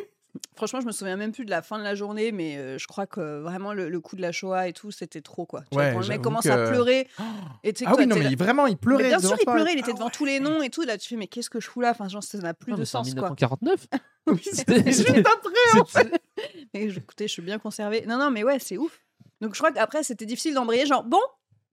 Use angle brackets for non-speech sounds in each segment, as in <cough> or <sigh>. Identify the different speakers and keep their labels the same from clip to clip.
Speaker 1: <gasps> Franchement, je me souviens même plus de la fin de la journée, mais euh, je crois que euh, vraiment le, le coup de la Shoah et tout, c'était trop quoi. Tu vois,
Speaker 2: Ouais,
Speaker 1: quand le mec
Speaker 2: j'avoue
Speaker 1: commence
Speaker 2: que-
Speaker 1: à pleurer, et tu sais que
Speaker 2: Ah
Speaker 1: toi,
Speaker 2: oui, non,
Speaker 1: t'es
Speaker 2: mais
Speaker 1: là-
Speaker 2: il- vraiment, il pleurait.
Speaker 1: Mais bien
Speaker 2: devant
Speaker 1: sûr, il
Speaker 2: toi.
Speaker 1: pleurait, il était
Speaker 2: Ah
Speaker 1: devant tous les noms et tout. Là, tu fais, mais qu'est-ce que je fous là Enfin, genre, ça n'a plus
Speaker 3: Non,
Speaker 1: de
Speaker 3: mais c'est en
Speaker 1: sens quoi. <laughs>
Speaker 3: 1949.
Speaker 2: Oui,
Speaker 3: C'était-
Speaker 2: c'était juste
Speaker 3: c'était-
Speaker 2: après.
Speaker 3: C'est-
Speaker 1: Et je- écoutez, je suis bien conservée. Non, non, mais ouais, c'est ouf. Donc, je crois qu'après, c'était difficile d'embrayer, genre, bon,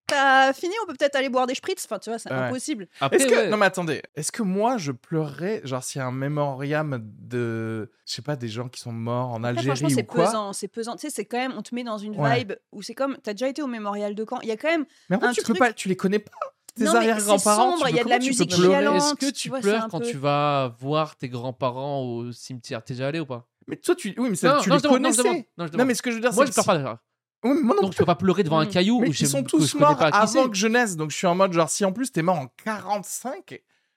Speaker 1: t'as fini, on peut peut-être aller boire des spritz. Enfin, tu vois, c'est
Speaker 2: Ouais.
Speaker 1: impossible.
Speaker 2: <laughs>
Speaker 3: Après,
Speaker 2: Est-ce que
Speaker 3: ouais.
Speaker 2: non mais attendez, est-ce que moi je pleurerais genre s'il y a un mémoriam de je sais pas des gens qui sont morts en
Speaker 1: Après,
Speaker 2: Algérie
Speaker 1: franchement,
Speaker 2: ou
Speaker 1: c'est
Speaker 2: quoi
Speaker 1: pesant, c'est pesant. Tu sais, c'est quand même, on te met dans une
Speaker 2: Ouais.
Speaker 1: vibe où c'est comme, t'as déjà été au mémorial de Caen. Il y a quand même.
Speaker 2: Mais en fait,
Speaker 1: Un
Speaker 2: tu peux
Speaker 1: truc-
Speaker 2: pas, tu les connais pas tes
Speaker 1: Non, mais
Speaker 2: arrière-grands-parents,
Speaker 1: c'est sombre,
Speaker 2: tu
Speaker 1: il
Speaker 2: peux-
Speaker 1: y a de
Speaker 2: comment
Speaker 1: la
Speaker 2: tu peux
Speaker 1: musique
Speaker 2: pleurer
Speaker 1: chialante.
Speaker 3: Est-ce que
Speaker 1: tu
Speaker 3: tu
Speaker 1: vois, c'est
Speaker 3: pleures
Speaker 1: un
Speaker 3: quand
Speaker 1: peu-
Speaker 3: tu vas voir tes grands-parents au cimetière T'es déjà allé ou pas
Speaker 2: Mais toi tu oui mais ça, tu les
Speaker 3: je demande, non, je
Speaker 2: connaissais.
Speaker 3: demande,
Speaker 2: Non,
Speaker 3: non, je demande.
Speaker 2: mais ce que je veux dire
Speaker 3: Moi,
Speaker 2: c'est
Speaker 3: je pleure pas. d'ailleurs.
Speaker 2: que- Oui, mais moi non
Speaker 3: Donc, je
Speaker 2: plus.
Speaker 3: peux pas pleurer devant un
Speaker 1: Mm.
Speaker 3: caillou
Speaker 2: Mais
Speaker 3: où je
Speaker 2: ils sont
Speaker 3: que je
Speaker 2: tous
Speaker 3: connais
Speaker 2: morts
Speaker 3: pas qui
Speaker 2: avant
Speaker 3: c'est.
Speaker 2: que je naisse donc je suis en mode genre si en plus t'es mort en 45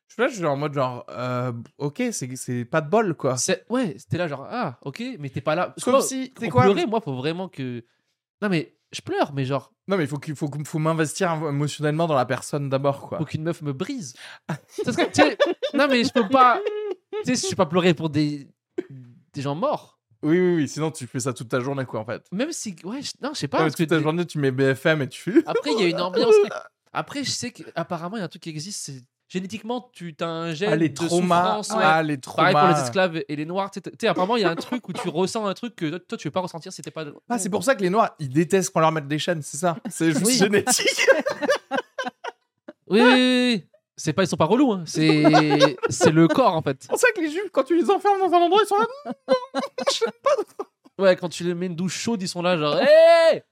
Speaker 2: je suis là, je suis en mode genre euh, OK, c'est c'est pas de bol quoi.
Speaker 3: C'est- Ouais, c'était là, genre, ah, ok, mais t'es pas là. Parce que
Speaker 2: Comme
Speaker 3: moi,
Speaker 2: si t'es
Speaker 3: pour
Speaker 2: quoi
Speaker 3: pleurer, moi, faut vraiment que. Non, mais je pleure, mais genre,
Speaker 2: Non mais il faut qu'il faut, faut m'investir émotionnellement dans la personne d'abord quoi.
Speaker 3: faut qu'une meuf
Speaker 2: <laughs>
Speaker 3: me brise. Parce que, tu sais, non, mais je peux pas. Tu sais, je peux pas pleurer pour des, des gens morts.
Speaker 2: Oui oui oui, sinon tu fais ça toute ta journée quoi en fait.
Speaker 3: Même si. Ouais, je- non, je sais pas.
Speaker 2: Ah,
Speaker 3: parce
Speaker 2: toute
Speaker 3: que Ah,
Speaker 2: ta journée, tu mets BFM et tu fais.
Speaker 3: Après, il y a une ambiance. Après, je sais qu'apparemment, il y a un truc qui existe. c'est Génétiquement, tu t'as un gène
Speaker 2: Ah, les
Speaker 3: de
Speaker 2: traumas.
Speaker 3: souffrance. ouais.
Speaker 2: Ah, les traumas.
Speaker 3: Pareil pour les esclaves et les noirs. Tu sais, t- tu sais, apparemment, il y a un truc où tu ressens un truc que toi, tu veux pas ressentir si t'es pas.
Speaker 2: Ah, c'est pour ça que les noirs, ils détestent qu'on leur mette des chaînes, c'est ça C'est juste
Speaker 3: Oui.
Speaker 2: génétique.
Speaker 3: Oui, oui, oui, oui. C'est pas, ils sont pas relous, hein. c'est
Speaker 2: <laughs>
Speaker 3: c'est le corps en fait.
Speaker 2: C'est pour ça que les juifs, quand tu les enfermes dans un endroit, ils sont là.
Speaker 3: Ouais, quand tu les mets une douche chaude, ils sont là genre
Speaker 2: <laughs>
Speaker 3: hey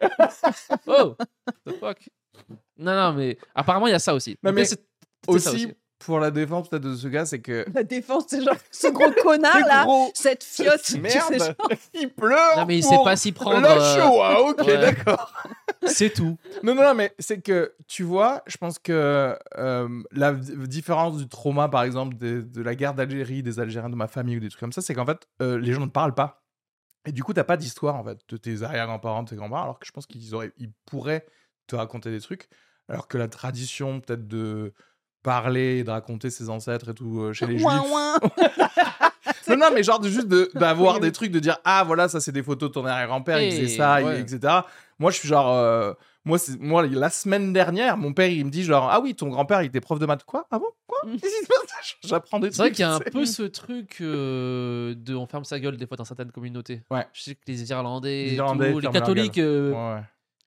Speaker 3: oh the fuck. Non non mais apparemment il y a ça aussi.
Speaker 2: Non,
Speaker 3: Donc,
Speaker 2: mais
Speaker 3: c'est- c'est ça
Speaker 2: Aussi, pour la défense peut-être de ce gars, c'est que.
Speaker 1: La défense, c'est genre, ce gros connard
Speaker 2: C'est
Speaker 1: Ah là,
Speaker 2: gros.
Speaker 1: cette fiotte.
Speaker 2: <laughs>
Speaker 1: tu sais, genre,
Speaker 2: Merde, il pleure.
Speaker 3: Non mais il
Speaker 2: pour
Speaker 3: sait pas s'y prendre.
Speaker 2: La
Speaker 3: euh,
Speaker 2: Shoah, ok,
Speaker 3: ouais.
Speaker 2: d'accord.
Speaker 3: c'est tout.
Speaker 2: Non, non, non, mais c'est que, tu vois, je pense que euh, la v- différence du trauma, par exemple, des- de, la guerre d'Algérie, des Algériens de ma famille ou des trucs comme ça, c'est qu'en fait, euh, les gens ne parlent pas. Et du coup, t'as pas d'histoire en fait de tes arrière-grands-parents, de tes grands-parents, alors que je pense qu'ils auraient, ils pourraient te raconter des trucs, alors que la tradition peut-être de parler, et de raconter ses ancêtres et tout euh, chez les
Speaker 1: ouin,
Speaker 2: juifs. <laughs>
Speaker 1: ouin. <laughs>
Speaker 2: Non, non, mais genre de- juste de- d'avoir
Speaker 1: Oui,
Speaker 2: des
Speaker 1: oui.
Speaker 2: trucs, de dire ah voilà ça c'est des photos de ton arrière-grand-père, il faisait
Speaker 3: Eh,
Speaker 2: ça, il-
Speaker 3: ouais.
Speaker 2: etc. Moi je suis genre euh, moi c'est moi la semaine dernière mon père il me dit genre ah oui ton grand-père il était prof de maths quoi ah bon <laughs> quoi
Speaker 1: Mm.
Speaker 2: j'apprends des trucs.
Speaker 3: C'est vrai qu'il y a un
Speaker 2: c'est-
Speaker 3: peu ce truc euh, de on ferme sa gueule des fois dans certaines communautés.
Speaker 2: Ouais.
Speaker 3: Je sais que les Irlandais,
Speaker 2: Les
Speaker 3: et
Speaker 2: Irlandais
Speaker 3: tout,
Speaker 2: ferment
Speaker 3: les
Speaker 2: leur gueule.
Speaker 3: catholiques, euh,
Speaker 2: Ouais, ouais.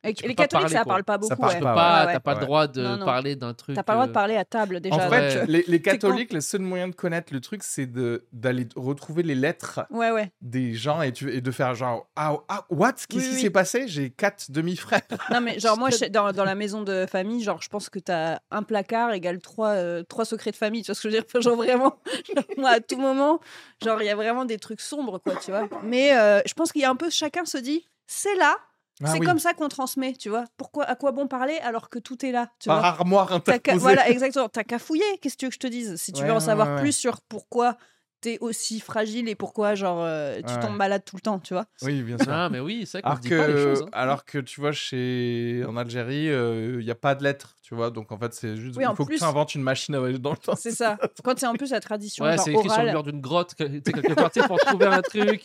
Speaker 1: Et-
Speaker 3: Tu peux
Speaker 1: Les
Speaker 3: pas
Speaker 1: catholiques,
Speaker 3: parler,
Speaker 1: ça
Speaker 3: quoi.
Speaker 1: parle pas beaucoup.
Speaker 2: parle
Speaker 1: ouais.
Speaker 3: Tu peux
Speaker 2: Ah
Speaker 3: pas,
Speaker 1: ouais, ouais.
Speaker 3: t'as pas
Speaker 2: Ouais.
Speaker 3: le droit de
Speaker 1: Non, non.
Speaker 3: parler d'un truc.
Speaker 1: T'as pas le droit de
Speaker 3: euh,
Speaker 1: parler à table <laughs> déjà.
Speaker 2: en
Speaker 1: donc,
Speaker 2: fait,
Speaker 1: euh,
Speaker 2: les, les catholiques, le seul moyen de connaître le truc, c'est de- d'aller retrouver les lettres
Speaker 1: Ouais, ouais.
Speaker 2: des gens et, tu- et de faire genre Ah, ah, what Qu'est-ce
Speaker 1: Oui,
Speaker 2: qui
Speaker 1: oui.
Speaker 2: s'est passé J'ai quatre demi-frères.
Speaker 1: Non, mais genre,
Speaker 2: <laughs>
Speaker 1: moi, je- dans, dans la maison de famille, genre, je pense que t'as un placard égale trois, euh, trois secrets de famille. Tu vois ce que je veux dire <laughs> Genre, vraiment, genre, moi, à tout moment, genre, il y a vraiment des trucs sombres, quoi, tu vois. Mais euh, je pense qu'il y a un peu, chacun se dit, c'est là,
Speaker 2: Ah
Speaker 1: c'est
Speaker 2: oui,
Speaker 1: comme ça qu'on transmet, tu vois. Pourquoi, à quoi bon parler alors que tout est là, tu
Speaker 2: par
Speaker 1: vois
Speaker 2: armoire
Speaker 1: T'as qu'à-
Speaker 2: interposée.
Speaker 1: voilà, exactement. T'as qu'à fouiller. Qu'est-ce que tu veux que je te dise Si tu
Speaker 2: Ouais,
Speaker 1: veux en
Speaker 2: ouais,
Speaker 1: savoir
Speaker 2: ouais, ouais.
Speaker 1: plus sur pourquoi t'es aussi fragile et pourquoi, genre, euh, tu
Speaker 2: Ouais.
Speaker 1: tombes malade tout le temps, tu vois.
Speaker 2: Oui, bien sûr.
Speaker 3: Ah, mais oui, c'est vrai qu'on
Speaker 2: Alors
Speaker 3: se dit pas les
Speaker 2: que,
Speaker 3: choses. hein.
Speaker 2: alors que tu vois, chez... en Algérie, euh, il n'y a pas de lettres, tu vois. Donc en fait, c'est juste.
Speaker 1: Oui,
Speaker 2: il
Speaker 1: en
Speaker 2: faut que
Speaker 1: plus-
Speaker 2: tu inventes une machine à voyager dans le temps. <laughs>
Speaker 1: C'est ça. Quand c'est en plus la tradition
Speaker 3: Ouais,
Speaker 1: genre,
Speaker 3: c'est écrit sur le
Speaker 1: orale.
Speaker 3: mur d'une grotte, que- tu sais, quelque part, tu sais, pour trouver un
Speaker 1: <laughs>
Speaker 3: truc.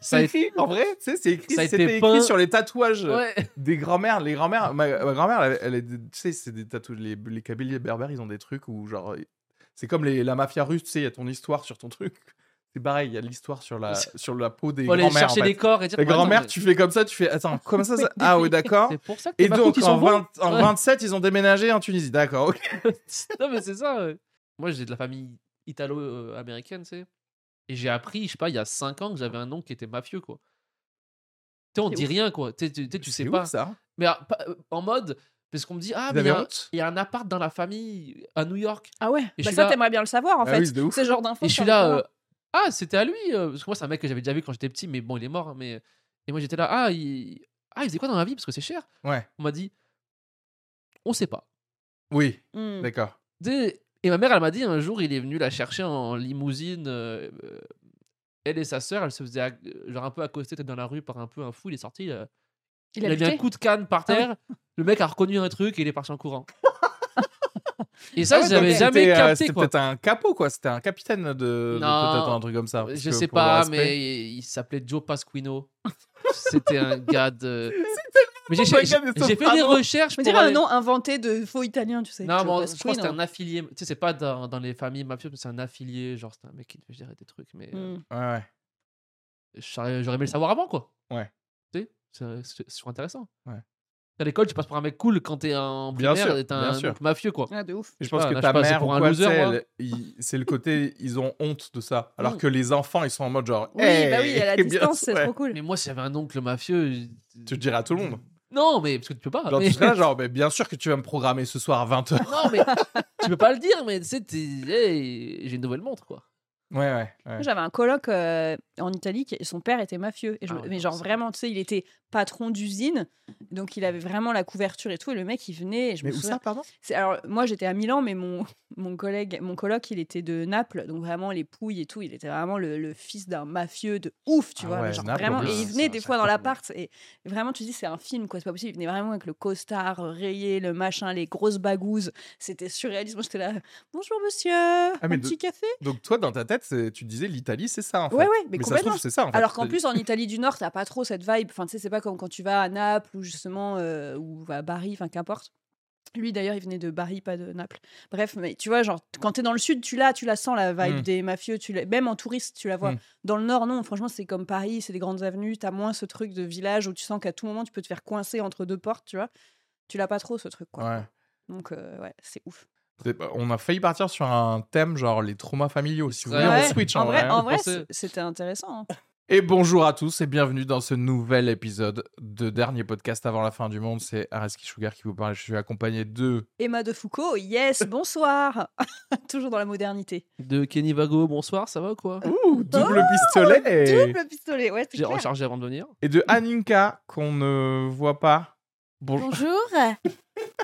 Speaker 3: Ça a
Speaker 2: C'est écrit, en vrai, tu sais, c'est écrit,
Speaker 3: ça a été
Speaker 2: c'était écrit
Speaker 3: peint.
Speaker 2: sur les tatouages
Speaker 3: Ouais.
Speaker 2: des grands-mères. Les grands-mères, ma, ma grand-mère, elle, elle est- tu sais, c'est des tatouages. Les, les Kabylies berbères, ils ont des trucs où, genre, c'est comme les, la mafia russe, tu sais, il y a ton histoire sur ton truc. C'est pareil, il y a l'histoire sur <laughs> la, sur la peau des
Speaker 3: Faut aller
Speaker 2: grands-mères. en
Speaker 3: chercher
Speaker 2: fait.
Speaker 3: des corps et dire.
Speaker 2: Les
Speaker 3: par exemple,
Speaker 2: grands-mères,
Speaker 3: mais
Speaker 2: tu fais comme ça, tu fais, attends, comment ça, <laughs> ça Ah oui, d'accord.
Speaker 3: C'est pour ça que
Speaker 2: Et
Speaker 3: tes Bakout,
Speaker 2: donc,
Speaker 3: ils
Speaker 2: en,
Speaker 3: sont bons.
Speaker 2: 20 en
Speaker 3: Ouais.
Speaker 2: 27, ils ont déménagé en Tunisie. D'accord, ok.
Speaker 3: <laughs> non, mais c'est ça. ouais. Moi, j'ai de la famille italo-américaine, tu sais. Et j'ai appris, je sais pas, il y a 5 ans que j'avais un oncle qui était mafieux, quoi. Tu sais, on
Speaker 1: C'est
Speaker 3: dit rien, quoi. Tu sais, tu- tu sais, tu sais
Speaker 2: C'est
Speaker 3: pas.
Speaker 2: ouf, ça. hein.
Speaker 3: Mais ah, pas- euh, en mode, parce qu'on me dit, ah,
Speaker 2: Ils
Speaker 3: mais il y,
Speaker 2: avaient
Speaker 3: a un-
Speaker 2: honte.
Speaker 3: il y a un appart dans la famille à New York.
Speaker 1: Ah ouais.
Speaker 3: Et je
Speaker 1: bah
Speaker 3: suis
Speaker 1: ça,
Speaker 3: là-
Speaker 1: t'aimerais bien le savoir en
Speaker 2: Ah
Speaker 1: fait.
Speaker 2: oui, de ouf.
Speaker 1: C'est le genre d'info.
Speaker 3: Et je
Speaker 1: ça
Speaker 3: suis là,
Speaker 1: m'étonne.
Speaker 3: euh, ah, c'était à lui. euh, parce que moi, c'est un mec que j'avais déjà vu quand j'étais petit, mais bon, il est mort. hein, mais... Et moi, j'étais là, ah il... ah, il faisait quoi dans la vie Parce que c'est cher.
Speaker 2: Ouais.
Speaker 3: On m'a dit, on sait pas.
Speaker 2: Oui,
Speaker 3: euh,
Speaker 1: Hmm.
Speaker 2: d'accord.
Speaker 3: Tu sais, Et ma mère, elle m'a dit, un jour, il est venu la chercher en limousine. euh, euh, elle et sa sœur, elle se faisait genre un peu accoster peut-être dans la rue par un peu un fou. Il est sorti, il a,
Speaker 1: Il
Speaker 3: il a mis
Speaker 1: habitait.
Speaker 3: un
Speaker 1: <laughs>
Speaker 3: coup de canne par
Speaker 1: Ah oui.
Speaker 3: terre. Le mec a reconnu un truc et il est parti en courant. et ça,
Speaker 2: Ah ouais,
Speaker 3: j'avais
Speaker 2: donc
Speaker 3: jamais
Speaker 2: c'était, euh,
Speaker 3: capté.
Speaker 2: C'était
Speaker 3: quoi.
Speaker 2: peut-être un capot, quoi. C'était un capitaine de. de
Speaker 3: Non.
Speaker 2: peut-être un truc comme ça. parce
Speaker 3: Je
Speaker 2: que
Speaker 3: sais
Speaker 2: pour le
Speaker 3: pas,
Speaker 2: respect.
Speaker 3: mais il, il s'appelait Joe Pasquino. C'était un gars de.
Speaker 1: <laughs>
Speaker 3: Mais j'ai
Speaker 2: bon,
Speaker 3: j'ai-
Speaker 2: le gars des
Speaker 3: j'ai fait des
Speaker 2: Sopranos.
Speaker 3: recherches.
Speaker 1: Je me
Speaker 3: pour
Speaker 1: dirais un
Speaker 3: aller-
Speaker 1: nom inventé de faux italien, tu sais.
Speaker 3: Non,
Speaker 1: Joe
Speaker 3: mais en- je crois
Speaker 1: Pasquino.
Speaker 3: que c'était un affilié. Tu sais, c'est pas dans, dans les familles mafieuses, mais c'est un affilié. Genre, c'était un mec qui devait gérer des trucs. Mais euh,
Speaker 1: Hmm.
Speaker 2: Ouais, ouais.
Speaker 3: j'aurais j'aurais aimé le savoir avant, quoi.
Speaker 2: Ouais.
Speaker 3: Tu sais, c'est- c'est c'est toujours intéressant.
Speaker 2: Ouais.
Speaker 3: À l'école, tu passes pour un mec cool quand t'es en
Speaker 2: Bien
Speaker 3: primaire,
Speaker 2: sûr,
Speaker 3: t'es
Speaker 2: bien
Speaker 3: un
Speaker 2: sûr.
Speaker 3: mec mafieux, quoi.
Speaker 1: Ah, de ouf.
Speaker 2: Et je
Speaker 3: sais
Speaker 2: pense
Speaker 3: pas,
Speaker 2: que
Speaker 3: là, je
Speaker 2: ta
Speaker 3: sais pas, c'est
Speaker 2: mère ou
Speaker 3: pour un
Speaker 2: quoi,
Speaker 3: loser, hein.
Speaker 2: tu sais,
Speaker 3: moi.
Speaker 2: elle- il- c'est le côté, ils ont honte de ça. Alors
Speaker 3: Mm.
Speaker 2: que les enfants, ils sont en mode genre.
Speaker 1: Oui,
Speaker 2: hey,
Speaker 1: bah
Speaker 2: <laughs>
Speaker 1: oui, à la
Speaker 2: Eh, bien
Speaker 1: distance, c'est
Speaker 2: sûr, ouais.
Speaker 1: trop cool.
Speaker 3: Mais moi, si j'avais un oncle mafieux. je-
Speaker 2: Tu le dirais à tout le monde.
Speaker 3: Non, mais parce que tu peux pas.
Speaker 2: Genre,
Speaker 3: Ah, mais-
Speaker 2: tu serais là, genre, mais bien sûr que tu vas me programmer ce soir à 20h.
Speaker 3: <laughs> Non, mais tu peux pas le dire, mais tu sais, t'es- hey, j'ai une nouvelle montre, quoi.
Speaker 2: Ouais, ouais. ouais.
Speaker 1: Moi, J'avais un coloc euh, en Italie, qui- son père était mafieux. Et je-
Speaker 3: Ah ouais,
Speaker 1: mais
Speaker 3: non,
Speaker 1: genre
Speaker 3: c'est-
Speaker 1: vraiment, tu sais, il était patron d'usine, donc il avait vraiment la couverture et tout. Et le mec, il venait. et je me souviens-
Speaker 2: pardon
Speaker 1: C'est- Alors, moi, j'étais à Milan, mais mon, <laughs> mon collègue, mon coloc, il était de Naples, donc vraiment les pouilles et tout. Il était vraiment le, le fils d'un mafieux de ouf, tu
Speaker 2: Ah
Speaker 1: vois. mais
Speaker 2: ouais,
Speaker 1: genre
Speaker 2: Naples,
Speaker 1: vraiment,
Speaker 2: oui,
Speaker 1: et il
Speaker 2: c'est
Speaker 1: venait
Speaker 2: un
Speaker 1: des
Speaker 2: sacré
Speaker 1: fois dans
Speaker 2: endroit.
Speaker 1: l'appart, et vraiment, tu te dis, c'est un film, quoi, c'est pas possible. Il venait vraiment avec le costard euh, rayé, le machin, les grosses bagouses. C'était surréaliste. Moi, j'étais là, bonjour monsieur, un
Speaker 2: Ah, mais de-
Speaker 1: petit café.
Speaker 2: Donc, toi, dans ta tête, c'est- tu disais l'Italie, c'est ça, en fait.
Speaker 1: Ouais, ouais,
Speaker 2: mais
Speaker 1: mais,
Speaker 2: ça se
Speaker 1: complètement.
Speaker 2: trouve, c'est ça, en fait. euh,
Speaker 1: Alors qu'en plus, en Italie du Nord, t'as pas trop cette vibe. Enfin, tu sais, c'est pas comme quand tu vas à Naples ou justement euh, ou à Bari, enfin, qu'importe. Lui, d'ailleurs, il venait de Bari, pas de Naples. Bref, mais tu vois, genre, t- quand t'es dans le sud, tu l'as, tu la sens, la vibe
Speaker 2: Mm.
Speaker 1: des mafieux. Tu la- Même en touriste, tu la vois.
Speaker 2: Mm.
Speaker 1: Dans le Nord, non, franchement, c'est comme Paris, c'est des grandes avenues. T'as moins ce truc de village où tu sens qu'à tout moment, tu peux te faire coincer entre deux portes, tu vois. Tu l'as pas trop, ce truc, quoi.
Speaker 2: Ouais.
Speaker 1: Donc, euh, ouais, c'est ouf.
Speaker 2: C'est- On a failli partir sur un thème genre les traumas familiaux. Si vous voulez,
Speaker 3: Ouais.
Speaker 2: on switch en, hein.
Speaker 1: en vrai, en vrai,
Speaker 3: Pensez-
Speaker 1: c'est- c'était intéressant. hein.
Speaker 2: Et bonjour à tous et bienvenue dans ce nouvel épisode de dernier podcast avant la fin du monde. C'est Areski Sugar qui vous parle. Je suis accompagné de.
Speaker 1: Emma de Foucault, yes, bonsoir. <laughs> Toujours dans la modernité.
Speaker 3: De Kenny Vago, bonsoir, ça va ou quoi
Speaker 2: Ouh, double pistolet
Speaker 1: Oh, Double pistolet, ouais, c'est
Speaker 3: J'ai
Speaker 1: clair.
Speaker 3: rechargé avant de venir.
Speaker 2: Et de Aninka qu'on ne voit pas. Bonjour.
Speaker 4: Bonjour.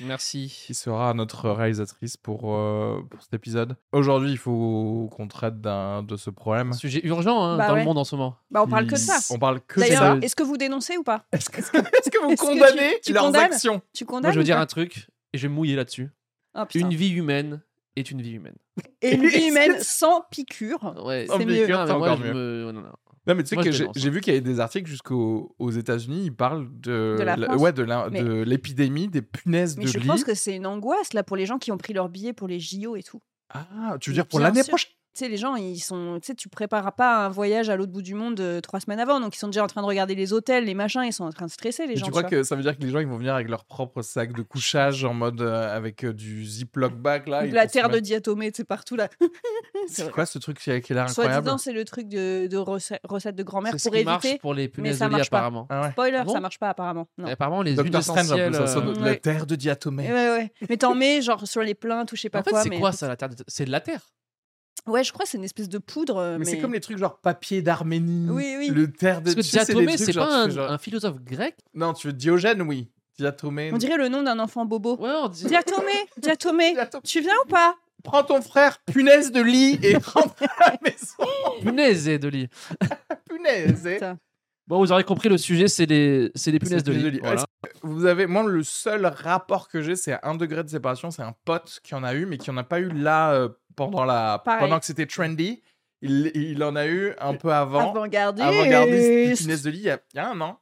Speaker 3: Merci.
Speaker 2: Qui sera notre réalisatrice pour, euh, pour cet épisode. Aujourd'hui, il faut qu'on traite d'un- de ce problème.
Speaker 3: Sujet urgent hein,
Speaker 1: Bah
Speaker 3: dans
Speaker 1: ouais.
Speaker 3: le monde en ce moment.
Speaker 1: Bah, on parle que de ça.
Speaker 2: On parle que de ça.
Speaker 1: D'ailleurs, est-ce que vous dénoncez ou pas
Speaker 2: Est-ce que, est-ce que vous
Speaker 1: Est-ce que tu-
Speaker 2: condamnez
Speaker 1: tu
Speaker 2: leurs
Speaker 1: condamnes
Speaker 2: actions
Speaker 1: Tu
Speaker 3: Moi,
Speaker 1: condamnes
Speaker 3: je veux
Speaker 1: ou
Speaker 3: dire
Speaker 1: pas
Speaker 3: un truc et je vais me mouiller là-dessus.
Speaker 1: Ah, putain.
Speaker 3: Une vie humaine est une vie humaine.
Speaker 1: Et une vie humaine sans
Speaker 3: Ah
Speaker 1: piqûre.
Speaker 3: Ouais,
Speaker 2: Sans
Speaker 3: c'est
Speaker 2: piqûre,
Speaker 3: mieux.
Speaker 2: c'est
Speaker 3: Non, mais moi,
Speaker 2: encore
Speaker 3: je
Speaker 2: mieux.
Speaker 3: me- non, non, non.
Speaker 2: Non, mais tu sais
Speaker 3: Moi,
Speaker 2: que
Speaker 3: je hein.
Speaker 2: j'ai
Speaker 3: dénonce,
Speaker 2: j'ai vu qu'il y avait des articles jusqu'aux aux États-Unis, ils parlent de,
Speaker 1: De la France.
Speaker 2: ouais, de la-
Speaker 1: Mais-
Speaker 2: de l'épidémie, des punaises
Speaker 1: Mais
Speaker 2: de
Speaker 1: je
Speaker 2: lit.
Speaker 1: pense que c'est une angoisse là pour les gens qui ont pris leur billet pour les JO et tout.
Speaker 2: Ah, tu veux dire pour
Speaker 1: Bien
Speaker 2: l'année
Speaker 1: sûr.
Speaker 2: prochaine
Speaker 1: tu sais, les gens, ils sont, tu sais, tu prépares pas un voyage à l'autre bout du monde euh, trois semaines avant, donc ils sont déjà en train de regarder les hôtels, les machins, ils sont en train de stresser les
Speaker 2: Mais
Speaker 1: gens.
Speaker 2: tu crois
Speaker 1: tu vois.
Speaker 2: que ça veut dire que les gens ils vont venir avec leur propre sac de couchage en mode euh, avec euh, du ziploc bag là
Speaker 1: Ou
Speaker 2: ils
Speaker 1: la
Speaker 2: vont se
Speaker 1: terre de
Speaker 2: mettre-
Speaker 1: diatomée, c'est partout là. <laughs>
Speaker 2: C'est quoi ce truc qui a qui a l'air
Speaker 1: Soit
Speaker 2: incroyable
Speaker 1: disant, c'est le truc de, de recette, recette de grand-mère
Speaker 3: C'est ce
Speaker 1: pour
Speaker 3: qui
Speaker 1: éviter.
Speaker 3: marche pour les punaises
Speaker 1: ça
Speaker 3: de lit,
Speaker 1: marche pas.
Speaker 3: apparemment.
Speaker 2: Ah ouais.
Speaker 1: Spoiler,
Speaker 3: Ah bon
Speaker 1: ça marche pas apparemment. Non.
Speaker 3: Et apparemment, les huiles
Speaker 2: Doctor Strange un peu
Speaker 3: essentielles.
Speaker 2: ça sonne
Speaker 3: euh,
Speaker 2: la
Speaker 1: Ouais.
Speaker 2: terre de diatomée.
Speaker 1: Ouais, ouais. Mais t'en mets genre sur les plaintes ou je sais pas
Speaker 3: En fait,
Speaker 1: quoi.
Speaker 3: c'est
Speaker 1: mais...
Speaker 3: quoi ça, la terre de- C'est de la terre.
Speaker 1: Ouais, je crois que c'est une espèce de poudre. euh,
Speaker 2: Mais,
Speaker 1: Mais,
Speaker 2: c'est comme les trucs genre papier d'Arménie,
Speaker 1: Oui, oui.
Speaker 2: le terre de
Speaker 3: Parce que
Speaker 2: tu sais, c'est des
Speaker 3: Diatomée,
Speaker 2: trucs
Speaker 3: c'est
Speaker 2: genre,
Speaker 3: pas
Speaker 2: tu
Speaker 3: un,
Speaker 2: fais genre-
Speaker 3: un philosophe grec
Speaker 2: Non, tu veux Diogène, oui. Diatomée.
Speaker 1: On dirait le nom d'un enfant bobo.
Speaker 3: Ouais, on dit.
Speaker 1: Diatomée, diatomée,
Speaker 2: Diatomée.
Speaker 1: tu viens ou pas
Speaker 2: Prends ton frère, punaise de lit, et <laughs> rentre à la maison,
Speaker 3: Punaise de lit.
Speaker 2: punaise. eh.
Speaker 1: Putain.
Speaker 3: Bon, vous aurez compris, le sujet, c'est les, c'est les punaises
Speaker 2: C'est
Speaker 3: de
Speaker 2: les
Speaker 3: lit.
Speaker 2: punaises de lit.
Speaker 3: Voilà.
Speaker 2: Vous avez, moi, le seul rapport que j'ai, c'est à un degré de séparation. C'est un pote qui en a eu, mais qui en a pas eu là euh, pendant la,
Speaker 1: Pareil.
Speaker 2: pendant que c'était trendy. Il, il en a eu un peu avant,
Speaker 1: Avant-gardiste.
Speaker 2: avant-gardiste, punaise de lit, il y a, il y a un an.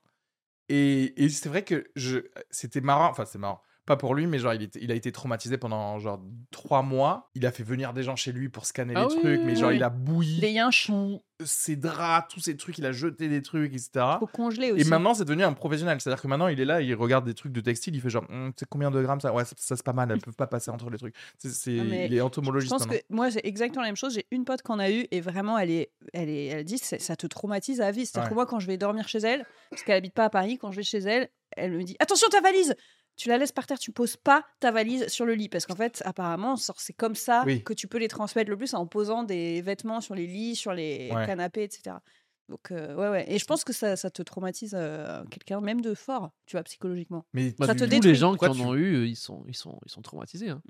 Speaker 2: Et, et c'est vrai que je, c'était marrant. Enfin, c'est marrant. Pas pour lui, mais genre, il, était- il a été traumatisé pendant genre trois mois. Il a fait venir des gens chez lui pour scanner
Speaker 3: Ah
Speaker 2: les
Speaker 3: oui,
Speaker 2: trucs, mais
Speaker 3: oui,
Speaker 2: genre,
Speaker 1: oui.
Speaker 2: il a bouilli
Speaker 1: Les yinches
Speaker 2: tous ses draps, tous ses trucs, il a jeté des trucs, etc.
Speaker 1: faut congeler aussi.
Speaker 2: Ah. Et maintenant, c'est devenu un professionnel. C'est-à-dire que maintenant, il est là, il regarde des trucs de textile, il fait genre, Hum, tu sais combien de grammes ça Ouais, ça, ça, c'est pas
Speaker 1: <laughs>
Speaker 2: mal, elles peuvent pas passer entre les trucs. C'est, c'est-
Speaker 1: Ah, mais
Speaker 2: il est
Speaker 1: Je
Speaker 2: entomologiste
Speaker 1: pense
Speaker 2: maintenant.
Speaker 1: que moi, c'est exactement la même chose. J'ai une pote qu'on a eue et vraiment, elle, est, elle, est, elle dit c'est- ça te traumatise à la vie. C'est-à-dire
Speaker 2: Ouais.
Speaker 1: que moi, quand je vais dormir chez elle, parce qu'elle habite pas à Paris, quand je vais chez elle, elle me dit attention ta valise Tu la laisses par terre, tu poses pas ta valise sur le lit. Parce qu'en fait, apparemment, sort- c'est comme ça
Speaker 2: Oui.
Speaker 1: que tu peux les transmettre le plus en posant des vêtements sur les lits, sur les
Speaker 2: Ouais.
Speaker 1: canapés, etc. Donc, euh, ouais, ouais. Et je pense que ça, ça te traumatise euh, quelqu'un, même de fort, tu vois, psychologiquement.
Speaker 2: Mais
Speaker 3: Bah,
Speaker 1: Ça
Speaker 2: tu-
Speaker 1: te
Speaker 3: tous
Speaker 1: détruit.
Speaker 3: les gens qui
Speaker 2: Pourquoi
Speaker 3: en
Speaker 2: tu-
Speaker 3: ont eu, euh, ils sont, ils sont, ils sont traumatisés. hein.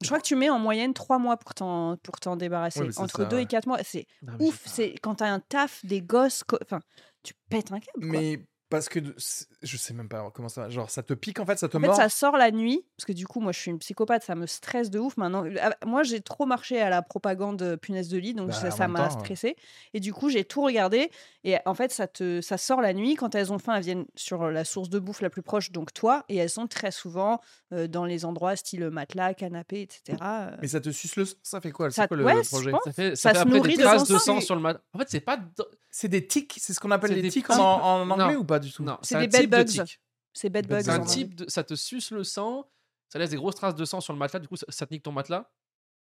Speaker 1: Je crois que tu mets en moyenne trois mois pour t'en pour t'en débarrasser.
Speaker 2: Ouais, Bah. mais c'est
Speaker 1: Entre
Speaker 2: ça,
Speaker 1: deux
Speaker 2: ouais.
Speaker 1: et quatre mois. C'est
Speaker 3: Non, Ah, mais
Speaker 1: ouf, c'est quand t'as un taf, des gosses, co- enfin, tu pètes un câble. quoi.
Speaker 2: Mais parce que de- c'est- je sais même pas comment ça va. Genre, ça te pique en fait, ça te
Speaker 1: En fait,
Speaker 2: mord.
Speaker 1: ça sort la nuit, parce que du coup, moi, je suis une psychopathe, ça me stresse de ouf maintenant. Ah, Moi, j'ai trop marché à la propagande euh, punaise de lit, donc
Speaker 2: Bah,
Speaker 1: ça-
Speaker 2: en
Speaker 1: ça
Speaker 2: même
Speaker 1: m'a
Speaker 2: temps, euh.
Speaker 1: stressé. Et du coup, j'ai tout regardé. Et en fait, ça, te, ça sort la nuit. Quand elles ont faim, elles viennent sur euh, la source de bouffe la plus proche, donc toi. Et elles sont très souvent euh, dans les endroits style matelas, canapé, etc. euh,
Speaker 2: Mais ça te suce le sang, ça fait quoi C'est
Speaker 1: Ça-
Speaker 2: quoi le,
Speaker 1: ouais,
Speaker 2: le
Speaker 1: je
Speaker 2: projet
Speaker 1: pense.
Speaker 3: Ça fait,
Speaker 1: Ça
Speaker 3: ça fait
Speaker 1: se
Speaker 3: après
Speaker 1: nourrit
Speaker 3: des
Speaker 1: de
Speaker 3: traces
Speaker 1: son
Speaker 3: de
Speaker 1: sang.
Speaker 3: sang sur le mat. En fait, c'est pas. do-
Speaker 2: C'est des tics, c'est ce qu'on appelle
Speaker 3: C'est
Speaker 2: les
Speaker 3: des
Speaker 2: tics
Speaker 3: petits-
Speaker 2: en, en anglais
Speaker 3: Non.
Speaker 2: ou pas du tout
Speaker 3: Non,
Speaker 1: C'est
Speaker 3: un
Speaker 1: des
Speaker 3: type de
Speaker 1: bedbugs.
Speaker 3: tic.
Speaker 1: C'est bed
Speaker 2: Bed
Speaker 1: bugs.
Speaker 2: bugs.
Speaker 3: C'est un
Speaker 1: en vrai.
Speaker 3: type de- Ça te suce le sang, ça laisse des grosses traces de sang sur le matelas, du coup, ça, ça te nique ton matelas.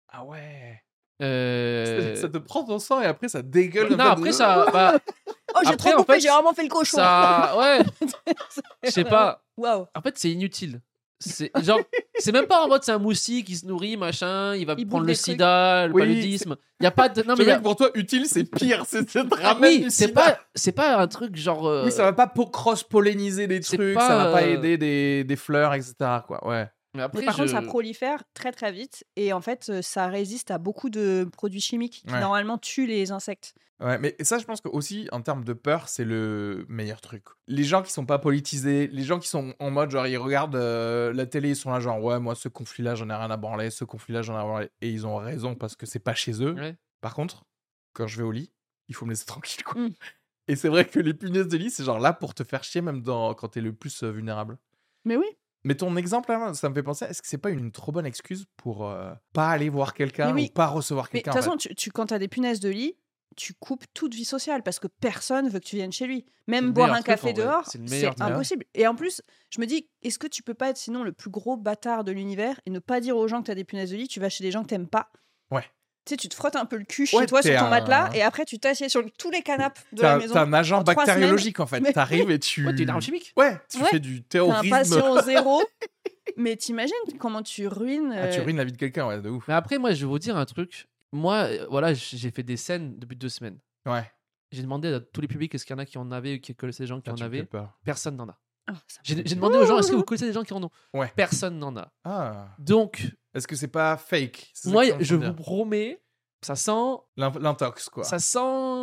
Speaker 2: Ah ouais.
Speaker 3: Euh,
Speaker 2: Ça te prend ton sang et après ça dégueule.
Speaker 3: Non,
Speaker 2: comme
Speaker 3: après, ça.
Speaker 1: <laughs>
Speaker 3: bah,
Speaker 1: Oh, j'ai
Speaker 3: Après,
Speaker 1: trop
Speaker 3: en
Speaker 1: coupé,
Speaker 3: fait,
Speaker 1: j'ai vraiment fait le cochon.
Speaker 3: ça ouais,
Speaker 1: <laughs>
Speaker 3: je sais pas.
Speaker 1: Waouh.
Speaker 3: En fait, c'est inutile. C'est genre, c'est même pas en mode c'est un moustique qui se nourrit, machin, il va
Speaker 1: Il bouffe
Speaker 3: prendre le
Speaker 1: des trucs.
Speaker 3: sida, le
Speaker 2: Oui,
Speaker 3: paludisme. Il y a pas de non
Speaker 2: Tu vois
Speaker 3: mais y a- Ah
Speaker 2: que pour toi, utile, c'est pire. C'est
Speaker 1: Ah
Speaker 2: ça te ramène
Speaker 3: oui,
Speaker 2: du
Speaker 3: c'est
Speaker 2: sida.
Speaker 3: pas c'est pas un truc genre euh,
Speaker 2: Oui, ça va pas po- cross-polliniser des
Speaker 3: c'est
Speaker 2: trucs,
Speaker 3: pas,
Speaker 2: ça va pas
Speaker 3: euh,
Speaker 2: aider des, des fleurs, etc. Quoi. Ouais.
Speaker 3: mais après,
Speaker 1: Mais par contre,
Speaker 3: je-
Speaker 1: ça prolifère très très vite et en fait, euh, ça résiste à beaucoup de produits chimiques qui
Speaker 2: Ouais.
Speaker 1: normalement tuent les insectes.
Speaker 2: ouais. Mais ça, je pense que aussi, en termes de peur, c'est le meilleur truc. Les gens qui sont pas politisés, les gens qui sont en mode genre, ils regardent euh, la télé, ils sont là, genre, ouais, moi, ce conflit-là, j'en ai rien à branler, ce conflit-là, j'en ai rien à branler. Et ils ont raison parce que c'est pas chez eux.
Speaker 3: Ouais.
Speaker 2: Par contre, quand je vais au lit, il faut me laisser <laughs> tranquille, quoi.
Speaker 3: Mmh.
Speaker 1: Mm.
Speaker 2: Et c'est vrai que les punaises de lit, c'est genre là pour te faire chier, même dans, quand t'es le plus euh, vulnérable.
Speaker 1: Mais oui.
Speaker 2: Mais ton exemple, là, ça me fait penser, est-ce que c'est pas une trop bonne excuse pour euh, pas aller voir quelqu'un
Speaker 1: Mais oui.
Speaker 2: ou pas recevoir
Speaker 1: Mais de
Speaker 2: quelqu'un
Speaker 1: toute
Speaker 2: en fait
Speaker 1: façon, tu, tu- quand t'as des punaises de lit, tu coupes toute vie sociale parce que personne veut que tu viennes chez lui.
Speaker 3: le
Speaker 1: Même boire
Speaker 3: meilleur
Speaker 1: un
Speaker 3: truc, en
Speaker 1: café
Speaker 3: vrai.
Speaker 1: dehors,
Speaker 3: C'est le meilleur
Speaker 1: c'est
Speaker 3: truc.
Speaker 1: impossible. Et en plus, je me dis, est-ce que tu peux pas être sinon le plus gros bâtard de l'univers et ne pas dire aux gens que t'as des punaises de lit, tu vas chez des gens que t'aimes pas
Speaker 2: Ouais.
Speaker 1: Tu sais, tu te frottes un peu le cul
Speaker 2: Ouais,
Speaker 1: chez toi
Speaker 2: t'es
Speaker 1: sur ton
Speaker 2: un-
Speaker 1: matelas et après tu t'assieds sur le- tous les canapes de
Speaker 2: T'es
Speaker 1: la
Speaker 2: un,
Speaker 1: maison.
Speaker 2: t'es un agent
Speaker 1: en trois
Speaker 2: bactériologique en fait.
Speaker 1: Mais-
Speaker 2: T'arrives et tu.
Speaker 3: Ouais, t'es une arme chimique.
Speaker 2: Ouais, tu
Speaker 1: Ouais.
Speaker 2: fais du
Speaker 1: T'as un
Speaker 2: terrorisme. <laughs>
Speaker 1: patient zéro. Mais t'imagines comment tu ruines.
Speaker 2: Ah, tu
Speaker 1: euh,
Speaker 2: ruines la vie de quelqu'un, ouais, de ouf.
Speaker 3: Mais après, moi, je vais vous dire un truc. Moi, euh, voilà, j- j'ai fait des scènes depuis deux semaines.
Speaker 2: Ouais.
Speaker 3: J'ai demandé à tous les publics est-ce qu'il y en a qui en avaient ou qui connaissaient des gens qui
Speaker 2: Ah,
Speaker 3: en
Speaker 2: tu me fais
Speaker 3: avaient.
Speaker 2: peur.
Speaker 3: Personne n'en a.
Speaker 1: ah, ça-
Speaker 3: J'ai j'ai demandé aux gens est-ce que vous connaissez des gens qui en ont.
Speaker 2: Ouais.
Speaker 3: Personne n'en a.
Speaker 2: Ah.
Speaker 3: Donc,
Speaker 2: Est-ce que c'est pas fake C'est ça
Speaker 3: moi,
Speaker 2: que t'es en train
Speaker 3: je
Speaker 2: de
Speaker 3: vous
Speaker 2: dire.
Speaker 3: promets, ça sent
Speaker 2: L'in- L'intox, quoi.
Speaker 3: Ça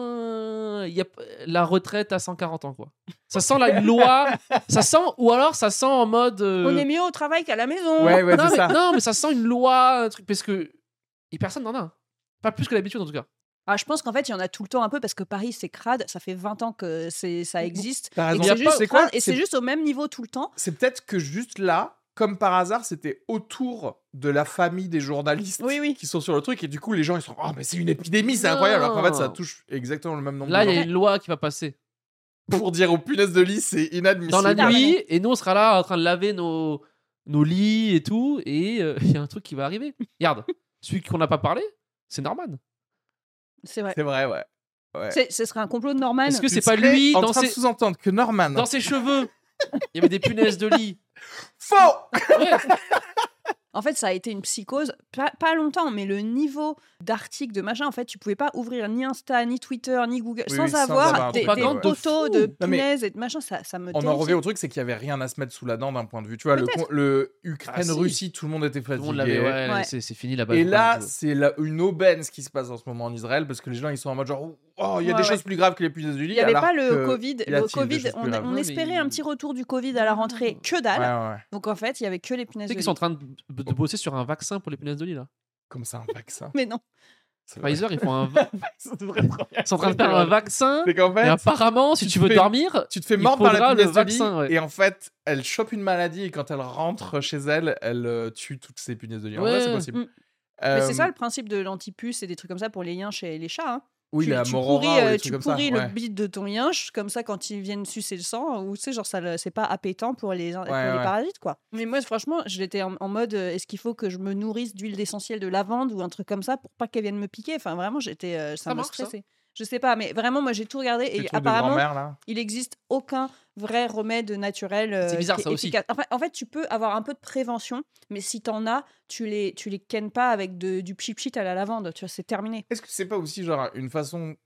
Speaker 3: sent il y a p- la retraite à 140 ans, quoi. Ça sent la loi.
Speaker 2: <laughs>
Speaker 3: ça sent, ou alors ça sent en mode. euh,
Speaker 1: On est mieux au travail qu'à la maison.
Speaker 2: Ah Ouais, ouais,
Speaker 3: non,
Speaker 2: c'est
Speaker 3: mais,
Speaker 2: ça.
Speaker 3: non, mais ça sent une loi, un truc, parce que. Et personne n'en a. Pas plus que l'habitude, en tout cas.
Speaker 1: Ah, je pense qu'en fait, il y en a tout le temps un peu parce que Paris, c'est crade. Ça fait 20 ans que c'est ça existe.
Speaker 2: T'as
Speaker 1: Et
Speaker 2: raison.
Speaker 1: que
Speaker 3: Il y a
Speaker 1: c'est
Speaker 3: pas-
Speaker 1: juste,
Speaker 2: C'est
Speaker 1: crade,
Speaker 2: quoi
Speaker 1: et c'est
Speaker 2: C'est-
Speaker 1: juste au même niveau tout le temps.
Speaker 2: C'est peut-être que juste là, comme par hasard, c'était autour de la famille des journalistes
Speaker 1: Oui, oui.
Speaker 2: qui sont sur le truc. Et du coup, les gens, ils sont. Oh, mais c'est une épidémie, c'est incroyable. Alors qu'en fait, ça
Speaker 3: Non.
Speaker 2: touche exactement le même nombre
Speaker 3: Là,
Speaker 2: de
Speaker 3: il y a
Speaker 2: gens.
Speaker 3: une loi qui va passer.
Speaker 2: Pour dire aux punaises de lit, c'est inadmissible.
Speaker 3: Dans la
Speaker 4: Non,
Speaker 3: nuit, et nous, on sera là en train de laver nos, nos lits et tout, et euh, <laughs> il y a un truc qui va arriver. Regarde, celui qu'on n'a pas parlé, c'est Norman.
Speaker 1: C'est vrai.
Speaker 2: C'est vrai, ouais. ouais.
Speaker 1: C'est- Ce serait un complot de Norman.
Speaker 3: Est-ce que
Speaker 2: Tu
Speaker 3: c'est pas
Speaker 2: serais
Speaker 3: lui
Speaker 2: en
Speaker 3: dans
Speaker 2: train
Speaker 3: ses,
Speaker 2: de sous-entendre que Norman.
Speaker 3: dans ses cheveux Il y avait des punaises de lit.
Speaker 2: Faux
Speaker 3: Ouais.
Speaker 1: En fait, ça a été une psychose, pas, pas longtemps, mais le niveau d'articles, de machin, en fait, tu pouvais pas ouvrir ni Insta, ni Twitter, ni Google,
Speaker 2: Oui,
Speaker 1: sans,
Speaker 2: oui, sans
Speaker 1: avoir
Speaker 2: avoir
Speaker 3: un
Speaker 1: des,
Speaker 3: propagande
Speaker 1: des
Speaker 3: de
Speaker 1: photos
Speaker 3: fou.
Speaker 1: de
Speaker 2: Non, mais-
Speaker 1: punaises et de machin, ça, ça
Speaker 3: Ah,
Speaker 1: me
Speaker 2: On en
Speaker 1: terrifie.
Speaker 2: revient au truc, c'est qu'il y avait rien à se mettre sous la dent d'un point de vue. Tu vois, le,
Speaker 1: Peut-être.
Speaker 2: con- le
Speaker 3: Ah, si.
Speaker 2: Ukraine-Russie, tout le monde était
Speaker 3: Tout le
Speaker 2: fatigué.
Speaker 3: monde l'avait, ouais,
Speaker 1: Ouais.
Speaker 3: c'est c'est fini là-bas.
Speaker 2: Et là, c'est la- une aubaine ce qui se passe en ce moment en Israël parce que les gens ils sont en mode genre oh il y a
Speaker 1: Ouais,
Speaker 2: des
Speaker 1: ouais.
Speaker 2: choses plus graves que les punaises du lit.
Speaker 1: Il n'y avait
Speaker 2: alors
Speaker 1: pas le
Speaker 2: que-
Speaker 1: Covid.
Speaker 2: y a-t-il
Speaker 1: Le
Speaker 2: des choses
Speaker 1: Covid,
Speaker 2: plus
Speaker 1: on,
Speaker 2: graves
Speaker 1: on
Speaker 3: Non, mais
Speaker 1: espérait
Speaker 3: il-
Speaker 1: un petit retour du Covid à la rentrée, que
Speaker 2: Ouais,
Speaker 1: dalle.
Speaker 2: ouais, ouais.
Speaker 1: Donc en fait, il y avait que les punaises
Speaker 3: Tu sais qu'ils
Speaker 1: de lit.
Speaker 3: sont en train de, de bosser sur un vaccin pour les punaises de lit là.
Speaker 2: Comme ça un vaccin. <laughs>
Speaker 1: Mais non.
Speaker 2: C'est vrai.
Speaker 3: Pfizer, ils font un. va-
Speaker 2: Ça devrait être
Speaker 1: <laughs>
Speaker 3: Ils sont en train de faire un vaccin.
Speaker 2: C'est qu'en
Speaker 3: Et
Speaker 2: fait
Speaker 3: apparemment, si
Speaker 2: tu
Speaker 3: tu veux
Speaker 2: fais-
Speaker 3: dormir,
Speaker 2: tu te fais
Speaker 3: il
Speaker 2: mordre par la
Speaker 3: faudra le
Speaker 2: punaise de lit
Speaker 3: vaccin, ouais.
Speaker 2: et en fait elle chope une maladie et quand elle rentre chez elle elle euh, tue toutes ces punaises de lit. En vrai
Speaker 3: Ouais.
Speaker 2: c'est possible.
Speaker 1: Mm.
Speaker 2: Euh,
Speaker 1: Mais c'est ça le principe de l'antipuce et des trucs comme ça pour les liens chez les chats. hein.
Speaker 2: Oui
Speaker 1: tu,
Speaker 2: la
Speaker 1: tu
Speaker 2: morora
Speaker 1: pourris,
Speaker 2: ou
Speaker 1: euh,
Speaker 2: des
Speaker 1: tu
Speaker 2: trucs comme ça.
Speaker 1: pourris
Speaker 2: ouais.
Speaker 1: le bide de ton yinche, comme ça, quand ils viennent sucer le sang, ou tu sais, genre, ça le- c'est pas appétant pour les, pour les
Speaker 2: ouais.
Speaker 1: parasites, quoi. Mais moi, franchement, j'étais en, en mode, euh, est-ce qu'il faut que je me nourrisse d'huile d'essentiel de lavande ou un truc comme ça pour pas qu'elle vienne me piquer Enfin, vraiment, j'étais. euh, ça,
Speaker 3: Ça
Speaker 1: me
Speaker 3: marche, ça
Speaker 1: stressait. Je sais pas, mais vraiment, moi, j'ai tout regardé
Speaker 2: Ces
Speaker 1: et
Speaker 2: trucs de
Speaker 1: apparemment,
Speaker 2: grand-mère, là.
Speaker 1: il n'existe aucun vrai remède naturel. euh,
Speaker 3: C'est bizarre,
Speaker 1: qui est
Speaker 3: ça aussi.
Speaker 1: efficace. Enfin, en fait, tu peux avoir un peu de prévention, mais si t'en as, tu les, tu les kennes pas avec de- du pchit à la lavande. Tu vois, c'est terminé.
Speaker 2: Est-ce que c'est pas aussi genre une façon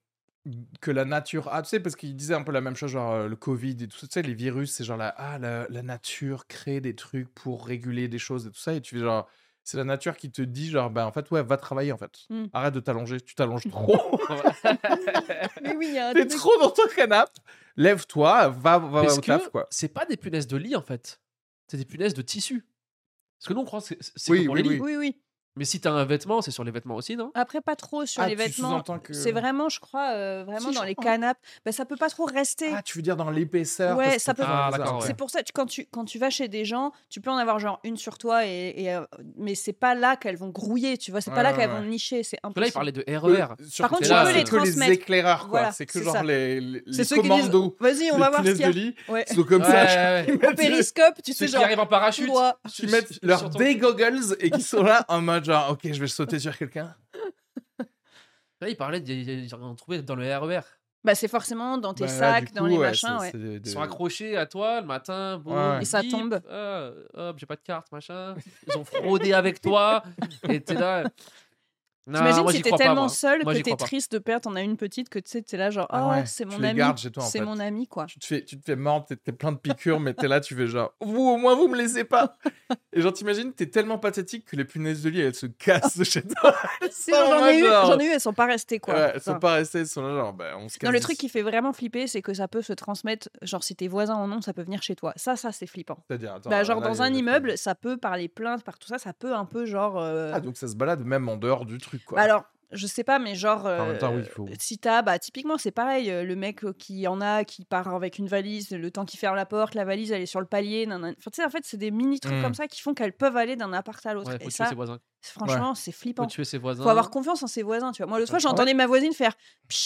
Speaker 2: que la nature a, tu sais, parce qu'il disait un peu la même chose, genre euh, le Covid et tout ça, tu sais, les virus, c'est genre la, ah, la, la nature crée des trucs pour réguler des choses et tout ça, et tu fais genre, c'est la nature qui te dit genre, bah en fait, ouais, va travailler en fait,
Speaker 1: Mm.
Speaker 2: arrête de t'allonger, tu
Speaker 1: <laughs> Ah,
Speaker 2: t'allonges trop,
Speaker 1: <laughs>
Speaker 2: <laughs>
Speaker 1: Mais oui, il y a un
Speaker 2: t'es
Speaker 1: truc-
Speaker 2: trop dans ton canapé, lève-toi, va, va
Speaker 3: Parce
Speaker 2: au
Speaker 3: que
Speaker 2: taf, quoi.
Speaker 3: c'est pas des punaises de lit en fait. C'est des punaises de tissu. Parce que nous on croit que c'est- c'est
Speaker 2: Oui,
Speaker 3: que pour
Speaker 2: oui,
Speaker 3: les lits.
Speaker 1: Oui, oui.
Speaker 3: Mais si t'as un vêtement, c'est sur les vêtements aussi, non
Speaker 1: Après, pas trop sur
Speaker 2: Ah,
Speaker 1: les
Speaker 2: tu
Speaker 1: vêtements.
Speaker 2: sous-entends que-
Speaker 1: C'est vraiment, je crois, euh, vraiment
Speaker 2: Si,
Speaker 1: dans
Speaker 2: je
Speaker 1: les
Speaker 2: crois.
Speaker 1: canapes. Ben, ça peut pas trop rester.
Speaker 2: Ah, tu veux dire dans l'épaisseur
Speaker 1: Ouais,
Speaker 2: parce que t'as
Speaker 1: ça peut-
Speaker 2: toujours
Speaker 3: Ah,
Speaker 2: ça,
Speaker 3: d'accord,
Speaker 2: ok.
Speaker 3: ouais.
Speaker 1: C'est pour ça que quand tu, quand tu vas chez des gens, tu peux en avoir genre une sur toi, et, et, euh, mais c'est pas là qu'elles vont grouiller, tu vois, c'est
Speaker 2: Ouais,
Speaker 1: pas là
Speaker 2: ouais,
Speaker 1: qu'elles
Speaker 2: ouais.
Speaker 1: vont nicher, c'est
Speaker 3: Parce que là,
Speaker 1: impossible.
Speaker 3: il parlait de E RER.
Speaker 2: Surtout
Speaker 1: Par contre,
Speaker 2: que
Speaker 3: tu
Speaker 2: là,
Speaker 3: peux les
Speaker 2: c'est que les
Speaker 1: transmettre.
Speaker 2: éclairs, quoi.
Speaker 1: Voilà,
Speaker 2: c'est que
Speaker 1: c'est
Speaker 2: genre
Speaker 1: ça.
Speaker 2: les, les,
Speaker 1: C'est
Speaker 2: les
Speaker 1: ceux qui disent,
Speaker 2: commandos.
Speaker 1: vas-y, on
Speaker 2: les
Speaker 1: va voir ce
Speaker 2: punaises
Speaker 1: qu'il y a.
Speaker 2: de lit,
Speaker 3: <laughs>
Speaker 1: Ouais.
Speaker 2: ils sont comme
Speaker 3: Ouais,
Speaker 2: ça,
Speaker 3: ouais, ouais.
Speaker 2: Ils
Speaker 1: Au
Speaker 2: mettent-
Speaker 1: périscope, tu
Speaker 3: Ceux
Speaker 1: sais,
Speaker 3: qui
Speaker 1: genre,
Speaker 3: arrivent en
Speaker 1: tout
Speaker 3: parachute.
Speaker 1: droit.
Speaker 2: qui
Speaker 3: sur-
Speaker 2: mettent
Speaker 3: sur
Speaker 2: leurs
Speaker 3: ton-
Speaker 2: des goggles et qui sont là en mode genre ok je vais sauter sur quelqu'un
Speaker 3: Là, il parlait, de- ils en ont trouvé dans le E RER.
Speaker 1: Bah, c'est forcément dans tes
Speaker 2: Bah, là,
Speaker 1: sacs,
Speaker 2: du
Speaker 1: dans
Speaker 2: coup,
Speaker 1: les
Speaker 2: ouais,
Speaker 1: machins,
Speaker 2: c'est-
Speaker 1: ouais.
Speaker 2: c'est des-
Speaker 3: Ils
Speaker 2: des-
Speaker 3: sont accrochés à toi le matin. boum,
Speaker 2: Ouais.
Speaker 1: Et ça
Speaker 3: bip,
Speaker 1: tombe.
Speaker 3: ah, hop, j'ai pas de carte, machin. Ils ont fraudé avec toi. Et t'es là. Non,
Speaker 1: T'imagines
Speaker 3: moi,
Speaker 1: si
Speaker 3: j'y
Speaker 1: t'es
Speaker 3: crois pas,
Speaker 1: tellement
Speaker 3: moi.
Speaker 1: seule
Speaker 3: Moi,
Speaker 1: que
Speaker 3: j'y
Speaker 1: t'es
Speaker 3: crois pas.
Speaker 1: triste de perdre, t'en as une petite que tu sais, t'es là genre, oh,
Speaker 2: Ah ouais,
Speaker 1: c'est
Speaker 2: tu
Speaker 1: mon
Speaker 2: les
Speaker 1: ami,
Speaker 2: gardes chez toi en
Speaker 1: c'est
Speaker 2: fait.
Speaker 1: mon ami, quoi.
Speaker 2: tu te fais tu te fais mordre t'es- t'es plein de piqûres mais t'es là tu fais genre vous au moins vous me laissez pas et genre t'imagines t'es tellement pathétique que les punaises de lit elles se cassent de chez toi Elles
Speaker 1: <laughs> C'est
Speaker 2: sont
Speaker 1: genre,
Speaker 2: en
Speaker 1: J'en ai, eu-
Speaker 2: mode genre,
Speaker 1: j'en ai eu, elles sont pas restées, quoi.
Speaker 2: Oh, ouais, elles
Speaker 1: Enfin,
Speaker 2: sont pas restées elles sont là genre bah, on se casse
Speaker 1: Non, le
Speaker 2: d'ici.
Speaker 1: truc qui fait vraiment flipper, c'est que ça peut se transmettre, genre si tes voisins en ont, ça peut venir chez toi. Ça, ça, c'est flippant.
Speaker 2: C'est-à-dire, attends,
Speaker 1: bah, genre
Speaker 2: là, il y
Speaker 1: dans
Speaker 2: a
Speaker 1: un
Speaker 2: le-
Speaker 1: immeuble, ça peut, par les plaintes, par tout ça, ça peut un peu genre... euh,
Speaker 2: ah donc ça se balade même en dehors du truc quoi
Speaker 1: bah, alors, je sais pas, mais genre...
Speaker 2: en même temps oui
Speaker 1: euh,
Speaker 2: il faut
Speaker 1: Si t'as, bah typiquement c'est pareil, euh, le mec euh, qui en a, qui part avec une valise, le temps qu'il ferme la porte, la valise elle est sur le palier, nanan. Enfin, tu sais, en fait c'est des mini trucs
Speaker 2: Mm.
Speaker 1: comme ça qui font qu'elles peuvent aller d'un appart à l'autre.
Speaker 3: Ouais,
Speaker 1: Et
Speaker 3: faut tuer
Speaker 1: ça,
Speaker 3: ses voisins.
Speaker 1: franchement, c'est flippant.
Speaker 3: Faut tuer ses voisins.
Speaker 1: Faut avoir confiance en ses voisins, tu vois. Moi, l'autre fois,
Speaker 2: Ouais.
Speaker 1: j'entendais ma voisine faire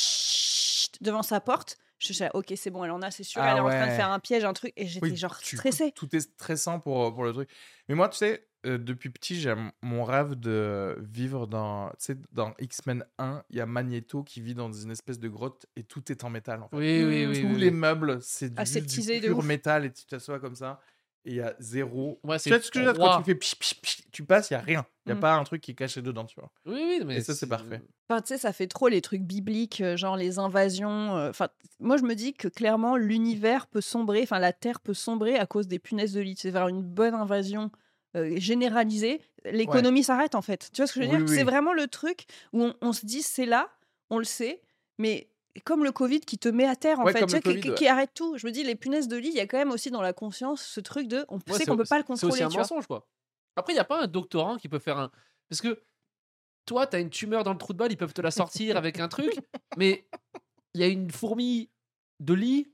Speaker 1: pssst devant sa porte. Je suis là, ok, c'est bon, elle en a, c'est sûr,
Speaker 2: Ah
Speaker 1: elle est en train de
Speaker 2: ouais.
Speaker 1: faire un piège, un truc, et j'étais
Speaker 2: Oui,
Speaker 1: genre
Speaker 2: tu-
Speaker 1: stressée.
Speaker 2: Tout est stressant pour, euh, pour le truc. Mais moi, tu sais, euh, depuis petit, j'ai m- mon rêve de vivre dans, tu sais, dans X-Men 1. Il y a Magneto qui vit dans une espèce de grotte et tout est en métal. En fait.
Speaker 3: Oui, oui, oui.
Speaker 2: Tous
Speaker 3: oui,
Speaker 2: les
Speaker 3: oui.
Speaker 2: meubles, c'est du,
Speaker 1: Aseptisé
Speaker 2: juste
Speaker 1: Ah, de
Speaker 2: du pur
Speaker 1: ouf.
Speaker 2: métal et tu t'assois comme ça. Et il y a zéro.
Speaker 3: Ouais,
Speaker 2: Tu
Speaker 3: c'est
Speaker 2: sais ce que je veux dire Quand
Speaker 3: froid.
Speaker 2: tu fais pich, pich, pich, tu passes, il n'y a rien. Il n'y a
Speaker 1: Mm.
Speaker 2: pas un truc qui est caché dedans, tu vois.
Speaker 3: Oui, oui, mais.
Speaker 2: Et ça, c'est parfait.
Speaker 1: Enfin, tu sais, ça fait trop les trucs bibliques, euh, genre les invasions. euh, Enfin, moi, je me dis que clairement, l'univers peut sombrer, enfin, la Terre peut sombrer à cause des punaises de lit. C'est vers une bonne invasion euh, généralisée. L'économie s'arrête, en fait. Tu vois ce que je veux
Speaker 2: Oui,
Speaker 1: dire
Speaker 2: oui.
Speaker 1: C'est vraiment le truc où on, on se dit, c'est là, on le sait, mais comme le Covid qui te met à terre, en
Speaker 2: Ouais,
Speaker 1: fait,
Speaker 2: comme
Speaker 1: tu
Speaker 2: le
Speaker 1: vois, qui,
Speaker 2: Covid,
Speaker 1: qui-
Speaker 2: ouais.
Speaker 1: qui arrête tout. Je me dis, les punaises de lit, il y a quand même aussi dans la conscience ce truc de, on
Speaker 3: Ouais,
Speaker 1: sait
Speaker 3: c'est-
Speaker 1: qu'on peut pas le
Speaker 3: C'est
Speaker 1: contrôler.
Speaker 3: aussi un
Speaker 1: tu vois.
Speaker 3: mensonge, quoi. Après, il n'y a pas un doctorant qui peut faire un. Parce que toi, t'as une tumeur dans le trou de balle, ils
Speaker 1: <laughs>
Speaker 3: peuvent te la sortir avec un truc, mais il y a une fourmi de lit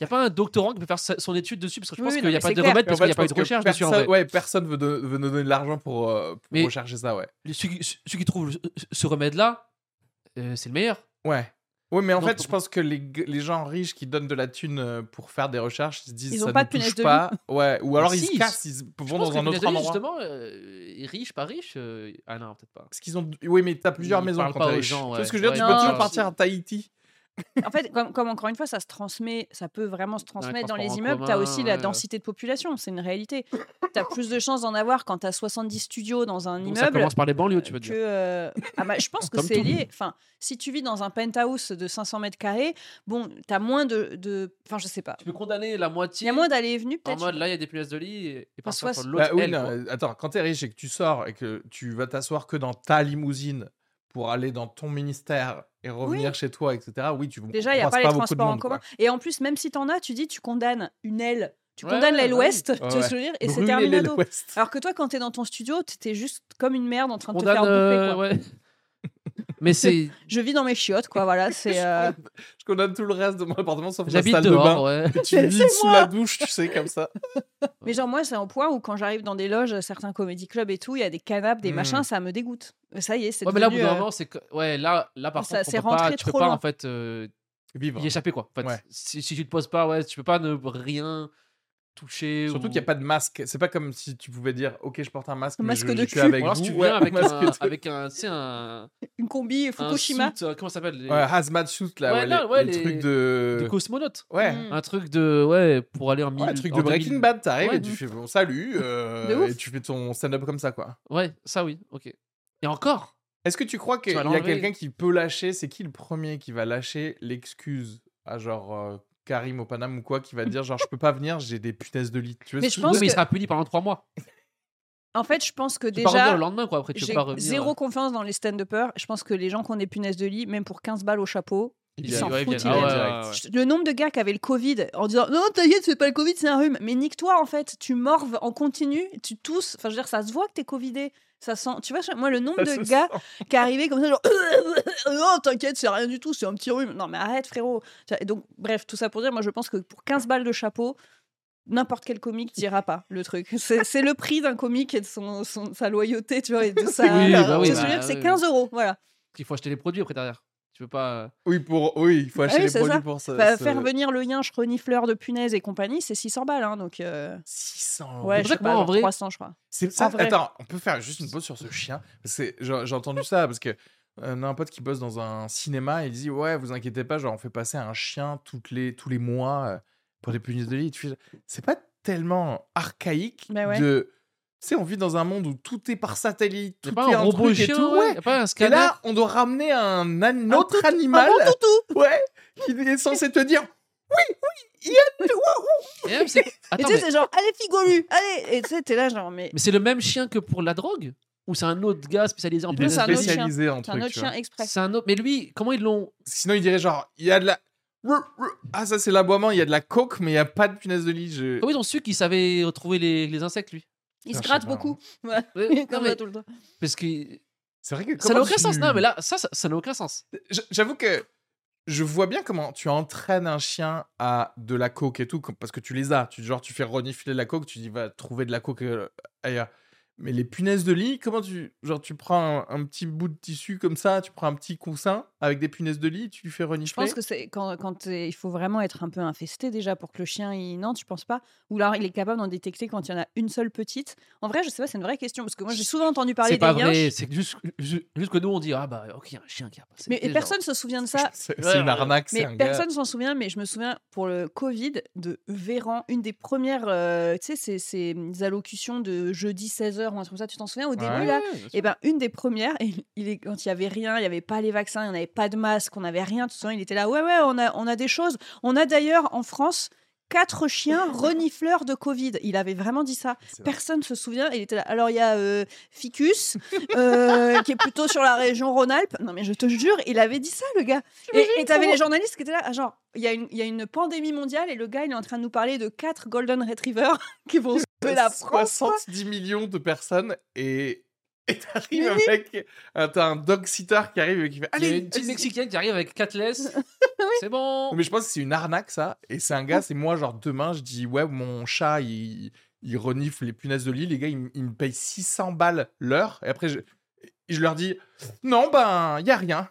Speaker 3: Il n'y a pas un doctorant qui peut faire sa- son étude dessus parce que je
Speaker 1: Oui,
Speaker 3: pense
Speaker 1: oui,
Speaker 3: qu'il
Speaker 1: non,
Speaker 3: n'y a
Speaker 1: mais
Speaker 3: pas
Speaker 1: c'est
Speaker 3: de
Speaker 1: clair.
Speaker 3: remède
Speaker 2: Et en
Speaker 3: parce
Speaker 2: fait,
Speaker 3: qu'il n'y a
Speaker 2: je
Speaker 3: pas eu
Speaker 2: pense
Speaker 3: de
Speaker 2: que
Speaker 3: recherche dessus en
Speaker 2: personne,
Speaker 3: vrai.
Speaker 2: ouais, personne veut, don- veut nous donner de l'argent pour, euh, pour
Speaker 3: Mais-
Speaker 2: rechercher ça, ouais.
Speaker 3: Les- Ceux, qui- ceux- ceux qui trouvent ce- ce remède-là, euh, c'est le meilleur.
Speaker 2: Ouais. Ouais, mais en
Speaker 3: Non,
Speaker 2: fait,
Speaker 3: pour-
Speaker 2: je pense que les, g- les gens riches qui donnent de la thune euh, pour faire des recherches, ils se disent
Speaker 1: Ils ont
Speaker 2: ça
Speaker 1: pas
Speaker 2: ne
Speaker 1: de punaise
Speaker 2: touche
Speaker 1: de lit.
Speaker 2: pas. Ouais, ou alors
Speaker 3: Mais
Speaker 2: ils se
Speaker 3: si,
Speaker 2: cassent, ils se-
Speaker 3: Je
Speaker 2: vont
Speaker 3: pense
Speaker 2: dans
Speaker 3: que
Speaker 2: un autre
Speaker 3: Benadryl,
Speaker 2: endroit.
Speaker 3: justement, euh, riche, pas riche. euh, Ah non, peut-être pas.
Speaker 2: Parce qu'ils ont. Oui, mais t'as plusieurs
Speaker 3: Ils
Speaker 2: maisons
Speaker 3: parlent
Speaker 2: quand
Speaker 3: pas
Speaker 2: t'es
Speaker 3: aux
Speaker 2: riche.
Speaker 3: gens,
Speaker 2: Tu vois ce
Speaker 3: ouais.
Speaker 2: que je veux dire
Speaker 1: Ouais,
Speaker 2: Tu peux
Speaker 1: non,
Speaker 2: toujours
Speaker 1: si.
Speaker 2: partir à Tahiti.
Speaker 1: En fait, comme, comme encore une fois, ça se transmet, ça peut vraiment se transmettre dans les
Speaker 3: transports en
Speaker 1: immeubles. Tu as
Speaker 3: commun,
Speaker 1: aussi
Speaker 3: ouais.
Speaker 1: la densité de population, c'est une réalité. Tu as plus de chances d'en avoir quand tu as 70 studios dans un
Speaker 3: Donc ça
Speaker 1: immeuble.
Speaker 3: commence par les banlieues, tu veux
Speaker 1: que,
Speaker 3: dire.
Speaker 1: euh, ah bah, je
Speaker 3: <laughs>
Speaker 1: pense que
Speaker 3: Comme
Speaker 1: c'est
Speaker 3: tout.
Speaker 1: lié. Enfin, si tu vis dans un penthouse de 500 mètres carrés, bon, tu as moins de, de. Enfin, je sais pas.
Speaker 3: Tu peux condamner la
Speaker 1: Il
Speaker 3: moitié
Speaker 1: y a moins d'aller et venue,
Speaker 3: en
Speaker 1: peut-être.
Speaker 3: mode là, il y a des punaises de lit et, et parfois
Speaker 1: soit-
Speaker 3: sur
Speaker 2: Bah
Speaker 3: l'autre.
Speaker 2: oui,
Speaker 3: aile,
Speaker 2: non,
Speaker 3: quoi.
Speaker 2: euh, attends, quand t'es riche et que tu sors et que tu vas t'asseoir que dans ta limousine pour aller dans ton ministère et revenir chez toi, etc., oui, tu
Speaker 1: Déjà, il n'y a
Speaker 2: croises
Speaker 1: pas
Speaker 2: beaucoup
Speaker 1: les
Speaker 2: de
Speaker 1: transports en
Speaker 2: monde, quoi.
Speaker 1: commun. Et en plus, même si tu en as, tu dis, tu condamnes une aile. Tu
Speaker 3: Ouais, bah
Speaker 1: condamnes l'aile
Speaker 3: ouais.
Speaker 1: ouest, <laughs> tu
Speaker 2: Ouais,
Speaker 1: vois ce
Speaker 2: ouais.
Speaker 1: que je veux dire, et c'est
Speaker 2: Brûler l'aile
Speaker 1: terminado.
Speaker 2: ouest. <laughs>
Speaker 1: Alors que toi, quand t'es dans ton studio, t'es juste comme une merde en train de te faire
Speaker 3: Condamne,
Speaker 1: bouffer.
Speaker 3: euh,
Speaker 1: quoi.
Speaker 3: ouais. <laughs> Mais c'est.
Speaker 1: Je vis dans mes chiottes, quoi. Voilà, c'est. euh,
Speaker 2: Je condamne tout le reste de mon appartement sauf la
Speaker 3: J'habite
Speaker 2: salle de bain.
Speaker 3: dehors, ouais.
Speaker 2: Et tu
Speaker 1: <laughs> C'est-
Speaker 2: vis
Speaker 1: c'est
Speaker 2: sous la douche, tu sais, comme ça.
Speaker 1: Mais genre moi, c'est un point où quand j'arrive dans des loges, certains comédie clubs et tout, il y a des canapes, des
Speaker 2: Mm.
Speaker 1: machins, ça me dégoûte. Ça y est, c'est
Speaker 3: Mmh. Ouais, mais là, au bout
Speaker 1: devenu.
Speaker 3: d'un
Speaker 1: euh,
Speaker 3: moment, c'est. que- Ouais, là, là par
Speaker 1: Ça-
Speaker 3: contre, on
Speaker 1: c'est
Speaker 3: peut pas,
Speaker 1: rentré
Speaker 3: tu peux
Speaker 1: trop
Speaker 3: pas,
Speaker 1: loin.
Speaker 3: en fait, euh,
Speaker 2: Vivre.
Speaker 3: y échapper, quoi. En fait,
Speaker 2: Ouais.
Speaker 3: si, si tu te poses pas, ouais, tu peux pas ne rien toucher.
Speaker 2: Surtout
Speaker 3: ou-
Speaker 2: qu'il n'y a pas de masque. C'est pas comme si tu pouvais dire Ok, je porte un masque,
Speaker 1: Un
Speaker 2: mais
Speaker 1: masque
Speaker 2: je,
Speaker 1: de
Speaker 2: je suis
Speaker 1: cul.
Speaker 2: avec
Speaker 3: Ou alors,
Speaker 2: vous.
Speaker 3: si tu
Speaker 2: Ouais, <laughs>
Speaker 3: viens avec,
Speaker 2: masque
Speaker 3: un,
Speaker 2: de-
Speaker 3: avec un, tu sais, un,
Speaker 1: Une combi
Speaker 3: un
Speaker 1: Fukushima.
Speaker 3: suit, euh, comment ça s'appelle les,
Speaker 2: Ouais, hazmat suit, là.
Speaker 3: Ouais,
Speaker 2: ouais,
Speaker 3: là,
Speaker 2: les,
Speaker 3: ouais,
Speaker 2: les
Speaker 3: les-
Speaker 2: trucs de.
Speaker 3: de cosmonautes.
Speaker 2: Ouais.
Speaker 1: Mm.
Speaker 3: Un truc de, ouais, pour aller en
Speaker 2: Ouais,
Speaker 3: milieu.
Speaker 2: un truc de Breaking Bad, t'arrives
Speaker 3: Ouais.
Speaker 2: et tu fais bon salut euh,
Speaker 1: <laughs> De ouf.
Speaker 2: et tu fais ton stand-up comme ça quoi.
Speaker 3: Ouais, ça oui, ok. Et encore,
Speaker 2: Est-ce que tu crois qu'il y
Speaker 3: vas
Speaker 2: a
Speaker 3: l'enlever.
Speaker 2: quelqu'un qui peut lâcher C'est qui le premier qui va lâcher l'excuse à genre euh, Karim au Paname ou quoi qui va dire genre je peux pas venir, j'ai des punaises de lit. Tu vois
Speaker 1: Mais
Speaker 2: ce que
Speaker 1: je
Speaker 3: oui,
Speaker 1: pense
Speaker 2: veux
Speaker 3: mais il
Speaker 2: dire
Speaker 1: que-
Speaker 3: sera puni pendant trois mois.
Speaker 1: En fait, je pense que
Speaker 3: Tu peux pas revenir
Speaker 1: déjà.
Speaker 3: le lendemain, quoi. Après, tu peux
Speaker 1: J'ai
Speaker 3: pas revenir. euh, hein.
Speaker 1: zéro confiance dans les stand-uppers. Je pense que les gens qui ont des punaises de lit, même pour 15 balles au chapeau,
Speaker 2: Ils
Speaker 1: ils
Speaker 2: viennent,
Speaker 1: s'en
Speaker 2: ouais, ils
Speaker 1: foutent.
Speaker 2: viennent.
Speaker 1: ils
Speaker 2: Ah ouais,
Speaker 1: viennent.
Speaker 2: direct.
Speaker 1: Je- Le nombre de gars qui avaient le Covid en disant non, t'inquiète, c'est pas le Covid, c'est un rhume. Mais nique-toi en fait, tu morves en continu, tu tousses. Enfin, je veux dire, ça se voit que t'es Covidé. Ça sent. Tu vois, moi,
Speaker 2: <laughs>
Speaker 1: le nombre
Speaker 2: Ça
Speaker 1: de
Speaker 2: se
Speaker 1: gars
Speaker 2: sent.
Speaker 1: qui arrivait comme ça, genre <coughs> non, t'inquiète, c'est rien du tout, c'est un petit rhume. Non, mais arrête, frérot. Et donc, bref, tout ça pour dire, moi, je pense que pour 15 balles de chapeau, n'importe quel comique dira pas le truc. <laughs> C'est c'est le prix d'un comique et de son, son- sa loyauté, tu vois, et
Speaker 3: <laughs>
Speaker 1: de sa.
Speaker 3: Oui, bah oui,
Speaker 1: Tu vois ce que je veux
Speaker 3: bah
Speaker 1: dire c'est
Speaker 3: oui.
Speaker 1: 15 euros, voilà.
Speaker 3: Il faut acheter les produits après derrière. Tu peux pas. euh,
Speaker 2: Oui pour oui il faut acheter
Speaker 1: Ah oui,
Speaker 2: les
Speaker 1: c'est
Speaker 2: produits
Speaker 1: ça.
Speaker 2: pour ça.
Speaker 1: Bah,
Speaker 2: ce-
Speaker 1: Faire venir le yinche renifleur de punaise et compagnie, c'est 600 balles, hein, donc. euh,
Speaker 2: 600. euros.
Speaker 1: Ouais, je
Speaker 3: pour ça
Speaker 1: sais
Speaker 3: que moi,
Speaker 1: pas,
Speaker 3: en
Speaker 1: genre
Speaker 3: vrai-
Speaker 1: 300, je crois.
Speaker 2: C'est ça.
Speaker 1: En vrai.
Speaker 2: Attends, on peut faire juste une pause sur ce chien. Parce que j'ai j'ai entendu ça parce que euh, on a un pote qui bosse dans un cinéma. Il dit ouais, vous inquiétez pas, genre on fait passer un chien toutes les tous les mois euh, pour des punaises de lit. Et tu fais, C'est pas tellement archaïque
Speaker 1: Mais Bah ouais.
Speaker 2: de. Tu sais, on vit dans un monde où tout est par satellite,
Speaker 3: Y
Speaker 2: tout
Speaker 3: a
Speaker 2: est
Speaker 3: pas un robot
Speaker 2: truc et
Speaker 3: chien,
Speaker 2: tout.
Speaker 3: ouais.
Speaker 2: Ouais.
Speaker 3: Y a pas un
Speaker 2: Et
Speaker 3: scanner.
Speaker 2: là, on doit ramener un, an-
Speaker 1: Un
Speaker 2: autre
Speaker 1: toutou-
Speaker 2: animal,
Speaker 1: Ah bon,
Speaker 2: <laughs>
Speaker 1: toutou
Speaker 2: ouais, qui est censé te dire
Speaker 3: Et même, c'est-
Speaker 1: Et
Speaker 3: Attends,
Speaker 1: tu sais,
Speaker 3: mais,
Speaker 1: c'est genre, allez, figolu, allez Et tu sais, t'es là, genre, mais.
Speaker 3: mais c'est le même chien que pour la drogue Ou c'est un autre gars spécialisé en
Speaker 2: Il
Speaker 1: est
Speaker 3: punaises
Speaker 1: c'est un
Speaker 3: de
Speaker 1: autre
Speaker 3: lit
Speaker 1: chien.
Speaker 2: spécialisé en
Speaker 1: C'est un
Speaker 2: truc.
Speaker 1: autre
Speaker 2: tu vois.
Speaker 1: chien exprès.
Speaker 3: C'est un autre. Mais lui, comment ils l'ont.
Speaker 2: Sinon, il dirait genre, il y a de la. Ah, ça, c'est l'aboiement, il y a de la coke, mais il n'y a pas de punaise de lit. Je...
Speaker 3: Comment ils ont su qu'il savait retrouver les, les insectes, lui
Speaker 1: Il
Speaker 2: Ah,
Speaker 1: se
Speaker 2: je
Speaker 1: gratte
Speaker 2: sais pas,
Speaker 1: beaucoup.
Speaker 3: Ouais,
Speaker 1: Comme
Speaker 3: <laughs> non, mais-
Speaker 1: ça tout le temps.
Speaker 3: Parce que.
Speaker 2: C'est vrai que.
Speaker 3: Ça n'a
Speaker 2: comment
Speaker 3: aucun
Speaker 2: tu-
Speaker 3: sens. Non, mais là, ça, ça ça n'a aucun sens.
Speaker 2: J- J'avoue que je vois bien comment tu entraînes un chien à de la coke et tout, comme- parce que tu les as. Tu, genre, tu fais renifler la coke, tu dis, va trouver de la coke euh, ailleurs. Mais les punaises de lit, comment tu. Genre, tu prends un, un petit bout de tissu comme ça, tu prends un petit coussin avec des punaises de lit, tu lui fais renifler.
Speaker 1: Je pense que c'est quand, quand t'es- il faut vraiment être un peu infesté déjà pour que le chien il non tu penses pas ou alors il est capable d'en détecter quand il y en a une seule petite. En vrai je sais pas c'est une vraie question parce que moi j'ai souvent entendu parler
Speaker 3: C'est
Speaker 1: des
Speaker 3: pas
Speaker 1: yinches,
Speaker 3: vrai. C'est que juste, ju- juste que nous, on dit Ah bah, ok, il y a un chien qui a passé.
Speaker 1: mais et
Speaker 3: Genre,
Speaker 1: personne se souvient de ça.
Speaker 2: <laughs> C'est c'est
Speaker 3: Ouais,
Speaker 2: une
Speaker 3: ouais.
Speaker 2: arnaque, c'est
Speaker 1: Mais
Speaker 2: un gars.
Speaker 1: personne s'en souvient, mais je me souviens pour le Covid de Véran, une des premières, euh, tu sais, ces- ces allocutions de jeudi 16h ou un truc comme ça, tu t'en souviens au début
Speaker 2: Ouais.
Speaker 1: là
Speaker 3: Ouais, ouais, ouais.
Speaker 1: Et ben une des premières, et il est, quand il y avait rien, il n'y avait pas les vaccins, il n'y avait pas de masque, on n'avait rien, tout ça, il était là, ouais, ouais, on a, on a des choses. On a d'ailleurs en France
Speaker 2: <laughs>
Speaker 1: quatre chiens renifleurs de Covid. Il avait vraiment dit ça.
Speaker 2: C'est vrai.
Speaker 1: Personne se souvient. Il était là. Alors il y a euh, Ficus,
Speaker 2: <laughs>
Speaker 1: euh, qui est plutôt sur la région Rhône-Alpes. Non mais je te jure, il avait dit ça, le gars. Et et t'avais les journalistes qui étaient là, ah, genre, il y, a une- il y a une pandémie mondiale et le gars, il est en train de nous parler de
Speaker 2: <laughs>
Speaker 1: quatre <laughs> Golden Retrievers qui vont sauver la France. quoi.
Speaker 2: 70 millions de personnes et Et t'arrives avec. un- T'as un dog sitter qui arrive et qui fait
Speaker 3: Il y a
Speaker 2: Allez,
Speaker 3: une petite
Speaker 2: allez-y.
Speaker 3: mexicaine qui arrive avec 4 laisses. C'est bon.
Speaker 2: Mais je pense que c'est une arnaque, ça. Et c'est un gars, c'est moi, genre demain, je dis Ouais, mon chat, il, il renifle les punaises de lit. Les gars, ils, m- ils me payent 600 balles l'heure. Et après, je, et je leur dis Non, ben, il a rien.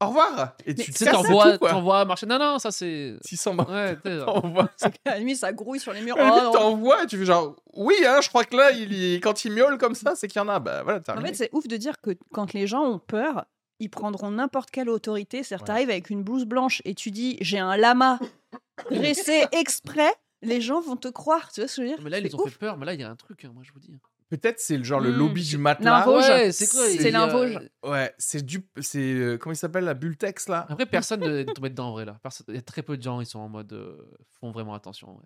Speaker 2: Au revoir. Et tu
Speaker 3: Tu
Speaker 2: te
Speaker 3: sais,
Speaker 2: casses c'est
Speaker 3: t'envoies
Speaker 2: tout, quoi.
Speaker 3: t'envoies marcher. Non, non,
Speaker 2: <laughs>
Speaker 3: ça c'est.
Speaker 2: 600 balles.
Speaker 3: Ouais, t'es
Speaker 2: <laughs>
Speaker 3: genre-
Speaker 2: T'envoies,
Speaker 1: À la limite, ça grouille sur les murs.
Speaker 2: Et lui,
Speaker 1: Oh, non.
Speaker 2: t'envoies et tu fais genre Oui, hein, je crois que là, il, est- quand il miaule comme ça, c'est qu'il y en a. Bah voilà,
Speaker 1: En
Speaker 2: terminé.
Speaker 1: fait, c'est ouf de dire que quand les gens ont peur, ils prendront n'importe quelle autorité. C'est-à-dire,
Speaker 2: Ouais.
Speaker 1: t'arrives avec une blouse blanche et tu dis j'ai un lama
Speaker 3: <laughs>
Speaker 1: dressé exprès, les gens vont te croire. Tu vois ce que je veux dire
Speaker 3: Mais là, ils
Speaker 1: C'est
Speaker 3: nous ont
Speaker 1: ouf.
Speaker 3: fait peur. Mais là, il y a un truc, hein, moi, je vous dis.
Speaker 2: Peut-être c'est le genre le
Speaker 3: Mmh.
Speaker 1: Hmm.
Speaker 2: lobby du matelas.
Speaker 1: L'invo- Vosges.
Speaker 3: Ouais, c'est quoi
Speaker 1: C'est
Speaker 3: il y a-
Speaker 1: l'invauge.
Speaker 2: Ouais, c'est du. C'est. euh, comment il s'appelle la Bultex là
Speaker 3: Après, personne ne est tombé dedans en vrai là. Personne- Il y a très peu de gens, ils sont en mode. euh, font vraiment attention. en vrai.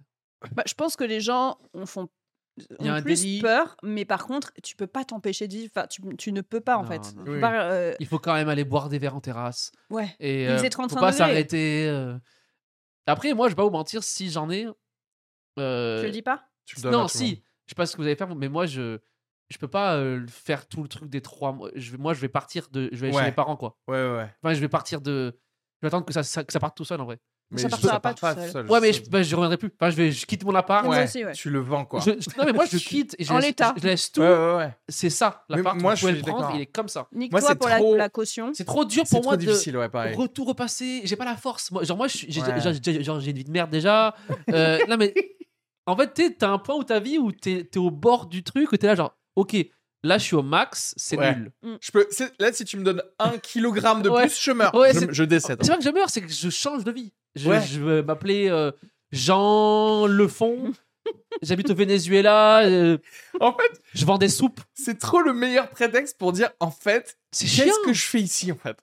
Speaker 1: Bah, Je pense que les gens en font
Speaker 3: Il y a
Speaker 1: ont
Speaker 3: un
Speaker 1: plus
Speaker 3: délit.
Speaker 1: peur, mais par contre, tu peux pas t'empêcher de vivre. Enfin, tu, tu ne peux pas, en
Speaker 3: Non,
Speaker 1: fait.
Speaker 3: non.
Speaker 1: Tu peux
Speaker 2: Oui.
Speaker 1: pas, euh,
Speaker 3: Il faut quand même aller boire des verres en terrasse.
Speaker 1: ouais.
Speaker 3: Et
Speaker 1: Il
Speaker 3: euh,
Speaker 1: faisait 35
Speaker 3: faut pas
Speaker 1: degrés.
Speaker 3: s'arrêter. euh. Après, moi, je vais pas vous mentir, si j'en ai. euh,
Speaker 1: Tu le dis pas
Speaker 2: Tu le donnes à
Speaker 3: Non,
Speaker 2: tout le monde.
Speaker 3: si. Je sais pas ce que vous allez faire, mais moi, je. Je peux pas euh, le faire tout le truc des trois mois. Je vais- moi, je vais partir de. Je vais
Speaker 2: Ouais.
Speaker 3: chez mes parents, quoi.
Speaker 2: Ouais, ouais, ouais.
Speaker 3: Enfin, je vais partir de. Je vais attendre que ça, ça- que ça parte tout seul, en vrai.
Speaker 2: je-
Speaker 1: Ça partira pas tout seul.
Speaker 3: Ouais, mais
Speaker 2: ça-
Speaker 3: je, bah, je reviendrai plus. Enfin, je, vais, je quitte mon appart.
Speaker 1: Moi
Speaker 2: Ouais,
Speaker 1: aussi, ouais.
Speaker 2: Tu le vends quoi.
Speaker 3: Je- je- non,
Speaker 2: <laughs>
Speaker 3: mais moi, je quitte. Et je
Speaker 1: En
Speaker 3: laisse-
Speaker 1: l'état.
Speaker 3: Je, je laisse tout.
Speaker 2: Ouais, ouais, ouais.
Speaker 3: C'est ça, l'appart.
Speaker 2: moi,
Speaker 3: Moi,
Speaker 2: je
Speaker 3: je vais
Speaker 2: suis
Speaker 3: le prendre.
Speaker 2: d'accord.
Speaker 3: Il est comme ça.
Speaker 1: Nique-toi
Speaker 2: Moi, c'est
Speaker 1: pour
Speaker 2: trop-
Speaker 1: la, la caution.
Speaker 3: C'est trop dur
Speaker 2: C'est
Speaker 3: pour
Speaker 2: trop
Speaker 3: moi de
Speaker 2: difficile, ouais, pareil.
Speaker 3: re- tout repasser. J'ai pas la force. Moi, genre, moi, je suis- j'ai
Speaker 2: Ouais.
Speaker 3: genre, j'ai- genre, j'ai une vie de merde déjà.
Speaker 2: <laughs>
Speaker 3: Euh, non, mais en fait, t'es- t'as un point où ta vie où t'es t'es au bord du truc, où t'es là, genre, ok, là, je suis au max, c'est
Speaker 2: Ouais.
Speaker 3: nul.
Speaker 2: Je peux. c'est- Là, si tu me donnes
Speaker 3: <laughs>
Speaker 2: un kilogramme de
Speaker 3: Ouais.
Speaker 2: plus, je meurs.
Speaker 3: Ouais,
Speaker 2: je,
Speaker 3: c'est-
Speaker 2: je décède.
Speaker 3: <laughs> C'est pas que je meurs, c'est que je change de vie. Je,
Speaker 2: Ouais.
Speaker 3: je vais m'appeler euh, Jean Lefond.
Speaker 1: <laughs>
Speaker 3: J'habite au Venezuela. euh,
Speaker 2: En fait,
Speaker 3: je vends des soupes.
Speaker 2: c'est trop le meilleur prétexte pour dire en fait,
Speaker 3: C'est chiant.
Speaker 2: qu'est-ce que je fais ici en fait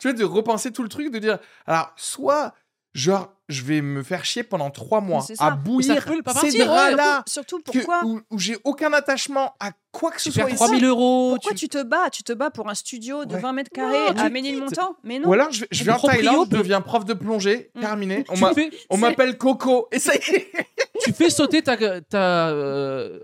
Speaker 2: Tu vois, de repenser tout le truc, de dire alors, soit genre, je vais me faire chier pendant trois mois
Speaker 1: c'est ça.
Speaker 2: à
Speaker 3: Ça
Speaker 2: bouillir
Speaker 3: peut pas
Speaker 2: ces
Speaker 3: partir, ouais,
Speaker 2: draps-là
Speaker 1: Surtout,
Speaker 2: que-
Speaker 1: pourquoi
Speaker 2: où, où j'ai aucun attachement à quoi que ce
Speaker 3: Tu
Speaker 2: soit.
Speaker 3: perds
Speaker 2: ici.
Speaker 3: 3000 euros.
Speaker 1: Pourquoi
Speaker 3: tu-
Speaker 1: tu te bats Tu te bats pour un studio de
Speaker 2: Ouais.
Speaker 1: 20 mètres carrés
Speaker 2: tu
Speaker 1: à
Speaker 2: quittes.
Speaker 1: Ménilmontant Mais non.
Speaker 2: Ou alors, je vais, je
Speaker 3: Ou
Speaker 2: vais en
Speaker 3: proprio
Speaker 2: Thaïlande, je
Speaker 3: peut-
Speaker 2: deviens prof de plongée,
Speaker 1: Mm.
Speaker 2: terminé. On
Speaker 3: tu
Speaker 2: m'a-
Speaker 3: fais-
Speaker 2: on m'appelle Coco. <laughs> Et ça y est.
Speaker 3: tu fais sauter ta, ta, euh,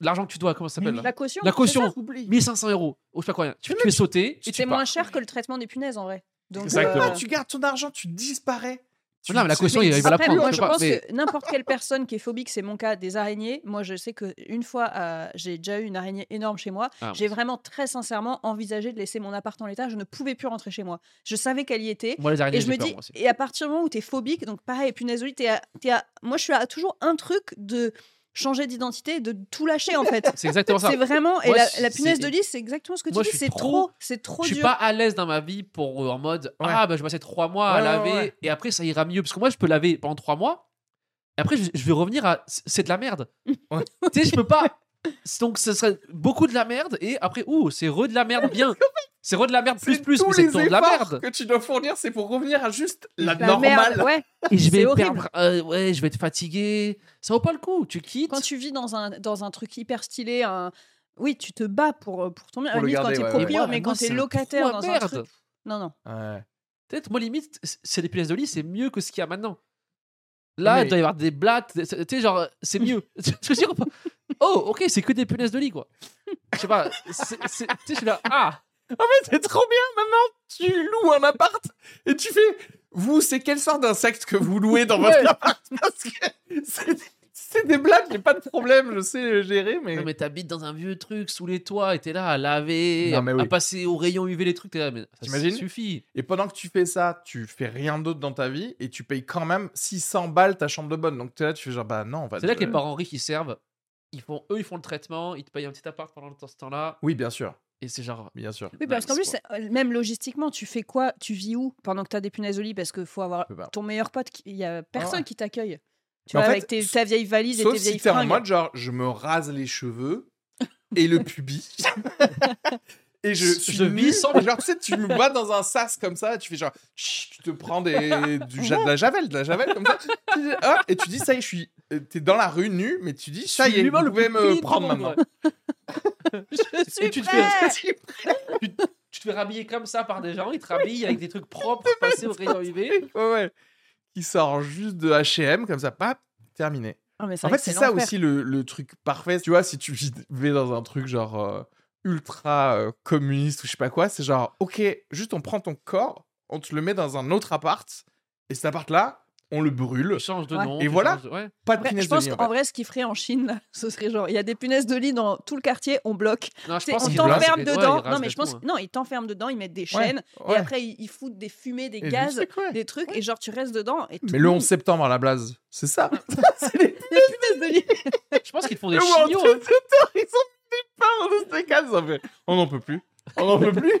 Speaker 3: l'argent que tu dois, comment ça s'appelle là
Speaker 1: La caution.
Speaker 3: La
Speaker 1: c'est
Speaker 3: caution,
Speaker 1: ça.
Speaker 3: 1500 euros, ou je sais pas quoi. Tu, tu fais sauter et tu
Speaker 1: C'est
Speaker 3: pars.
Speaker 1: moins cher que le traitement des punaises en vrai. Donc,
Speaker 2: Exactement.
Speaker 1: euh,
Speaker 2: tu gardes ton argent, tu disparais. Tu-
Speaker 3: Non, mais la
Speaker 2: tu-
Speaker 3: caution, il va la
Speaker 1: Après,
Speaker 3: prendre.
Speaker 1: moi,
Speaker 3: je
Speaker 1: je
Speaker 3: sais pas,
Speaker 1: pense
Speaker 3: mais-
Speaker 1: que n'importe quelle personne qui est phobique, c'est mon cas des araignées. Moi, je sais que une fois, euh, j'ai déjà eu une araignée énorme chez moi.
Speaker 3: Ah,
Speaker 1: j'ai vraiment très sincèrement envisagé de laisser mon appart en l'état. Je ne pouvais plus rentrer chez moi. Je savais qu'elle y était.
Speaker 3: Moi, les araignées,
Speaker 1: Et je
Speaker 3: j'ai
Speaker 1: me
Speaker 3: peur,
Speaker 1: dis,
Speaker 3: moi aussi.
Speaker 1: et à partir du moment où t'es phobique, donc pareil, punaise de lit, t'es à- t'es à- moi je suis à toujours un truc de changer d'identité, de tout lâcher en fait.
Speaker 3: <laughs> C'est
Speaker 1: <laughs>
Speaker 3: exactement ça.
Speaker 1: c'est vraiment, et
Speaker 3: Moi,
Speaker 1: la,
Speaker 3: c'est-
Speaker 1: la punaise de
Speaker 3: c'est-
Speaker 1: lit, c'est exactement ce que
Speaker 3: Moi, je
Speaker 1: tu dis,
Speaker 3: suis
Speaker 1: c'est
Speaker 3: trop-
Speaker 1: trop, c'est trop
Speaker 3: Je suis
Speaker 1: dur.
Speaker 3: pas à l'aise dans ma vie pour euh, en mode
Speaker 2: Ouais.
Speaker 3: ah bah je vais passer trois mois à
Speaker 2: Ouais, ouais,
Speaker 3: laver
Speaker 2: ouais.
Speaker 3: et après ça ira mieux parce que moi je peux laver pendant trois mois et après je, je vais revenir à c'est c'est de la
Speaker 1: <laughs>
Speaker 3: merde
Speaker 2: Ouais.
Speaker 3: tu sais je peux pas donc ce serait beaucoup de la merde et après ouh c'est re de la merde
Speaker 1: <laughs>
Speaker 3: bien c'est re de la merde
Speaker 2: C'est
Speaker 3: plus plus
Speaker 2: tous
Speaker 3: mais c'est
Speaker 2: les
Speaker 3: toujours de la
Speaker 2: efforts
Speaker 3: merde
Speaker 2: que tu dois fournir, c'est pour revenir à juste la,
Speaker 1: La
Speaker 2: normale.
Speaker 1: merde, ouais.
Speaker 3: et je vais
Speaker 1: C'est horrible.
Speaker 3: perdre euh, ouais je vais être fatigué ça vaut pas le coup tu quittes
Speaker 1: Quand tu vis dans un, dans un truc hyper stylé, un... oui, tu te bats pour, euh, pour ton bien.
Speaker 2: Pour
Speaker 1: À la
Speaker 2: le garder,
Speaker 1: limite, quand
Speaker 2: ouais,
Speaker 1: t'es
Speaker 2: ouais.
Speaker 1: proprio,
Speaker 3: Ouais,
Speaker 1: mais
Speaker 3: Ah, moi,
Speaker 1: quand t'es
Speaker 3: c'est
Speaker 1: locataire
Speaker 3: trop
Speaker 1: dans un
Speaker 3: merde.
Speaker 1: truc. Non, non.
Speaker 2: Ouais.
Speaker 3: peut-être moi limite c- c'est des punaises de lit c'est mieux que ce qu'il y a maintenant là
Speaker 2: Mais-
Speaker 3: il doit y avoir des blattes c'est- tu sais genre
Speaker 2: <laughs>
Speaker 3: c'est mieux <laughs> Tu vois ce que je veux dire ou pas oh ok c'est que des punaises de lit quoi je sais pas c'est- c'est- tu sais je suis là ah
Speaker 2: <laughs> C'est trop bien. Maintenant, tu loues un appart et tu fais. Vous, c'est quelle sorte d'insecte que vous louez dans votre
Speaker 3: Ouais.
Speaker 2: appart Parce que c'est- c'est des blagues, j'ai pas de problème, je sais le gérer, mais.
Speaker 3: non mais t'habites dans un vieux truc sous les toits et t'es là à laver
Speaker 2: Non,
Speaker 3: à-
Speaker 2: mais
Speaker 3: à
Speaker 2: oui.
Speaker 3: passer au rayon UV les trucs t'es là mais ça
Speaker 2: T'imagines
Speaker 3: suffit
Speaker 2: Et pendant que tu fais ça, tu fais rien d'autre dans ta vie et tu payes quand même 600 balles ta chambre de bonne. Donc t'es là, tu fais genre, bah non, en fait.
Speaker 3: c'est là
Speaker 2: je-
Speaker 3: que les parents riches ils servent ils font eux ils font le traitement ils te payent un petit appart pendant ce temps là
Speaker 2: Oui, bien sûr,
Speaker 3: et c'est genre
Speaker 2: bien sûr.
Speaker 1: Oui, parce
Speaker 3: Nice,
Speaker 1: qu'en plus,
Speaker 3: quoi.
Speaker 1: c'est- euh, même logistiquement, tu fais quoi Tu vis où pendant que t'as des punaises au lit Parce que faut avoir
Speaker 2: Je peux pas. Ah
Speaker 1: ton meilleur pote, qui- il y a personne
Speaker 2: ouais.
Speaker 1: qui t'accueille. Tu
Speaker 2: Mais en
Speaker 1: vois,
Speaker 2: fait,
Speaker 1: avec tes- ta vieille valise et
Speaker 2: Sauf
Speaker 1: tes vieilles
Speaker 2: si t'es en
Speaker 1: fringues.
Speaker 2: mode genre, je me rase les cheveux et le pubis.
Speaker 3: <laughs>
Speaker 2: et je
Speaker 3: Je
Speaker 2: suis
Speaker 3: vis
Speaker 2: nu.
Speaker 3: sans-
Speaker 2: Genre, tu sais, tu me bats dans un sas comme ça, tu fais genre, Chut, tu te prends des, du, ja- de la javel, de la javel comme ça. Tu dis, Ah, et tu dis, ça y est, je suis. euh, T'es dans la rue nue, mais tu dis, ça y est, vous
Speaker 3: L'humain le
Speaker 2: pouvez
Speaker 3: plus payé
Speaker 2: me
Speaker 3: du
Speaker 2: prendre
Speaker 3: monde,
Speaker 2: maintenant.
Speaker 3: ouais.
Speaker 1: <laughs> <laughs> Je suis
Speaker 3: Et <laughs> tu te
Speaker 1: prêt.
Speaker 3: fais- tu te fais rhabiller comme ça par des gens, ils te rhabillent avec des trucs propres passés au rayon UV.
Speaker 2: <laughs> ouais, ouais. Qui sort juste de HM comme ça, pap, terminé.
Speaker 1: Ah, mais
Speaker 2: En fait,
Speaker 1: vrai que
Speaker 2: c'est ça
Speaker 1: l'enfer.
Speaker 2: aussi le, le truc parfait. Tu vois, si tu vis dans un truc genre euh, ultra euh, communiste ou je sais pas quoi. C'est genre, ok, juste on prend ton corps, on te le met dans un autre appart, et cet appart-là, on le brûle.
Speaker 3: Tu changes de
Speaker 1: Ouais.
Speaker 3: nom.
Speaker 2: Et
Speaker 3: tu
Speaker 2: voilà.
Speaker 3: changes de- ouais.
Speaker 2: Pas de
Speaker 1: Après,
Speaker 2: punaise
Speaker 1: je
Speaker 2: de
Speaker 1: pense
Speaker 2: lit. en
Speaker 1: qu'en
Speaker 2: fait.
Speaker 1: vrai, ce qu'ils ferait en Chine, <laughs> là, ce serait genre, il y a des punaises de lit dans tout le quartier, on bloque.
Speaker 3: Non, je
Speaker 1: Tu sais,
Speaker 3: pense
Speaker 1: on
Speaker 3: qu'ils
Speaker 1: t'enferme
Speaker 3: rasent-
Speaker 1: dedans.
Speaker 3: ouais, ils
Speaker 1: non, mais
Speaker 3: rasent
Speaker 1: je pense,
Speaker 3: tout, hein.
Speaker 1: non, ils t'enferment dedans, ils mettent des
Speaker 2: Ouais,
Speaker 1: chaînes,
Speaker 2: ouais.
Speaker 1: et après ils, ils foutent des fumées, des
Speaker 2: Et je
Speaker 1: gaz,
Speaker 2: sais quoi.
Speaker 1: des trucs, et genre tu restes dedans. Et tout
Speaker 2: Mais le
Speaker 1: monde-
Speaker 2: 11 septembre à la blase, c'est ça. <laughs> c'est les
Speaker 1: des punaises de lit.
Speaker 3: Je pense qu'ils te font des hein.
Speaker 2: Le World
Speaker 3: chignons.
Speaker 1: hein.
Speaker 2: Trade Center, ils sont des parts de ces cases. ça fait, On n'en peut plus. On n'en
Speaker 1: <laughs>
Speaker 2: peut plus.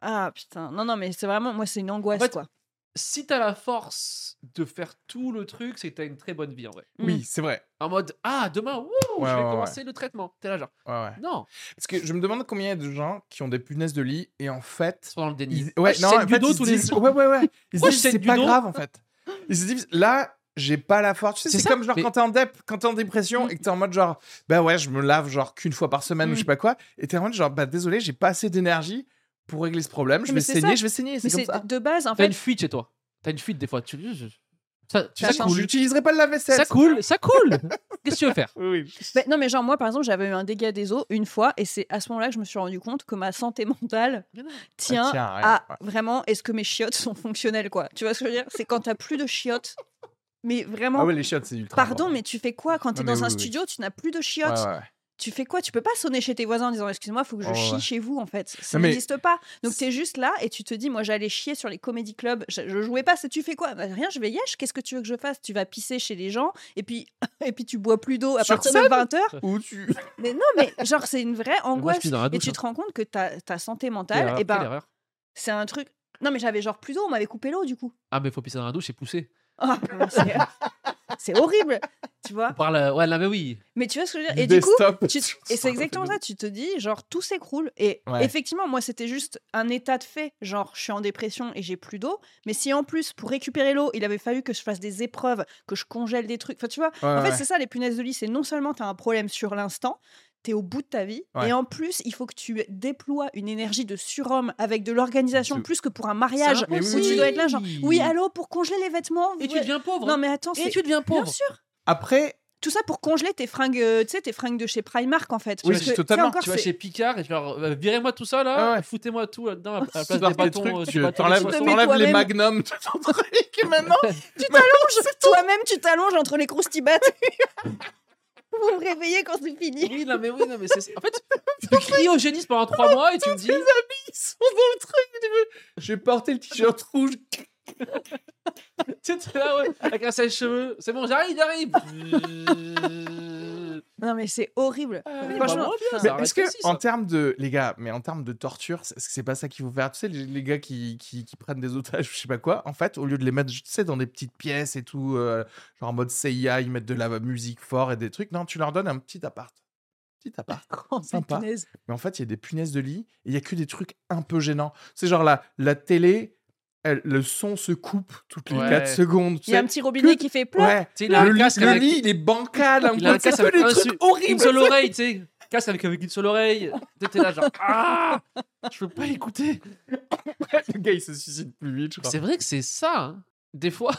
Speaker 1: Ah putain, non, non, mais c'est vraiment, moi, c'est une angoisse,
Speaker 3: En fait,
Speaker 1: quoi.
Speaker 3: Si t'as la force de faire tout le truc, c'est que t'as une très bonne vie en
Speaker 1: Mm.
Speaker 3: vrai.
Speaker 2: Oui, c'est vrai.
Speaker 3: En mode, ah, demain, wouh,
Speaker 2: Ouais,
Speaker 3: je vais
Speaker 2: ouais,
Speaker 3: commencer le traitement. T'es là, genre,
Speaker 2: Ouais, ouais.
Speaker 3: non,
Speaker 2: Parce que je me demande combien il y a de gens qui ont des punaises de lit et en fait.
Speaker 3: c'est dans le déni.
Speaker 2: Ils...
Speaker 3: Ah,
Speaker 2: Ouais,
Speaker 3: je
Speaker 2: non,
Speaker 3: saigne
Speaker 2: en
Speaker 3: du
Speaker 2: fait,
Speaker 3: dos
Speaker 2: ils
Speaker 3: tous
Speaker 2: se
Speaker 3: les
Speaker 2: disent-
Speaker 3: jours.
Speaker 2: Ouais, ouais, ouais. Ils se
Speaker 3: Moi, je
Speaker 2: disent,
Speaker 3: saigne
Speaker 2: c'est
Speaker 3: du
Speaker 2: pas
Speaker 3: dos.
Speaker 2: grave en fait. Ils se disent, là, j'ai pas la force. Tu sais,
Speaker 3: C'est
Speaker 2: c'est
Speaker 3: ça,
Speaker 2: comme genre
Speaker 3: mais-
Speaker 2: quand t'es en dep, quand t'es en
Speaker 1: Mm.
Speaker 2: dépression et que t'es en mode genre, bah ouais, je me lave genre qu'une fois par semaine ou je sais pas quoi. Et t'es en mode genre, bah désolé, j'ai pas assez d'énergie pour régler ce problème. Je
Speaker 1: Mais
Speaker 2: vais
Speaker 1: c'est
Speaker 2: saigner,
Speaker 1: ça.
Speaker 2: je vais saigner.
Speaker 1: Mais
Speaker 2: C'est comme
Speaker 1: c'est
Speaker 2: ça.
Speaker 1: de base, en
Speaker 3: T'as une
Speaker 1: fait.
Speaker 3: fuite chez toi. T'as une fuite des fois. Tu, je- ça,
Speaker 2: Tu
Speaker 3: ça
Speaker 2: sais,
Speaker 3: coule.
Speaker 2: j'utiliserai pas le lave-vaisselle.
Speaker 3: Ça coule, ça coule. Qu'est-ce que tu veux faire
Speaker 2: Oui, oui.
Speaker 1: Mais non, mais genre, moi, par exemple, j'avais eu un dégât des eaux une fois, et c'est à ce moment-là que je me suis rendu compte que ma santé mentale tient
Speaker 2: Ah, tiens, ouais,
Speaker 1: à
Speaker 2: ouais.
Speaker 1: vraiment, est-ce que mes chiottes sont fonctionnelles, quoi. Tu vois ce que je veux dire C'est quand t'as plus de chiottes, mais vraiment.
Speaker 2: Ah ouais, les chiottes, c'est ultra.
Speaker 1: Pardon,
Speaker 2: important.
Speaker 1: mais tu fais quoi quand t'es
Speaker 2: Non, mais
Speaker 1: dans un
Speaker 2: oui, oui.
Speaker 1: studio Tu n'as plus de
Speaker 2: Ouais,
Speaker 1: chiottes.
Speaker 2: ouais, ouais.
Speaker 1: tu fais quoi Tu peux pas sonner chez tes voisins en disant excuse-moi, faut que je
Speaker 2: Oh,
Speaker 1: chie
Speaker 2: ouais.
Speaker 1: chez vous en fait. Ça
Speaker 2: Non, mais-
Speaker 1: n'existe pas. Donc t'es juste là et tu te dis moi j'allais chier sur les comédie clubs, je, je jouais pas. C'est tu fais quoi Bah, Rien, je vais yesh. Qu'est-ce que tu veux que je fasse Tu vas pisser chez les gens et puis <laughs> et puis tu bois plus d'eau à
Speaker 2: Sur
Speaker 1: partir de 20 h
Speaker 2: Ou tu.
Speaker 1: Mais non, mais genre c'est une vraie
Speaker 3: Moi, je
Speaker 1: angoisse.
Speaker 3: suis dans la
Speaker 1: et
Speaker 3: douche.
Speaker 1: tu te rends compte que ta, ta santé
Speaker 3: hein. Quelle
Speaker 1: mentale,
Speaker 3: erreur,
Speaker 1: et
Speaker 3: quelle
Speaker 1: ben
Speaker 3: erreur.
Speaker 1: c'est un truc. Non mais j'avais genre plus d'eau, on m'avait coupé l'eau du coup.
Speaker 3: Ah, mais faut pisser dans la douche et pousser.
Speaker 1: Ah, <laughs> c'est- c'est horrible, tu vois.
Speaker 3: On parle. euh, Ouais, là, mais oui.
Speaker 1: Mais tu vois ce que je veux dire
Speaker 2: du
Speaker 1: Et du coup,
Speaker 2: desktop.
Speaker 3: <laughs>
Speaker 1: Tu- et c'est exactement ça, tu te dis, genre, tout s'écroule. Et
Speaker 2: Ouais.
Speaker 1: effectivement, moi, c'était juste un état de fait. Genre, je suis en dépression et j'ai plus d'eau. Mais si en plus, pour récupérer l'eau, il avait fallu que je fasse des épreuves, que je congèle des trucs. Enfin, tu vois,
Speaker 2: Ouais,
Speaker 1: en fait,
Speaker 2: ouais.
Speaker 1: c'est ça, les punaises de lit. C'est non seulement tu as un problème sur l'instant, tu es au bout de ta vie.
Speaker 2: Ouais.
Speaker 1: Et en plus, il faut que tu déploies une énergie de surhomme avec de l'organisation,
Speaker 2: De-
Speaker 1: plus que pour un mariage
Speaker 3: Mais
Speaker 1: où
Speaker 2: oui.
Speaker 1: tu dois être là, genre, oui, allô, pour congeler les vêtements.
Speaker 3: Et tu
Speaker 1: ouais.
Speaker 3: deviens pauvre. hein.
Speaker 1: Non, mais attends,
Speaker 3: Et
Speaker 1: c'est.
Speaker 3: tu deviens
Speaker 1: Bien
Speaker 3: pauvre.
Speaker 1: sûr
Speaker 2: Après,
Speaker 1: tout ça pour congeler tes fringues, euh, tu sais, tes fringues de chez Primark en fait.
Speaker 2: Oui,
Speaker 1: Parce
Speaker 2: c'est
Speaker 1: que,
Speaker 2: totalement.
Speaker 1: tu sais, encore,
Speaker 3: Tu vas
Speaker 1: c'est-
Speaker 3: chez Picard et genre, euh, virez-moi tout ça là,
Speaker 2: Ah ouais.
Speaker 3: foutez-moi tout
Speaker 2: <laughs>
Speaker 3: là-dedans à à la place
Speaker 2: histoire
Speaker 3: des
Speaker 2: Bah, des
Speaker 3: bâtons. euh,
Speaker 2: trucs,
Speaker 3: des
Speaker 2: tu
Speaker 3: bâtons de
Speaker 2: t'enlèves
Speaker 1: tu te
Speaker 3: poisson.
Speaker 1: mets
Speaker 2: t'enlèves les
Speaker 1: toi-même.
Speaker 2: magnums de ton truc
Speaker 3: <laughs>
Speaker 2: et maintenant.
Speaker 1: <laughs> Toi-même, tu t'allonges entre les croustibates. <laughs> Vous me réveillez quand c'est fini.
Speaker 3: Oui, non, mais oui, non, mais c'est. En
Speaker 2: <laughs>
Speaker 3: fait, tu te cryogénises pendant 3 mois et tu me dis.
Speaker 2: Ils sont dans le truc. tu veux. J'ai porté le t-shirt rouge.
Speaker 3: Tu sais, t'es là, ouais, avec un sèche-cheveux. C'est bon, j'arrive, j'arrive. <laughs> Euh,
Speaker 1: Non, mais c'est horrible.
Speaker 3: bah, moins bien,
Speaker 1: franchement,
Speaker 2: Mais
Speaker 3: ça
Speaker 2: est-ce
Speaker 3: reste
Speaker 2: que,
Speaker 3: aussi, ça.
Speaker 2: en termes de. Les gars, mais en termes de torture, c'est- est-ce que c'est pas ça qu'il faut faire Tu sais, les, les gars qui, qui, qui prennent des otages, je sais pas quoi, en fait, au lieu de les mettre, tu sais, dans des petites pièces et tout, euh, genre en mode CIA, ils mettent de la musique fort et des trucs, non, tu leur donnes un petit appart. Petit appart.
Speaker 1: Oh,
Speaker 2: Sympa.
Speaker 1: punaise.
Speaker 2: Mais en fait, il y a des punaises de lit et il y a que des trucs un peu gênants. C'est genre la, la télé, elle- le son se coupe toutes les
Speaker 3: Ouais.
Speaker 2: 4 secondes. tu
Speaker 1: Il y a
Speaker 2: sais.
Speaker 1: un petit robinet qui fait plop.
Speaker 2: Ouais.
Speaker 3: Tu sais, il a
Speaker 2: Le,
Speaker 3: un
Speaker 2: lit,
Speaker 3: casque
Speaker 2: le
Speaker 3: avec
Speaker 2: lit, il est bancal. un
Speaker 3: Il
Speaker 2: peu.
Speaker 3: a un
Speaker 2: C'est
Speaker 3: casque
Speaker 2: que
Speaker 3: avec
Speaker 2: des
Speaker 3: un
Speaker 2: trucs
Speaker 3: su- une
Speaker 2: horribles.
Speaker 3: seule oreille, tu sais. Casque avec, avec une seule oreille. T'es- T'es
Speaker 2: <laughs>
Speaker 3: là, genre, ah, je peux pas écouter.
Speaker 2: <laughs> Le gars, il se suicide plus vite, je crois.
Speaker 3: C'est vrai que c'est ça. hein. Des fois,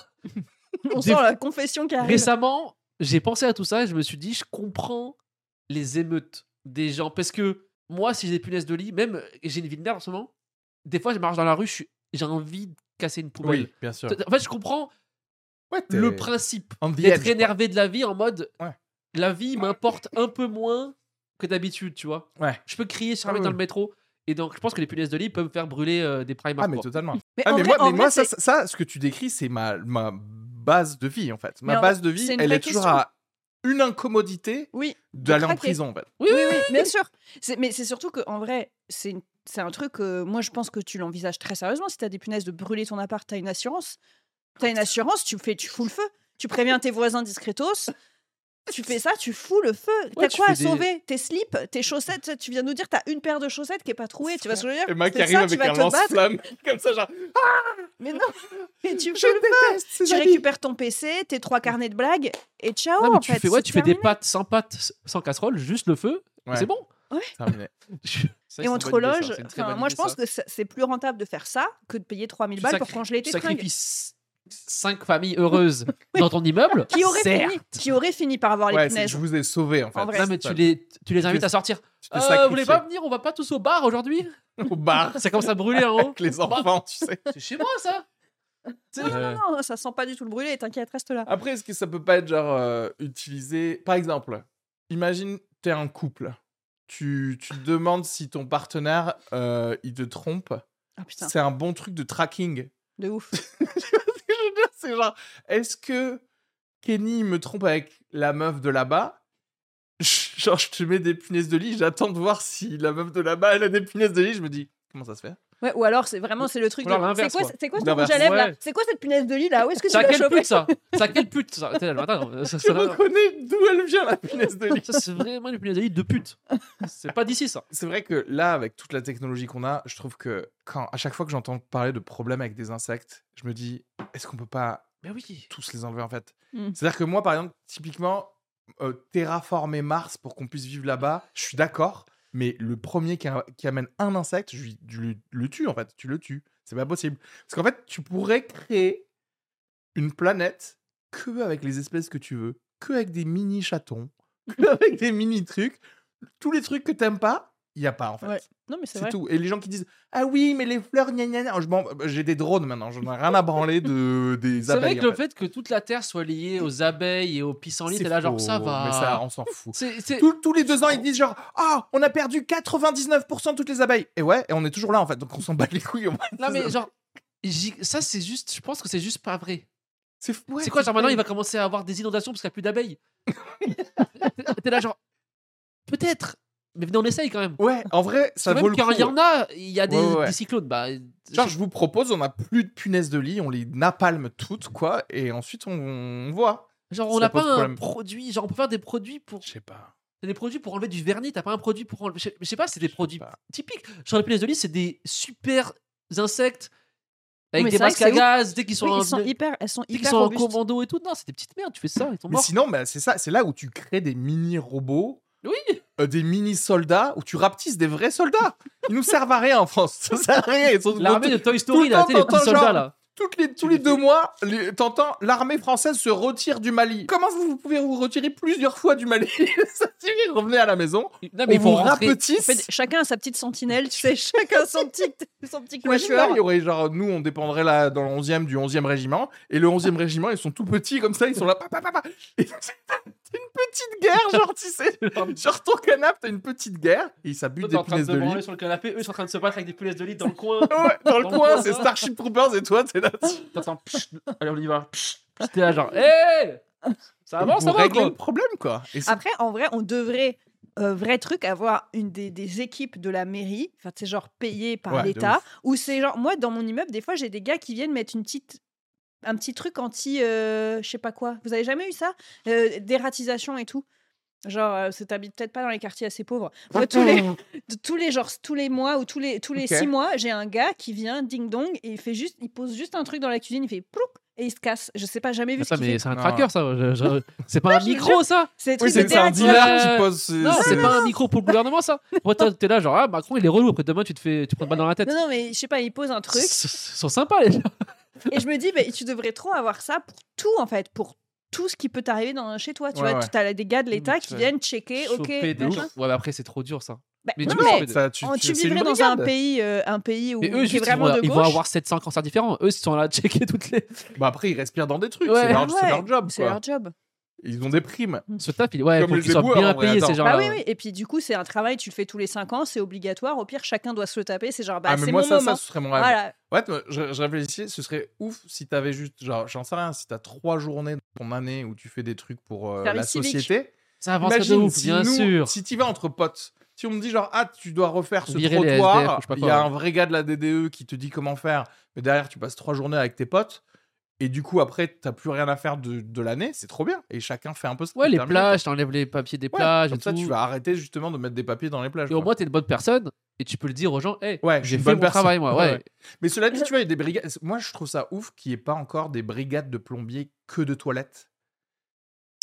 Speaker 1: On
Speaker 3: Des-
Speaker 1: sent la confession qui arrive.
Speaker 3: récemment, j'ai pensé à tout ça et je me suis dit, je comprends les émeutes des gens. Parce que moi, si j'ai des punaises de lit, même, et j'ai une vie de merde en ce moment, des fois, je marche dans la rue, je suis- j'ai envie de casser une poubelle.
Speaker 2: Oui, bien sûr.
Speaker 3: En fait, je comprends
Speaker 2: Ouais, t'es-
Speaker 3: le principe.
Speaker 2: on the edge,
Speaker 3: d'être
Speaker 2: quoi.
Speaker 3: énervé de la vie en mode
Speaker 2: Ouais.
Speaker 3: la vie m'importe un peu moins que d'habitude, tu vois.
Speaker 2: Ouais.
Speaker 3: Je peux crier sur un
Speaker 2: Ah
Speaker 3: mec
Speaker 2: oui.
Speaker 3: dans le métro et donc je pense que les punaises de lit peuvent me faire brûler euh, des primark.
Speaker 2: Ah, mais
Speaker 3: quoi.
Speaker 2: totalement.
Speaker 1: Mais,
Speaker 2: Ah,
Speaker 1: en
Speaker 2: mais
Speaker 1: vrai-
Speaker 2: moi,
Speaker 1: en
Speaker 2: mais
Speaker 1: vrai,
Speaker 2: moi ça,
Speaker 1: c'est-
Speaker 2: ça, ça, ce que tu décris, c'est ma, ma base de vie, en fait. Ma
Speaker 1: Mais en-
Speaker 2: base de vie,
Speaker 1: c'est une
Speaker 2: elle
Speaker 1: vraie
Speaker 2: est toujours
Speaker 1: question.
Speaker 2: à une incommodité
Speaker 1: Oui.
Speaker 2: d'aller en
Speaker 1: craquer.
Speaker 2: prison, en fait.
Speaker 3: Oui, oui, oui.
Speaker 1: Bien sûr. C'est- Mais c'est surtout qu'en vrai, c'est une- c'est un truc. euh, moi, je pense que tu l'envisages très sérieusement. Si t'as des punaises de brûler ton appart, t'as une assurance. T'as une assurance, tu fais, tu fous le feu. Tu préviens tes voisins discretos. Tu fais ça, tu fous le feu.
Speaker 3: Ouais,
Speaker 1: t'as
Speaker 3: tu
Speaker 1: quoi
Speaker 3: fais
Speaker 1: à
Speaker 3: des-
Speaker 1: sauver Tes slips, tes chaussettes. Tu viens de nous dire, t'as une paire de chaussettes qui est pas trouée. Tu vois ce que je veux dire
Speaker 2: Emma qui
Speaker 1: C'est
Speaker 2: arrive
Speaker 1: ça,
Speaker 2: avec
Speaker 1: tu vas
Speaker 2: un
Speaker 1: te battre.
Speaker 2: lance-flamme, <laughs> comme ça, genre.
Speaker 1: Mais non. Mais tu fous le feu.
Speaker 2: Je déteste ces
Speaker 1: Tu
Speaker 2: habits.
Speaker 1: récupères ton PC, tes trois carnets de blagues et ciao.
Speaker 3: Non, mais
Speaker 1: en
Speaker 3: tu
Speaker 1: fait,
Speaker 3: fais, ouais,
Speaker 1: c'est
Speaker 3: tu fais des
Speaker 1: terminé.
Speaker 3: pâtes sans pâtes, sans casserole, juste le feu, et
Speaker 2: Ouais.
Speaker 3: c'est bon.
Speaker 2: Terminé.
Speaker 1: Et on te reloge. Enfin, moi, je pense que ça- c'est plus rentable de faire ça que de payer 3000
Speaker 3: Tu
Speaker 1: balles pour
Speaker 3: sacri-
Speaker 1: congeler
Speaker 3: tu
Speaker 1: tes fringues.
Speaker 3: sacrifies cinq familles
Speaker 1: <laughs>
Speaker 3: heureuses dans ton immeuble,
Speaker 1: Qui aurait,
Speaker 3: certes.
Speaker 1: fini, qui aurait fini par voir Oh, les
Speaker 2: Ouais, c'est-
Speaker 1: punaises
Speaker 2: je vous ai sauvé en fait.
Speaker 1: En vrai.
Speaker 3: Non, mais tu les, tu les invites
Speaker 2: t'es-
Speaker 3: à sortir.
Speaker 2: Tu t'es
Speaker 3: Euh,
Speaker 2: sacrifié
Speaker 3: vous voulez pas venir On va pas tous au bar aujourd'hui
Speaker 2: au bar
Speaker 3: <laughs> Ça commence à brûler en haut.
Speaker 2: Ah. avec les enfants, tu sais.
Speaker 3: C'est chez moi ça C'est-
Speaker 1: Non, non, non, non, ça sent pas du tout le brûlé, t'inquiète, reste là.
Speaker 2: Après, est-ce que ça peut pas être genre euh, utilisé Par exemple, imagine t'es un couple. Tu, tu te demandes si ton partenaire euh, il te trompe.
Speaker 1: Ah putain,
Speaker 2: C'est un bon truc de tracking.
Speaker 1: de ouf.
Speaker 2: Je veux dire, C'est genre, est-ce que Kenny me trompe avec la meuf de là-bas <laughs> Genre, je te mets des punaises de lit, j'attends de voir si la meuf de là-bas elle a des punaises de lit. Je me dis, comment ça se fait
Speaker 1: Ouais, ou alors c'est vraiment c'est le truc.
Speaker 3: Ou alors
Speaker 1: de- C'est
Speaker 3: l'inverse,
Speaker 1: quoi,
Speaker 3: quoi.
Speaker 1: c'est quoi ce
Speaker 2: L'inverse.
Speaker 1: rouge à lèvres là
Speaker 3: Ouais.
Speaker 1: C'est quoi cette punaise de lit là Où est-ce que <laughs> tu
Speaker 3: C'est à
Speaker 1: l'as
Speaker 3: quelle
Speaker 1: chopée
Speaker 3: pute ça C'est à quelle pute ça T'es là, le matin, ça-
Speaker 2: Je
Speaker 3: ça-
Speaker 2: reconnais d'où elle vient la punaise de lit.
Speaker 3: Ça, c'est vraiment une punaise de lit de pute. C'est pas d'ici, ça.
Speaker 2: C'est vrai que là, avec toute la technologie qu'on a, je trouve que quand, à chaque fois que j'entends parler de problèmes avec des insectes, je me dis, est-ce qu'on peut pas
Speaker 3: Mais oui.
Speaker 2: tous les enlever en fait
Speaker 3: Mmh.
Speaker 1: Mm.
Speaker 2: C'est-à-dire que moi, par exemple, typiquement, euh, terraformer Mars pour qu'on puisse vivre là-bas, je suis d'accord, mais le premier qui, a- qui amène un insecte, je, lui- je lui- le tue en fait, tu le tues. C'est pas possible. Parce qu'en fait, tu pourrais créer une planète que avec les espèces que tu veux, que avec des mini chatons, <laughs> que avec des mini trucs, tous les trucs que t'aimes pas, il y a pas en fait.
Speaker 1: Ouais. Non mais c'est
Speaker 2: C'est
Speaker 1: vrai.
Speaker 2: tout. Et les gens qui disent Ah oui, mais les fleurs, gna gna gna. Je m'en- J'ai des drones maintenant, j'en ai rien à branler de, des
Speaker 3: C'est vrai
Speaker 2: abeilles.
Speaker 3: que
Speaker 2: en
Speaker 3: le
Speaker 2: fait.
Speaker 3: fait que toute la Terre soit liée aux abeilles et aux pissenlits,
Speaker 2: C'est
Speaker 3: t'es là, genre,
Speaker 2: faux,
Speaker 3: ça va.
Speaker 2: Oh, Mais ça, on s'en fout.
Speaker 3: C'est-
Speaker 2: <laughs>
Speaker 3: c'est-
Speaker 2: Tous- tous les deux ans, ils disent genre Ah, on a perdu 99% de toutes les abeilles. Et ouais, et on est toujours là en fait, donc on s'en bat les couilles. on va-
Speaker 3: Non, mais genre, j'y- ça, c'est juste. Je pense que c'est juste pas vrai.
Speaker 2: C'est fou. ouais,
Speaker 3: c'est quoi, genre, maintenant,
Speaker 2: vrai.
Speaker 3: il va commencer à avoir des inondations parce qu'il n'y a plus d'abeilles <laughs> T'es là, genre, peut-être. Mais venez, on essaye quand même.
Speaker 2: Ouais, en vrai, ça
Speaker 3: Parce que
Speaker 2: vaut
Speaker 3: même
Speaker 2: le
Speaker 3: quand
Speaker 2: coup.
Speaker 3: il y en a, il y a des,
Speaker 2: Ouais, ouais, ouais.
Speaker 3: des cyclones. Bah,
Speaker 2: Genre, je vous propose, on a plus de punaises de lit, on les napalme toutes, quoi, et ensuite on, on voit.
Speaker 3: genre,
Speaker 2: ça
Speaker 3: on n'a
Speaker 2: pose
Speaker 3: pas un
Speaker 2: problème.
Speaker 3: produit. Genre, on peut faire des produits pour
Speaker 2: Je sais pas.
Speaker 3: T'as des produits pour enlever du vernis, t'as pas un produit pour enlever. Je sais- je sais pas, c'est des
Speaker 2: sais
Speaker 3: produits
Speaker 2: pas.
Speaker 3: typiques. Genre les punaises de lit, c'est des super insectes avec
Speaker 1: Mais
Speaker 3: des
Speaker 1: c'est vrai
Speaker 3: masques
Speaker 1: que
Speaker 3: à
Speaker 1: c'est ouf.
Speaker 3: gaz dès qu'ils sont,
Speaker 1: Oui,
Speaker 3: en...
Speaker 1: ils sont hyper, elles sont
Speaker 3: dès qu'ils
Speaker 1: hyper
Speaker 3: sont en
Speaker 1: robustes.
Speaker 3: commando et tout. Non, c'est des petites merdes, tu fais ça, ils sont
Speaker 2: Mais
Speaker 3: morts.
Speaker 2: sinon, bah, c'est ça, c'est là où tu crées des mini robots
Speaker 3: Oui,
Speaker 2: euh, des mini-soldats où tu raptisses des vrais soldats. Ils nous servent à rien en France. Ça sert à rien. Ils sont
Speaker 3: l'armée de Toy
Speaker 2: tout le
Speaker 3: Story, là,
Speaker 2: temps,
Speaker 3: tu sais, les
Speaker 2: t'entends
Speaker 3: petits soldats
Speaker 2: genre-
Speaker 3: là.
Speaker 2: toutes les, tous les deux mois, les- t'entends l'armée française se retire du Mali. Comment vous vous pouvez vous retirer plusieurs fois du Mali <laughs> Ça suffit, Revenez à la maison.
Speaker 3: Non,
Speaker 2: Mais
Speaker 3: mais
Speaker 2: on
Speaker 3: ils
Speaker 2: vous
Speaker 3: vont rentrer.
Speaker 1: En
Speaker 2: rapetisse.
Speaker 1: fait, chacun a sa petite sentinelle, tu sais, <laughs> chacun son petit, son petit
Speaker 2: Imagine là,
Speaker 1: quatuor.
Speaker 2: il y aurait genre nous on dépendrait là dans le 11e du 11e régiment et le 11e régiment ils sont tout petits comme ça ils sont là pa, pa, pa, pa. Et <laughs> c'est une petite guerre genre tu sais genre ton canapé t'as une petite guerre et ça bute
Speaker 3: Toi, t'es
Speaker 2: des
Speaker 3: en train de
Speaker 2: punaises
Speaker 3: te
Speaker 2: de lit
Speaker 3: branler sur le canapé, eux ils sont en train de se battre avec des punaises de lit dans le
Speaker 1: <laughs>
Speaker 3: coin.
Speaker 2: Ouais, dans
Speaker 3: <laughs>
Speaker 2: le
Speaker 3: Dans le
Speaker 2: coin
Speaker 3: coin,
Speaker 2: c'est
Speaker 3: ça.
Speaker 2: Starship Troopers et toi t'es là
Speaker 3: T'entends, pfft, allez, on y va. pfft, pfft, T'es là, genre, hé Ça avance, Ah ça
Speaker 2: pour
Speaker 3: va
Speaker 2: régler
Speaker 3: quoi
Speaker 2: le problème quoi et
Speaker 3: Ah,
Speaker 2: c'est
Speaker 1: Après, en vrai, on devrait, euh, vrai truc, avoir une des, des équipes de la mairie, enfin, c'est genre payé par
Speaker 2: Ouais, de
Speaker 1: l'État, ou c'est genre, moi, dans mon immeuble, des fois, j'ai des gars qui viennent mettre une petite. Un petit truc anti, euh, je sais pas quoi. Vous avez jamais eu ça Euh, Dératisation et tout. Genre, euh, c'est- t'habites peut-être pas dans les quartiers assez pauvres. Moi, tous
Speaker 2: <laughs>
Speaker 1: les, de- tous les genres, tous les mois ou tous les tous les
Speaker 2: Ok.
Speaker 1: six mois, j'ai un gars qui vient ding dong et il fait juste, il pose juste un truc dans la cuisine, il fait plouc et il se casse. Je sais pas jamais vu
Speaker 3: Mais
Speaker 1: ce
Speaker 3: ça,
Speaker 1: qu'il fait.
Speaker 3: mais c'est un
Speaker 2: Non.
Speaker 3: tracker, ça. je- Ah, je- C'est pas un
Speaker 1: je le
Speaker 3: micro, ça.
Speaker 1: C'est des
Speaker 2: Oui,
Speaker 1: trucs
Speaker 2: c'est
Speaker 1: de
Speaker 2: c'est un
Speaker 1: dératisation.
Speaker 2: dealer
Speaker 3: Euh,
Speaker 2: qui pose. ses-
Speaker 3: Non,
Speaker 2: ses-
Speaker 3: c'est pas un micro pour le gouvernement, ça. Après, toi, t'es là, genre, ah, Macron, il est relou. Après, demain, tu te fais, tu prends une balle dans la tête.
Speaker 1: Non non mais je sais pas, il pose un truc
Speaker 3: S- s- Ils sont sympas, les gens.
Speaker 1: et je me dis, bah, tu devrais trop avoir ça pour tout en fait, pour tout ce qui peut t'arriver dans chez toi. Tu
Speaker 2: Ouais,
Speaker 1: vois,
Speaker 2: ouais.
Speaker 1: tu as des gars de l'État qui
Speaker 2: Ouais.
Speaker 1: viennent checker, ok.
Speaker 3: Choper des
Speaker 1: machin.
Speaker 3: gens. Ouais, mais après, c'est trop dur, ça.
Speaker 1: Bah,
Speaker 3: Mais
Speaker 1: non,
Speaker 3: tu
Speaker 1: mais
Speaker 3: peux-
Speaker 2: ça, tu,
Speaker 1: en-
Speaker 2: tu-
Speaker 1: tu
Speaker 2: c'est une
Speaker 1: vivrais dans un
Speaker 2: brigade.
Speaker 1: pays, euh, un pays où
Speaker 3: Mais eux,
Speaker 1: qui est
Speaker 3: juste, ils
Speaker 1: vraiment
Speaker 3: vont,
Speaker 1: de
Speaker 3: ils vont
Speaker 1: gauche.
Speaker 3: avoir 700 cancers différents. Eux, ils sont là à checker toutes les.
Speaker 2: Bah après, ils respirent dans des trucs.
Speaker 3: Ouais.
Speaker 2: c'est leur, c'est
Speaker 1: Ouais,
Speaker 2: leur job.
Speaker 1: C'est
Speaker 2: Quoi.
Speaker 1: leur job.
Speaker 2: Ils ont des primes.
Speaker 3: Ce taf, il... ouais,
Speaker 2: Comme
Speaker 3: faut
Speaker 2: les
Speaker 3: qu'ils soient
Speaker 2: éboueurs, en
Speaker 3: bien
Speaker 2: vrai,
Speaker 3: payés,
Speaker 2: attends.
Speaker 3: ces gens-là.
Speaker 1: Bah oui, oui, et puis du coup, c'est un travail, tu le fais tous les 5 ans, c'est obligatoire. Au pire, chacun doit se le taper. C'est genre, bah,
Speaker 2: ah, mais
Speaker 1: c'est
Speaker 2: moi,
Speaker 1: mon
Speaker 2: ça,
Speaker 1: moment.
Speaker 2: ça, ce serait mon rêve.
Speaker 1: Voilà.
Speaker 2: Ouais, moi, je, je réfléchissais, ce serait ouf si t'avais juste, genre, j'en sais rien, si t'as trois journées de ton année où tu fais des trucs pour euh,
Speaker 1: Service
Speaker 2: la
Speaker 1: civique.
Speaker 2: société.
Speaker 3: Ça avance de
Speaker 2: Imagine
Speaker 3: ouf,
Speaker 2: si
Speaker 3: bien
Speaker 2: nous-
Speaker 3: sûr.
Speaker 2: si t'y vas entre potes. Si on me dit genre, ah, tu dois refaire ce
Speaker 3: Virer les SDF ou
Speaker 2: trottoir,
Speaker 3: je sais pas
Speaker 2: il
Speaker 3: quoi,
Speaker 2: y a
Speaker 3: ouais.
Speaker 2: un vrai gars de la DDE qui te dit comment faire, mais derrière, tu passes trois journées avec tes potes. Et du coup, après, t'as plus rien à faire de, de l'année, c'est trop bien. Et chacun fait un peu ce
Speaker 3: Ouais,
Speaker 2: qu'il
Speaker 3: les
Speaker 2: termine.
Speaker 3: plages, t'enlèves les papiers des
Speaker 2: Ouais,
Speaker 3: plages.
Speaker 2: Comme
Speaker 3: et
Speaker 2: ça,
Speaker 3: tout.
Speaker 2: tu vas arrêter justement de mettre des papiers dans les plages.
Speaker 3: Et au
Speaker 2: quoi.
Speaker 3: moins, t'es une bonne personne et tu peux le dire aux gens, hé,
Speaker 2: Ouais, je suis
Speaker 3: j'ai
Speaker 2: une
Speaker 3: fait
Speaker 2: bonne
Speaker 3: mon
Speaker 2: personne.
Speaker 3: travail, moi.
Speaker 2: Ouais,
Speaker 3: Ouais.
Speaker 2: ouais. Mais cela dit, tu vois, il y a des brigades. Moi, je trouve ça ouf qu'il n'y ait pas encore des brigades de plombiers que de toilettes.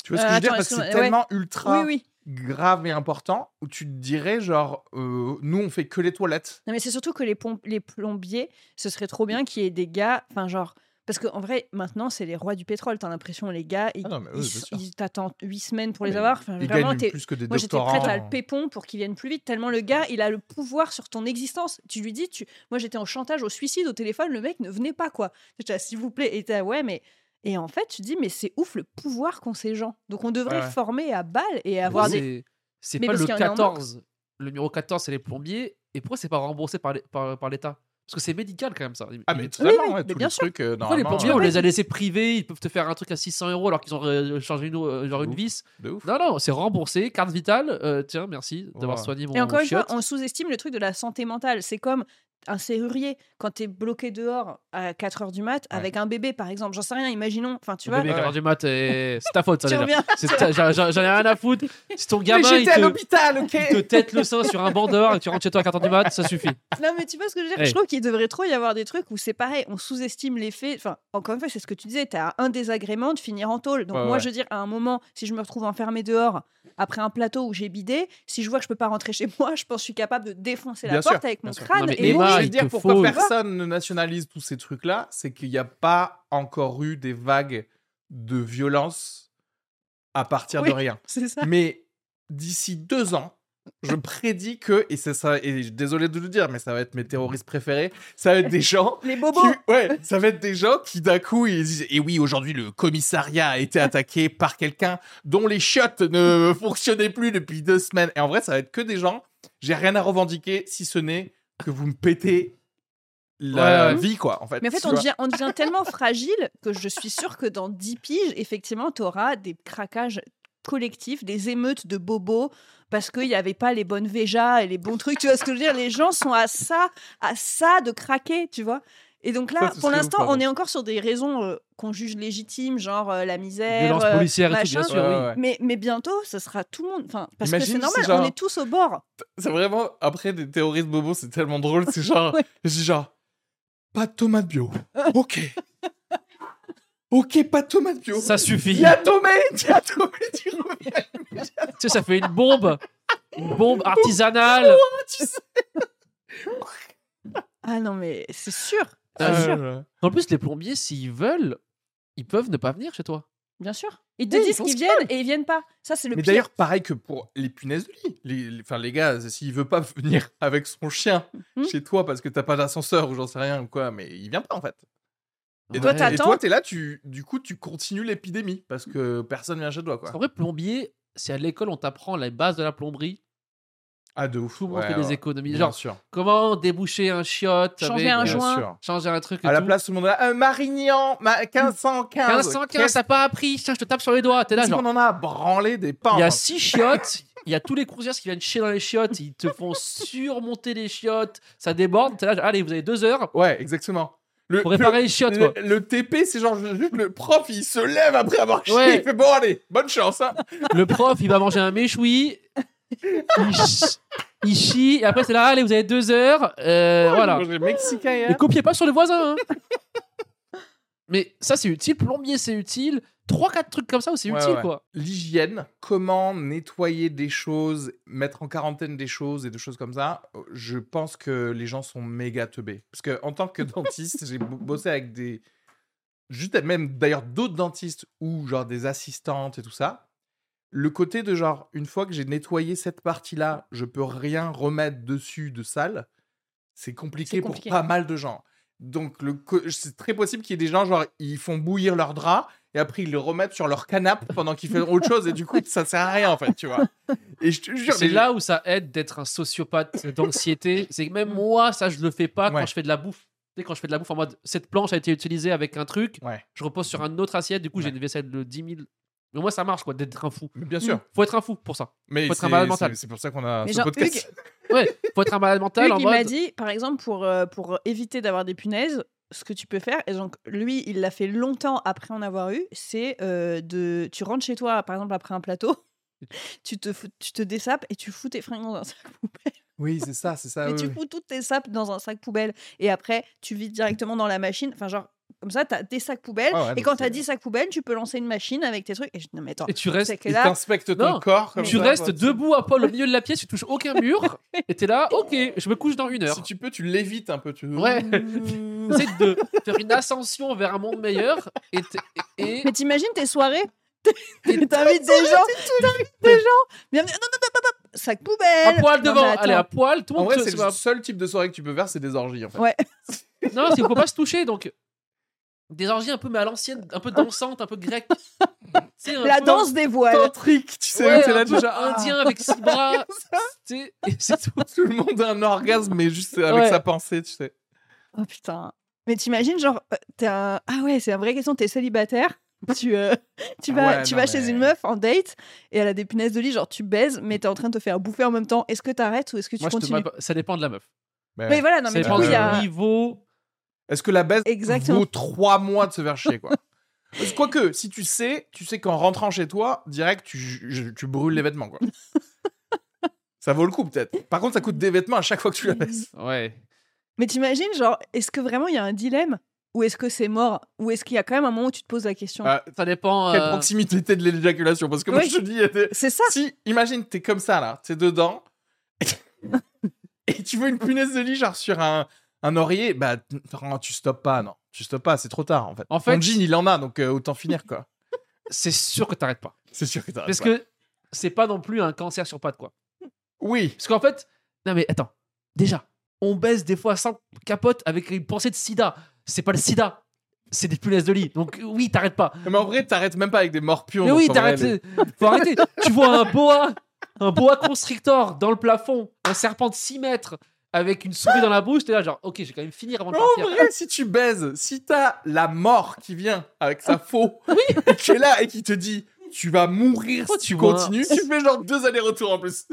Speaker 2: Tu vois ce que
Speaker 1: Euh,
Speaker 2: je veux dire
Speaker 1: attends,
Speaker 2: Parce que c'est
Speaker 1: excuse-moi,
Speaker 2: tellement
Speaker 1: ouais. Oui,
Speaker 2: ultra
Speaker 1: oui.
Speaker 2: grave et important où tu te dirais, genre, euh, nous, on fait que les toilettes.
Speaker 1: Non, mais c'est surtout que les, pom- les plombiers, ce serait trop bien qu'il y ait des gars, enfin, genre, Parce qu'en vrai, maintenant, c'est les rois du pétrole. T'as l'impression, les gars, ils
Speaker 2: Ah non, mais oui,
Speaker 1: ils-
Speaker 2: bien sûr.
Speaker 1: ils t'attendent huit semaines pour
Speaker 2: Mais
Speaker 1: les avoir. Enfin,
Speaker 2: Ils
Speaker 1: vraiment,
Speaker 2: gagnent
Speaker 1: t'es-
Speaker 2: plus que des
Speaker 1: Moi, j'étais
Speaker 2: doctorants.
Speaker 1: prête à le pépon pour qu'il vienne plus vite, tellement le gars, il a le pouvoir sur ton existence. Tu lui dis, tu... moi, j'étais en chantage au suicide au téléphone, le mec ne venait pas, quoi. J'étais, là, s'il vous plaît, et t'es là, ouais, mais. Et en fait, tu dis, mais c'est ouf le pouvoir qu'ont ces gens. Donc, on devrait
Speaker 2: Ouais, ouais.
Speaker 1: former à balle et avoir des.
Speaker 3: C'est- C'est
Speaker 1: Mais
Speaker 3: pas
Speaker 1: parce
Speaker 3: le
Speaker 1: qu'il y en a en manque.
Speaker 3: 14. Le numéro 14, c'est les plombiers. Et pourquoi c'est pas remboursé par les- par par l'État Parce que c'est médical quand même ça.
Speaker 2: Ah, mais
Speaker 1: Oui, oui,
Speaker 2: totalement, ouais,
Speaker 1: mais
Speaker 2: tous
Speaker 1: bien
Speaker 2: les
Speaker 1: sûr.
Speaker 2: trucs, euh,
Speaker 3: Pourquoi les
Speaker 2: normalement,
Speaker 3: plombiers, on
Speaker 2: euh,
Speaker 3: les a laissés privés, ils peuvent te faire un truc à 600 euros alors qu'ils ont euh, changé une, euh, genre une
Speaker 2: Ouf.
Speaker 3: vis.
Speaker 2: de ouf.
Speaker 3: Non, non, c'est remboursé, carte vitale. euh, tiens, merci d'avoir
Speaker 2: Voilà.
Speaker 3: soigné mon
Speaker 1: Et encore une fois,
Speaker 3: chiotte.
Speaker 1: on sous-estime le truc de la santé mentale. C'est comme un serrurier quand t'es bloqué dehors à 4 heures du mat
Speaker 2: Ouais.
Speaker 1: avec un bébé, par exemple. J'en sais rien, imaginons. Enfin, tu
Speaker 3: Le
Speaker 1: vois,
Speaker 3: bébé,
Speaker 2: Ouais.
Speaker 3: quatre heures du mat, et... c'est ta faute ça
Speaker 1: <laughs> tu
Speaker 3: déjà.
Speaker 1: reviens.
Speaker 3: C'est ta- J'en j'en- j'en ai rien à foutre. Si ton gamin il te,
Speaker 2: l'hôpital, ok
Speaker 3: il te tête le sein sur un banc dehors et tu rentres chez toi à 4h du mat, ça suffit.
Speaker 1: Non, mais tu vois ce que je veux dire
Speaker 3: Hey.
Speaker 1: Je trouve qu'il devrait trop y avoir des trucs où c'est pareil, on sous-estime l'effet. Enfin, encore une fois, c'est ce que tu disais, t'as un désagrément de finir en tôle. Donc,
Speaker 2: Ouais,
Speaker 1: moi,
Speaker 2: ouais.
Speaker 1: je veux dire, à un moment, si je me retrouve enfermée dehors après un plateau où j'ai bidé, si je vois que je peux pas rentrer chez <laughs> moi, je pense que je suis capable de défoncer la
Speaker 2: Bien sûr,
Speaker 1: porte avec
Speaker 2: bien
Speaker 1: mon
Speaker 2: sûr.
Speaker 1: crâne.
Speaker 3: Non, mais
Speaker 1: et
Speaker 3: Emma,
Speaker 1: mourir.
Speaker 2: je
Speaker 3: il
Speaker 2: veux
Speaker 3: te
Speaker 2: dire pourquoi
Speaker 3: faut-
Speaker 2: personne ne nationalise tous ces trucs-là, c'est qu'il n'y a pas encore eu des vagues de violence à partir de
Speaker 3: <laughs>
Speaker 1: Oui.
Speaker 2: rien.
Speaker 1: <laughs> c'est ça.
Speaker 2: Mais d'ici deux ans, je prédis que, et c'est ça, et désolé de le dire, mais ça va être mes terroristes préférés, ça va être
Speaker 3: <laughs>
Speaker 2: des gens
Speaker 1: Les
Speaker 2: qui-
Speaker 1: bobos
Speaker 2: ouais, ça va être des gens qui d'un coup ils disent et oui aujourd'hui le commissariat a été attaqué <laughs> par quelqu'un dont les chiottes ne <laughs> fonctionnaient plus depuis deux semaines. Et en vrai ça va être que des gens. J'ai rien à revendiquer si ce n'est que vous me pétez la
Speaker 3: Ouais, ouais.
Speaker 2: vie quoi en fait.
Speaker 1: Mais en fait,
Speaker 2: Tu
Speaker 1: on
Speaker 2: vois.
Speaker 1: devient, on devient tellement fragile que je suis sûre que dans 10 piges, effectivement, tu auras des craquages collectifs, des émeutes de bobos parce qu'il n'y avait pas les bonnes véjas et les bons trucs. Tu vois ce que je veux dire Les gens sont à ça, à ça de craquer, tu vois et donc
Speaker 2: Ça,
Speaker 1: là,
Speaker 2: ce
Speaker 1: pour
Speaker 2: serait
Speaker 1: l'instant,
Speaker 2: ouf,
Speaker 1: on
Speaker 2: pardon.
Speaker 1: est encore sur des raisons euh, qu'on juge légitimes, genre euh, la misère.
Speaker 3: Violence
Speaker 1: euh,
Speaker 3: policière et tout,
Speaker 1: machin.
Speaker 3: bien sûr.
Speaker 2: Ouais,
Speaker 3: oui.
Speaker 2: ouais, ouais.
Speaker 1: mais, mais bientôt, ce sera tout le monde. Enfin, parce
Speaker 2: Imagine,
Speaker 1: que c'est normal,
Speaker 2: c'est genre-
Speaker 1: on est tous au bord.
Speaker 2: C'est vraiment après des terroristes bobos c'est tellement drôle c'est genre
Speaker 1: <laughs> Ouais.
Speaker 2: je dis genre pas de tomates
Speaker 1: <laughs>
Speaker 2: bio. Ok. ok pas de tomates bio.
Speaker 3: Ça suffit.
Speaker 2: Il y a Tomé, il y a Tomé, tu reviens.
Speaker 3: Tu sais, ça fait une bombe. Une bombe artisanale.
Speaker 2: <laughs> tu sais.
Speaker 1: Ah non, mais c'est sûr. C'est
Speaker 3: Ah,
Speaker 1: sûr.
Speaker 3: En plus, les plombiers, s'ils veulent, ils peuvent ne pas venir chez toi.
Speaker 1: Bien sûr. Ils te
Speaker 2: Oui, ils
Speaker 1: disent
Speaker 2: font
Speaker 1: qu'ils
Speaker 2: ce
Speaker 1: viennent et ils viennent pas. Ça, c'est le
Speaker 2: Mais
Speaker 1: pire.
Speaker 2: d'ailleurs, pareil que pour les punaises de lit. Les, les- enfin, les gars, s'il veut pas <laughs> venir avec son chien
Speaker 1: Mhm.
Speaker 2: chez toi parce que t'as pas d'ascenseur ou j'en sais rien ou quoi, mais il vient pas en fait. Et
Speaker 1: Toi,
Speaker 2: donc-
Speaker 1: t'as-
Speaker 2: et
Speaker 1: t'attends.
Speaker 2: toi, t'es là, tu, du coup, tu continues l'épidémie parce que personne vient chez toi, quoi.
Speaker 3: En vrai, plombier, c'est à l'école, on t'apprend les bases de la plomberie.
Speaker 2: Ah, de ouf.
Speaker 3: Tout le monde
Speaker 2: Ouais,
Speaker 3: fait des
Speaker 2: ouais.
Speaker 3: économies.
Speaker 2: Bien
Speaker 3: Genre,
Speaker 2: sûr.
Speaker 3: comment déboucher un chiotte
Speaker 1: Changer
Speaker 3: avec,
Speaker 1: un
Speaker 3: euh,
Speaker 1: joint. joint.
Speaker 2: sûr.
Speaker 3: changer un truc et
Speaker 2: À la
Speaker 3: tout.
Speaker 2: place, tout le monde est là. Euh, Marignan, ma- 1515.
Speaker 3: 1515, t'as pas appris. Tiens, je te tape sur les doigts. T'es là,
Speaker 2: Qu'est-ce
Speaker 3: genre.
Speaker 2: qu'on en a branlé des pains hein.
Speaker 3: Il y a six chiottes, il y a tous les coursiers qui viennent chier dans les chiottes, ils te font surmonter les chiottes, ça déborde, t'es là, allez, vous avez deux heures
Speaker 2: Ouais, exactement. Le,
Speaker 3: pour
Speaker 2: le-
Speaker 3: réparer les chiottes,
Speaker 2: le,
Speaker 3: quoi.
Speaker 2: le TP, c'est genre juste le prof, il se lève après avoir chié.
Speaker 3: Ouais.
Speaker 2: Il fait bon, allez, bonne chance. Hein.
Speaker 3: Le prof, il va manger un méchoui, il, ch- il chie, et après c'est là, allez, vous avez deux heures, euh, voilà.
Speaker 2: J'ai Mexicain hier.
Speaker 1: hein.
Speaker 3: Et copiez pas sur les voisins, hein. Mais ça, c'est utile, plombier, c'est utile, trois, quatre trucs comme ça où c'est
Speaker 2: Ouais,
Speaker 3: utile,
Speaker 2: ouais.
Speaker 3: quoi.
Speaker 2: l'hygiène, comment nettoyer des choses, mettre en quarantaine des choses et des choses comme ça, je pense que les gens sont méga teubés. Parce que en tant
Speaker 1: <laughs>
Speaker 2: que dentiste, j'ai bo- bossé avec des juste même d'ailleurs d'autres dentistes ou genre des assistantes et tout ça. Le côté de genre une fois que j'ai nettoyé cette partie-là, je peux rien remettre dessus de sale. C'est compliqué,
Speaker 1: C'est compliqué.
Speaker 2: pour pas mal de gens. Donc le co- c'est très possible qu'il y ait des gens genre ils font bouillir leur drap et après ils le remettent sur leur canapé pendant qu'ils font autre chose et du coup ça sert à rien en fait, tu vois. Et je te jure
Speaker 3: C'est
Speaker 2: les-
Speaker 3: là où ça aide d'être un sociopathe d'anxiété. C'est que même moi, ça, je le fais pas quand
Speaker 2: Mm. Ouais.
Speaker 3: je fais de la bouffe. Tu sais, quand je fais de la bouffe en mode cette planche a été utilisée avec un truc,
Speaker 2: Ouais.
Speaker 3: je repose sur un autre assiette, du coup, j'ai
Speaker 2: Ouais.
Speaker 3: une vaisselle de 10 000. Mais moi, ça marche, quoi, d'être un fou.
Speaker 2: Mais bien sûr.
Speaker 3: Faut être un fou pour ça.
Speaker 2: Mais
Speaker 3: Faut être un
Speaker 2: c'est-
Speaker 3: malade mental.
Speaker 2: c'est- C'est pour ça qu'on a
Speaker 1: Mais
Speaker 2: ce
Speaker 1: genre,
Speaker 2: podcast.
Speaker 3: Ouais, faut être un malade mental
Speaker 1: Hugues,
Speaker 3: en
Speaker 1: il m'a
Speaker 3: mode.
Speaker 1: dit, par exemple, pour, euh, pour éviter d'avoir des punaises, ce que tu peux faire, et donc lui, il l'a fait longtemps après en avoir eu, c'est euh, de. Tu rentres chez toi, par exemple, après un plateau, <laughs> tu te, fous- tu te dessapes et tu fous tes fringues dans un sac poubelle.
Speaker 2: Oui, c'est ça, c'est ça.
Speaker 1: Mais
Speaker 2: Ah oui,
Speaker 1: tu
Speaker 2: oui.
Speaker 1: fous toutes tes sapes dans un sac poubelle et après, tu vides directement dans la machine. Enfin, genre, comme ça, t'as des sacs poubelles.
Speaker 2: Ah ouais,
Speaker 1: et
Speaker 2: donc
Speaker 1: quand t'as
Speaker 2: c'est-
Speaker 1: 10 sacs poubelles, tu peux lancer une machine avec tes trucs. Et je dis, non, mais attends.
Speaker 3: Et tu restes,
Speaker 1: c'est que
Speaker 2: Il <laughs>
Speaker 1: <laughs> là,
Speaker 2: t'inspecte ton
Speaker 3: Non,
Speaker 2: corps. comme
Speaker 3: tu
Speaker 2: ça,
Speaker 3: restes
Speaker 2: quoi.
Speaker 3: debout à Paul au milieu de la pièce, tu
Speaker 1: <laughs>
Speaker 3: touches aucun mur, et t'es là, ok, je me couche dans une heure.
Speaker 2: Si tu peux, tu l'évites un peu. Tu...
Speaker 3: Ouais.
Speaker 1: Mm,
Speaker 3: c'est de faire une ascension vers un monde meilleur et, t- et,
Speaker 1: Mais t'imagines tes soirées
Speaker 3: et-
Speaker 1: T'invites des gens, t'invites des gens. Bienvenue- Non, non, non, non, non, non, sac poubelle.
Speaker 3: à poil
Speaker 1: Non,
Speaker 3: devant,
Speaker 1: mais attends.
Speaker 3: allez à poil, tout le
Speaker 2: En
Speaker 3: monde
Speaker 2: vrai,
Speaker 3: se-
Speaker 2: c'est
Speaker 3: se
Speaker 2: le
Speaker 3: va-
Speaker 2: seul type de soirée que tu peux faire, c'est des orgies en fait.
Speaker 1: Ouais.
Speaker 3: Non, c'est qu'il faut pas se toucher donc des orgies un peu mais à l'ancienne, un peu dansante, un peu grecque. C'est un
Speaker 1: La
Speaker 3: peu-
Speaker 1: danse des voiles.
Speaker 2: Tantrique, tu sais,
Speaker 3: Ouais,
Speaker 2: t'es
Speaker 3: un
Speaker 2: là
Speaker 3: peu
Speaker 2: déjà. ah,
Speaker 3: indien avec six
Speaker 1: <laughs>
Speaker 3: bras, tu sais, et c'est tout.
Speaker 2: Tout le monde a un orgasme, mais juste avec
Speaker 3: Ouais.
Speaker 2: sa pensée, tu sais.
Speaker 1: Oh putain. Mais t'imagines, genre, euh, t'es un. Ah ouais, c'est une vraie question, t'es célibataire. <laughs> Tu, euh, tu
Speaker 2: Ah
Speaker 1: vas,
Speaker 2: ouais,
Speaker 1: tu
Speaker 2: non,
Speaker 1: vas chez
Speaker 2: mais-
Speaker 1: une meuf en date et elle a des punaises de lit, genre tu baises, mais t'es en train de te faire bouffer en même temps. Est-ce que t'arrêtes ou est-ce que tu
Speaker 3: Moi, je te
Speaker 1: continues
Speaker 3: demande pas- ça dépend de la meuf.
Speaker 2: Mais
Speaker 1: Mais voilà, non,
Speaker 3: ça
Speaker 1: mais du
Speaker 3: dépend
Speaker 1: coup,
Speaker 2: de
Speaker 1: il y a.
Speaker 3: du niveau.
Speaker 2: Est-ce que la baisse
Speaker 1: Exactement.
Speaker 2: vaut trois mois de se faire chier, quoi Parce que, Quoique, si tu sais, tu sais qu'en rentrant chez toi, direct, tu, je- tu brûles les vêtements, quoi. ça vaut le coup, peut-être. Par contre, ça coûte des vêtements à chaque fois que tu la
Speaker 1: Euh.
Speaker 2: baisses.
Speaker 3: Ouais.
Speaker 1: Mais t'imagines, genre, est-ce que vraiment il y a un dilemme ou est-ce que c'est mort ou est-ce qu'il y a quand même un moment où tu te poses la question
Speaker 2: Ah,
Speaker 3: Ça dépend.
Speaker 2: Quelle
Speaker 3: euh,
Speaker 2: proximité t'es de l'éjaculation Parce que moi,
Speaker 1: Oui.
Speaker 2: je te dis, il y a
Speaker 1: <laughs>
Speaker 2: des-
Speaker 1: C'est ça.
Speaker 2: si, imagine, t'es comme ça, là, t'es dedans, et tu veux une punaise de lit, genre, sur un, un oreiller, bah, t- non, tu stoppes pas, non. Tu stoppes pas, c'est trop tard, en fait.
Speaker 3: En fait-
Speaker 2: Mon jean, il en a, donc euh, autant finir, quoi.
Speaker 3: C'est sûr que t'arrêtes pas.
Speaker 2: C'est sûr que t'arrêtes
Speaker 1: Ah,
Speaker 3: Parce
Speaker 2: pas.
Speaker 3: que c'est pas non plus un cancer sur pattes, quoi.
Speaker 2: Oui
Speaker 3: Parce qu'en fait, non mais attends, déjà, on baisse des fois sans capote avec une pensée de sida. C'est pas le sida, c'est des punaises de lit. Donc oui, t'arrêtes pas.
Speaker 2: Mais en vrai, t'arrêtes même pas avec des morpions.
Speaker 3: Mais
Speaker 2: donc
Speaker 3: oui,
Speaker 2: en
Speaker 3: t'arrêtes.
Speaker 2: vrai, les-
Speaker 3: Faut arrêter. tu vois un boa, un boa constrictor dans le plafond, un serpent de 6 mètres avec une souris dans la bouche, t'es là genre, ok, j'ai quand même fini avant de
Speaker 2: Mais
Speaker 1: Oh
Speaker 2: en
Speaker 3: partir.
Speaker 2: vrai, si tu baises, si t'as la mort qui vient avec
Speaker 1: <laughs>
Speaker 2: sa faux, et qui est là et qui te dit tu vas mourir
Speaker 1: Oh,
Speaker 2: si
Speaker 3: Pourquoi
Speaker 2: tu
Speaker 3: tu vois
Speaker 2: continues, tu fais genre deux allers-retours en plus.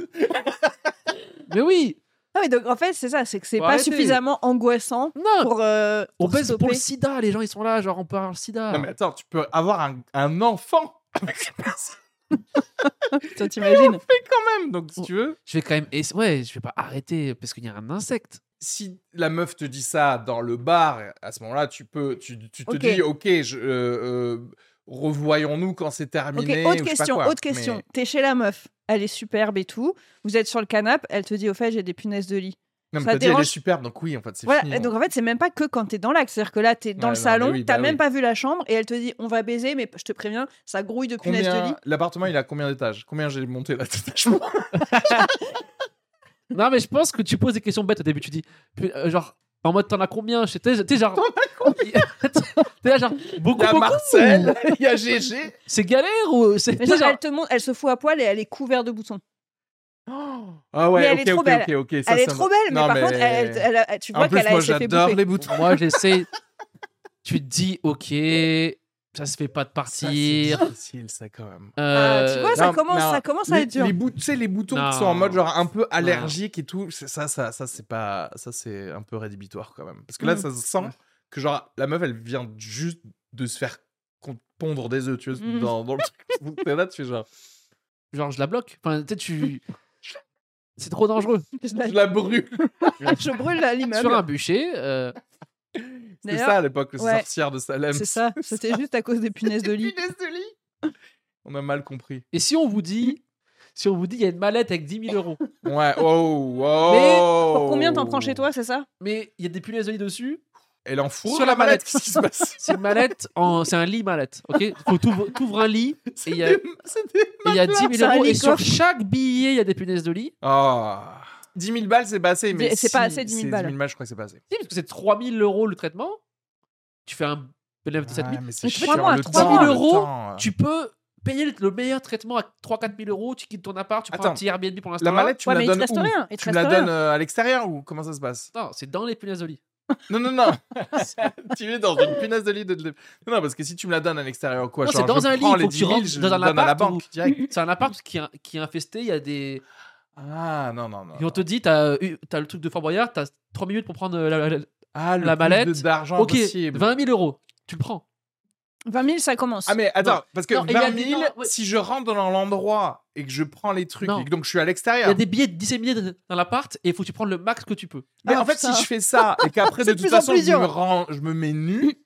Speaker 3: Mais oui,
Speaker 1: Ah, mais donc en fait, c'est ça, c'est que c'est
Speaker 3: Faut
Speaker 1: pas
Speaker 3: arrêter.
Speaker 1: suffisamment angoissant
Speaker 3: non,
Speaker 1: pour. euh,
Speaker 3: on
Speaker 1: pour
Speaker 3: baisse
Speaker 1: stopper.
Speaker 3: pour le sida, les gens ils sont là, genre on parle sida.
Speaker 1: Ah.
Speaker 2: Non mais attends, tu peux avoir un, un enfant
Speaker 1: <laughs>
Speaker 2: avec la personne
Speaker 1: Toi,
Speaker 2: <laughs>
Speaker 1: t'imagines
Speaker 2: quand même. Donc si tu veux,
Speaker 3: Je vais quand même, essa- ouais, je vais pas arrêter parce qu'il y a un insecte.
Speaker 2: si la meuf te dit ça dans le bar, à ce moment-là, tu peux, tu, tu te
Speaker 1: Ok.
Speaker 2: dis ok, je, euh, euh, revoyons-nous quand c'est
Speaker 1: Ok,
Speaker 2: terminé.
Speaker 1: autre
Speaker 2: ou je sais pas
Speaker 1: question,
Speaker 2: quoi.
Speaker 1: autre
Speaker 2: Mais-
Speaker 1: question. T'es chez la meuf, elle est superbe et tout. Vous êtes sur le canapé, elle te dit au fait j'ai des punaises de lit.
Speaker 2: Non mais
Speaker 1: Ça
Speaker 2: t'as dit elle est
Speaker 1: dérange-
Speaker 2: superbe, donc oui en fait c'est
Speaker 1: Voilà.
Speaker 2: fini. hein.
Speaker 1: et donc en fait c'est même pas que quand t'es dans l'acte, c'est-à-dire que là t'es dans
Speaker 2: Ouais,
Speaker 1: le
Speaker 2: non,
Speaker 1: salon,
Speaker 2: mais oui,
Speaker 1: t'as
Speaker 2: bah
Speaker 1: même
Speaker 2: oui.
Speaker 1: pas vu la chambre et elle te dit on va baiser mais je te préviens ça grouille de punaises de lit.
Speaker 2: Combien... L'appartement, il a combien d'étages Combien j'ai monté là détachement
Speaker 3: Non, mais je pense que tu poses des questions bêtes au début. Tu dis, pu- euh, genre, en mode, t'en as combien Je sais- T'es t'es genre. <laughs> T'es là, genre, beaucoup,
Speaker 2: Il y a
Speaker 3: beaucoup.
Speaker 2: Marcel, <laughs> il y a GG.
Speaker 3: C'est galère ou. C'est
Speaker 1: Mais
Speaker 3: t'es
Speaker 1: genre,
Speaker 3: genre.
Speaker 1: elle te montre, elle se fout à poil et elle est couverte de boutons.
Speaker 2: Ah
Speaker 1: Mais
Speaker 2: ouais,
Speaker 1: elle
Speaker 2: ok,
Speaker 1: est trop
Speaker 2: ok, ok,
Speaker 1: belle.
Speaker 2: ok. ça,
Speaker 1: elle est
Speaker 2: ça me-
Speaker 1: trop belle mais
Speaker 2: Non,
Speaker 1: par
Speaker 2: mais-
Speaker 1: contre elle- elle- elle a- tu
Speaker 2: En
Speaker 1: vois
Speaker 2: plus,
Speaker 1: qu'elle
Speaker 2: moi,
Speaker 1: elle s'est fait
Speaker 2: j'adore
Speaker 1: bouffer.
Speaker 2: les boutons.
Speaker 3: Moi, j'essaie. tu te dis, ok, ça se fait pas de
Speaker 2: Ça, Ah, c'est
Speaker 3: partir.
Speaker 2: difficile, ça, quand même.
Speaker 1: Ah,
Speaker 3: euh,
Speaker 1: tu vois ça
Speaker 2: non,
Speaker 1: commence
Speaker 2: non.
Speaker 1: ça commence à
Speaker 2: Les,
Speaker 1: être dur.
Speaker 2: les bout- tu sais, les boutons qui
Speaker 3: Non.
Speaker 2: sont en mode genre un peu allergique et tout, c'est- ça, ça, ça, c'est pas, ça, c'est un peu rédhibitoire quand même. Parce que là,
Speaker 1: Mm.
Speaker 2: ça se sent que genre la meuf, elle vient juste de se faire con- pondre des œufs, tu vois,
Speaker 1: Mm.
Speaker 2: dans, dans le
Speaker 1: <laughs>
Speaker 2: truc. T'es là, tu fais genre,
Speaker 3: genre, je la bloque. Enfin, tu sais, tu. <laughs> C'est trop dangereux.
Speaker 1: <laughs> Je la-
Speaker 2: je <laughs> la brûle.
Speaker 1: <laughs>
Speaker 3: <laughs>
Speaker 1: Je
Speaker 2: <laughs>
Speaker 1: brûle la l'immeuble.
Speaker 3: Sur un bûcher, euh,
Speaker 2: C'est
Speaker 1: D'ailleurs,
Speaker 2: ça à l'époque, les
Speaker 1: ouais.
Speaker 2: sorcières de Salem.
Speaker 1: c'est ça, c'était juste à cause des punaises de lit.
Speaker 2: Punaise de lit. On a mal compris.
Speaker 3: et si on vous dit. Si on vous dit, il y a une mallette avec 10 000 euros,
Speaker 2: Ouais, oh, oh.
Speaker 3: Mais
Speaker 1: Pour combien t'en prends chez toi, c'est ça
Speaker 3: mais il y a des punaises de lit dessus,
Speaker 2: Elle en fout
Speaker 3: Sur
Speaker 2: la
Speaker 3: la
Speaker 2: mallette,
Speaker 3: mallette.
Speaker 2: qu'est-ce qui se <laughs> passe
Speaker 3: C'est une mallette, en... c'est un lit mallette. Ok, faut t'ouvres t'ouvres un
Speaker 1: <laughs>
Speaker 3: lit et il y a, et
Speaker 2: Des- c'est des-
Speaker 3: il y a 10
Speaker 1: c'est
Speaker 3: 000
Speaker 1: un
Speaker 3: euros et
Speaker 1: lit
Speaker 3: sur
Speaker 1: coffre.
Speaker 3: chaque billet il y a des punaises de lit.
Speaker 2: Ah. 10 000 balles, c'est pas assez. Mais
Speaker 1: C'est- c'est
Speaker 2: si,
Speaker 1: pas assez, 10 000
Speaker 2: c'est
Speaker 1: balles.
Speaker 2: je crois que c'est pas assez.
Speaker 3: Si, parce que c'est 3 000 euros le traitement. Tu fais un bénéfice de 7 000.
Speaker 2: Ah, mais c'est
Speaker 1: Mais tu fais
Speaker 2: chiant,
Speaker 1: vraiment
Speaker 2: le
Speaker 1: à 3 000
Speaker 2: temps, le
Speaker 3: euros,
Speaker 2: temps. euh.
Speaker 3: Tu peux payer le- le meilleur traitement à 3-4 000 euros. Tu quittes ton appart, tu prends
Speaker 2: Attends.
Speaker 3: un petit Airbnb pour l'instant.
Speaker 2: La mallette, tu
Speaker 1: ouais,
Speaker 2: me
Speaker 1: mais
Speaker 2: la
Speaker 1: il te
Speaker 2: donnes
Speaker 1: reste
Speaker 2: où
Speaker 1: rien. Il te
Speaker 2: Tu me
Speaker 1: reste
Speaker 2: la
Speaker 1: rien.
Speaker 2: donnes euh, à l'extérieur ou comment ça se passe
Speaker 3: Non, c'est dans les punaises de lit.
Speaker 2: Non, non, non. <laughs> tu es dans une punaise de lit. De... de- Non, non, parce que si tu me la donnes à l'extérieur, quoi
Speaker 3: Non,
Speaker 2: genre,
Speaker 3: c'est dans
Speaker 2: je
Speaker 3: un lit,
Speaker 2: prends
Speaker 3: il
Speaker 2: les
Speaker 3: faut que
Speaker 2: 10
Speaker 3: tu
Speaker 2: 000,
Speaker 3: rentres
Speaker 2: je
Speaker 3: dans
Speaker 2: les
Speaker 3: un
Speaker 2: donne à la
Speaker 3: appart
Speaker 2: banque
Speaker 3: ou-
Speaker 2: direct.
Speaker 3: C'est un appart qui est, qui est infesté. Il y a des.
Speaker 2: Ah, non, non, non.
Speaker 3: Et on te dit, t'as eu- t'as le truc de Fort Boyard, t'as 3 minutes pour prendre euh, la, la- la-
Speaker 2: Ah, le
Speaker 3: la
Speaker 2: plus
Speaker 3: mallette.
Speaker 2: de- d'argent
Speaker 3: Ok,
Speaker 2: possible.
Speaker 3: 20 000 euros. Tu le prends.
Speaker 1: 20 000, ça commence.
Speaker 2: Ah mais attends, parce que
Speaker 3: Non, et il y a
Speaker 2: 20
Speaker 3: des-
Speaker 2: 000,
Speaker 3: non, ouais.
Speaker 2: si je rentre dans l'endroit et que je prends les trucs
Speaker 3: Non.
Speaker 2: et que donc je suis à
Speaker 3: Il y a
Speaker 2: l'extérieur.
Speaker 3: des billets disséminés dans l'appart et il faut que tu prennes le max que tu peux.
Speaker 2: Mais
Speaker 1: Ah,
Speaker 2: en fait,
Speaker 1: putain.
Speaker 2: si je fais ça et
Speaker 3: <laughs>
Speaker 2: qu'après de
Speaker 1: C'est de
Speaker 2: toute
Speaker 1: plus en
Speaker 2: façon
Speaker 1: plus
Speaker 2: je me,
Speaker 1: dur.
Speaker 2: rends- je me mets nu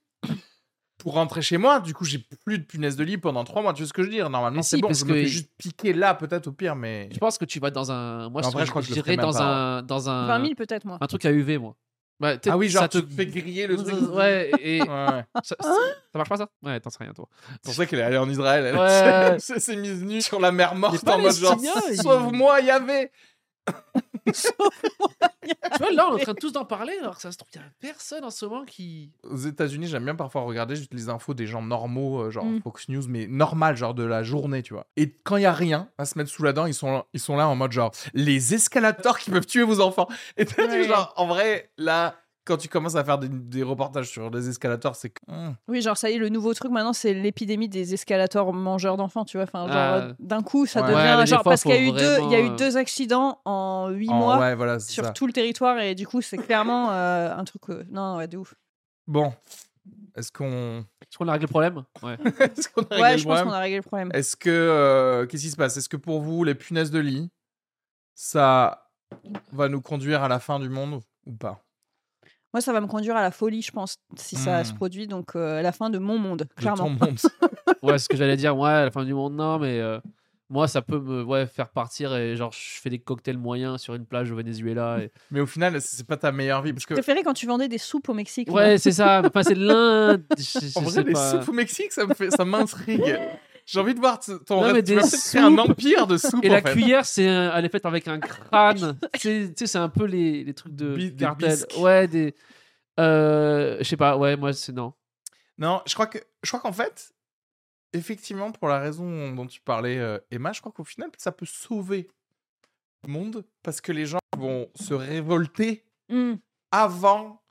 Speaker 2: pour rentrer chez moi, du coup j'ai plus de punaise de lit pendant 3 mois. Tu vois ce que je veux dire Normalement
Speaker 3: Mais
Speaker 2: c'est
Speaker 3: si,
Speaker 2: bon,
Speaker 3: parce
Speaker 2: je me
Speaker 3: que-
Speaker 2: fais juste piquer là peut-être au pire, mais
Speaker 3: Je pense que tu vas dans un. Moi,
Speaker 2: En
Speaker 3: je,
Speaker 2: vrai, je crois que je le ferais
Speaker 3: dirais
Speaker 2: même
Speaker 3: dans
Speaker 2: pas, hein.
Speaker 3: un, dans un.
Speaker 1: 20 000 peut-être moi.
Speaker 3: Un truc à UV, moi. Bah, t'es-
Speaker 2: Ah oui, genre,
Speaker 3: ça te
Speaker 2: tu te fais griller le truc.
Speaker 3: Ouais,
Speaker 2: <laughs>
Speaker 3: et
Speaker 2: Ouais, ouais.
Speaker 3: ça, ça- ça marche pas ça Ouais, t'en sais rien, toi.
Speaker 2: C'est pour ça qu'elle est allée en Israël. Elle
Speaker 3: Ouais.
Speaker 2: <laughs> elle s'est- s'est mise nue sur la mer morte
Speaker 3: Les
Speaker 2: en mode genre.
Speaker 3: Palestiniens, ils-
Speaker 2: Sauve-moi, Yahvé
Speaker 3: tu vois, là, on est en train de tous d'en parler, alors que ça se trouve, il y a personne en ce moment qui.
Speaker 2: Aux États-Unis, j'aime bien parfois regarder juste les infos des gens normaux, euh, genre
Speaker 1: Mm.
Speaker 2: Fox News, mais normal, genre de la journée, tu vois. Et quand il y a rien à se mettre sous la dent, ils sont là, ils sont là en mode genre les escalators qui peuvent tuer vos enfants. <laughs> Et t'as
Speaker 1: Ouais.
Speaker 2: dit genre en vrai là. Quand tu commences à faire des, des reportages sur les escalators, c'est que. Hum.
Speaker 1: Oui, genre ça y est, le nouveau truc maintenant, c'est l'épidémie des escalators mangeurs d'enfants, tu vois. Enfin, genre
Speaker 3: Ah.
Speaker 1: euh, d'un coup, ça
Speaker 2: Ouais.
Speaker 1: devient
Speaker 3: Ouais, mais des
Speaker 1: genre
Speaker 3: fois,
Speaker 1: parce qu'il y a
Speaker 3: faut
Speaker 1: eu deux, il y a eu
Speaker 3: vraiment, euh,
Speaker 1: deux accidents en huit
Speaker 2: En-
Speaker 1: mois
Speaker 2: ouais, voilà, c'est
Speaker 1: sur
Speaker 2: ça.
Speaker 1: tout le territoire et du coup, c'est clairement euh, un truc. euh, non, ouais, de ouf.
Speaker 2: Bon. Est-ce qu'on. <laughs>
Speaker 3: Est-ce qu'on a réglé le problème Ouais.
Speaker 2: Est-ce qu'on a réglé
Speaker 1: ouais,
Speaker 2: le
Speaker 1: je pense
Speaker 2: problème
Speaker 1: qu'on a réglé le problème.
Speaker 2: Est-ce que. euh, Qu'est-ce qui se passe Est-ce que pour vous, les punaises de lit, ça va nous conduire à la fin du monde ou pas
Speaker 1: Moi, ça va me conduire à la folie, je pense, si ça
Speaker 2: Hmm.
Speaker 1: se produit. Donc, euh, la fin de mon monde,
Speaker 2: De
Speaker 1: clairement.
Speaker 2: ton monde.
Speaker 3: Ouais, ce que j'allais dire, ouais, à la fin du monde, non, mais euh, moi, ça peut me ouais, faire partir et genre, je fais des cocktails moyens sur une plage au Venezuela.
Speaker 2: <laughs>
Speaker 3: et-
Speaker 2: Mais au final, c'est pas ta meilleure vie. Parce que.
Speaker 1: Je préférais quand tu vendais des soupes au Mexique. moi.
Speaker 3: Ouais, c'est ça, mais passer de l'Inde. Je, je
Speaker 2: En
Speaker 3: sais
Speaker 2: vrai, les
Speaker 3: pas.
Speaker 2: soupes au Mexique, ça me fait- ça
Speaker 3: <laughs>
Speaker 2: m'intrigue. J'ai envie de voir t- ton
Speaker 3: Non, mais
Speaker 2: rêve. Tu
Speaker 3: des
Speaker 2: vas peut-être créer un
Speaker 3: soupes.
Speaker 2: empire de soupes.
Speaker 3: <laughs> Et
Speaker 2: en
Speaker 3: la
Speaker 2: fait.
Speaker 3: cuillère, c'est un- elle est faite avec
Speaker 2: <laughs>
Speaker 3: un crâne. C'est- tu sais, c'est un peu les, les trucs de
Speaker 2: Bi- des
Speaker 3: cartel.
Speaker 2: bisques.
Speaker 3: Ouais, des. euh, je sais pas, ouais, moi,
Speaker 2: <laughs>
Speaker 3: c'est non.
Speaker 2: Non, je crois que je crois qu'en fait, effectivement, pour la raison dont tu parlais, euh, Emma, je crois qu'au final, ça peut sauver le monde parce que les gens vont se révolter
Speaker 1: Hmm.
Speaker 2: avant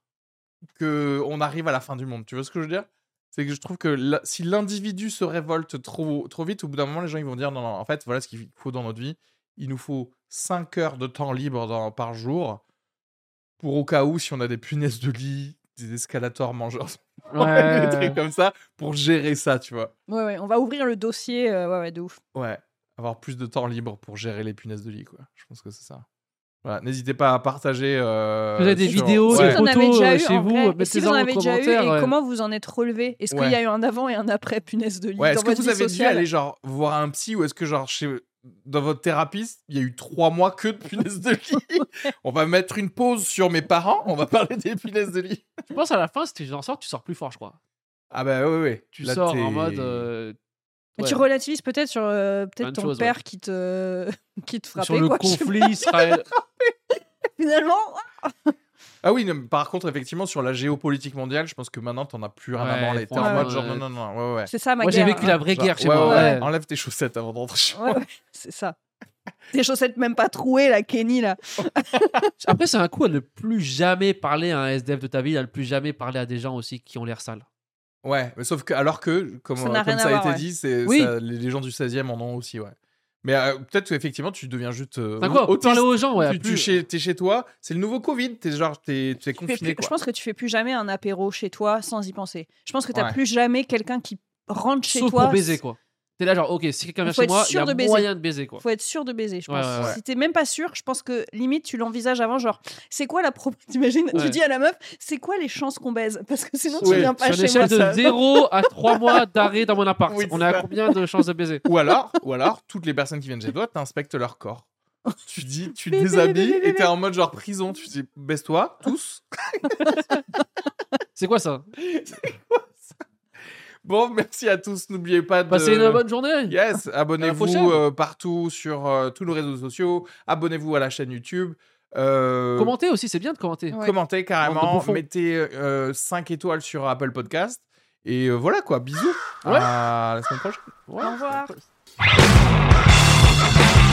Speaker 2: que on arrive à la fin du monde. Tu vois ce que je veux dire C'est que je trouve que la- si l'individu se révolte trop trop vite, au bout d'un moment, les gens ils vont dire non, non. En fait, voilà ce qu'il faut dans notre vie. Il nous faut 5 heures de temps libre dans- par jour pour au cas où si on a des punaises de lit, des escalators mangeurs <laughs>
Speaker 3: Ouais.
Speaker 2: des trucs comme ça pour gérer ça, tu vois.
Speaker 1: Ouais, ouais, on va ouvrir le dossier. euh, ouais, ouais, de ouf.
Speaker 2: Ouais, avoir plus de temps libre pour gérer les punaises de lit, quoi. Je pense que c'est ça. Voilà, n'hésitez pas à partager. euh,
Speaker 3: Vous avez des
Speaker 2: sur-
Speaker 3: vidéos,
Speaker 1: Si
Speaker 3: Ouais.
Speaker 1: vous en avez
Speaker 3: Photos,
Speaker 1: déjà
Speaker 3: euh,
Speaker 1: eu,
Speaker 3: chez
Speaker 1: en
Speaker 3: vous,
Speaker 1: vrai, et
Speaker 3: mettez-en
Speaker 1: si vous en
Speaker 3: en
Speaker 1: avez déjà eu, et
Speaker 3: commentaire, ouais.
Speaker 1: comment vous en êtes relevé Est-ce qu'il y a eu un avant et un après punaise de lit
Speaker 2: Ouais,
Speaker 1: dans
Speaker 2: est-ce que
Speaker 1: votre
Speaker 2: vous
Speaker 1: vie
Speaker 2: avez dû
Speaker 1: sociale
Speaker 2: aller genre voir un psy ou est-ce que genre chez dans votre thérapeute, il y a eu trois mois que de punaises de
Speaker 1: <laughs>
Speaker 2: lit. on va mettre une pause sur mes parents, on va parler des punaises de lit.
Speaker 3: Je pense à la fin, si tu en sors, tu sors plus fort, je crois.
Speaker 2: Ah bah oui, oui.
Speaker 3: Tu
Speaker 2: Là,
Speaker 3: sors en
Speaker 2: t'es-
Speaker 3: mode. euh,
Speaker 1: Mais
Speaker 3: ouais.
Speaker 1: Tu relativises peut-être sur euh,
Speaker 3: Plein
Speaker 1: peut-être
Speaker 3: de
Speaker 1: ton
Speaker 3: choses,
Speaker 1: père qui te <laughs> qui te frappait
Speaker 3: sur le
Speaker 1: quoi, je sais pas.
Speaker 3: conflit Israël.
Speaker 1: Finalement,
Speaker 2: Ah oui, non, mais par contre, effectivement, sur la géopolitique mondiale, je pense que maintenant, t'en as plus rien à
Speaker 3: Ouais,
Speaker 2: branler. T'es en
Speaker 1: franchement,
Speaker 2: mode genre, non,
Speaker 3: euh,
Speaker 2: non, non, ouais, ouais.
Speaker 1: c'est ça <laughs> ma
Speaker 3: Moi, j'ai
Speaker 1: guerre.
Speaker 3: vécu
Speaker 1: hein.
Speaker 3: la vraie
Speaker 2: Genre,
Speaker 3: guerre chez
Speaker 2: ouais,
Speaker 3: moi.
Speaker 2: ouais,
Speaker 3: ouais.
Speaker 2: Enlève tes chaussettes avant d'entrer chez moi.
Speaker 1: Ouais, ouais, <laughs> c'est ça. Des chaussettes même pas trouées la Kenny là.
Speaker 3: Après, c'est un coup à ne plus jamais parler à un SDF de ta ville, à ne plus jamais parler à des gens aussi qui ont l'air sales.
Speaker 2: Ouais, mais sauf que, alors que, comme euh,
Speaker 1: Ça
Speaker 2: comme ça,
Speaker 1: n'a rien à
Speaker 2: a
Speaker 1: voir,
Speaker 2: été
Speaker 1: ouais.
Speaker 2: dit, c'est
Speaker 3: Oui.
Speaker 2: ça- les les gens du 16e en ont aussi, ouais. Mais euh, peut-être qu'effectivement, tu deviens juste. euh,
Speaker 3: Enfin, quoi
Speaker 2: autiste.
Speaker 3: Parler aux gens, ouais. à
Speaker 2: tu, tu
Speaker 3: plus-
Speaker 2: chez, t'es chez toi, c'est le nouveau Covid, t'es genre, t'es, t'es
Speaker 1: Tu fais
Speaker 2: confiné,
Speaker 1: plus-
Speaker 2: quoi.
Speaker 1: je pense que tu fais plus jamais un apéro chez toi sans y penser. Je pense que t'as
Speaker 2: Ouais.
Speaker 1: plus jamais quelqu'un qui rentre chez
Speaker 3: Sauf
Speaker 1: toi.
Speaker 3: pour baiser, quoi. T'es là, genre, ok, si quelqu'un vient
Speaker 1: Faut
Speaker 3: chez
Speaker 1: être
Speaker 3: moi, il y
Speaker 1: sûr
Speaker 3: a
Speaker 1: de baiser.
Speaker 3: moyen de baiser, quoi.
Speaker 1: Faut être sûr de baiser, je
Speaker 3: Ouais,
Speaker 1: pense.
Speaker 3: ouais,
Speaker 2: ouais.
Speaker 1: Si t'es même pas sûr, je pense que limite tu l'envisages avant, genre c'est quoi la prob- <laughs> T'imagines
Speaker 3: Ouais.
Speaker 1: Tu dis à la meuf, c'est quoi les chances qu'on baise Parce que sinon
Speaker 2: Ouais,
Speaker 1: tu viens pas
Speaker 3: Sur une
Speaker 1: chez moi.
Speaker 3: échelle de 0 à 3 mois d'arrêt dans mon appart,
Speaker 2: Oui,
Speaker 3: on
Speaker 2: c'est
Speaker 3: est à
Speaker 2: ça.
Speaker 3: combien de chances de baiser
Speaker 2: Ou alors, ou alors, toutes les personnes qui viennent chez toi, t'inspectes leur corps. Tu dis,
Speaker 3: <laughs>
Speaker 2: tu te
Speaker 1: Bébé,
Speaker 2: déshabilles
Speaker 1: bébé,
Speaker 2: et t'es en mode genre prison. Tu dis, baisse-toi, tous.
Speaker 3: C'est quoi <laughs> ça
Speaker 2: Bon, merci à tous. N'oubliez pas de.
Speaker 3: Passez Bah, une bonne journée
Speaker 2: Yes,
Speaker 3: prochaine.
Speaker 2: abonnez-vous euh, partout sur euh, tous nos réseaux sociaux. Abonnez-vous à la chaîne YouTube. Euh,
Speaker 3: Commentez aussi, c'est bien de commenter.
Speaker 1: Ouais.
Speaker 2: Commentez carrément.
Speaker 3: profond.
Speaker 2: Mettez 5 étoiles sur Apple Podcast. Et euh, voilà quoi. Bisous.
Speaker 3: Ouais.
Speaker 2: À la semaine prochaine.
Speaker 3: Ouais.
Speaker 1: Au revoir.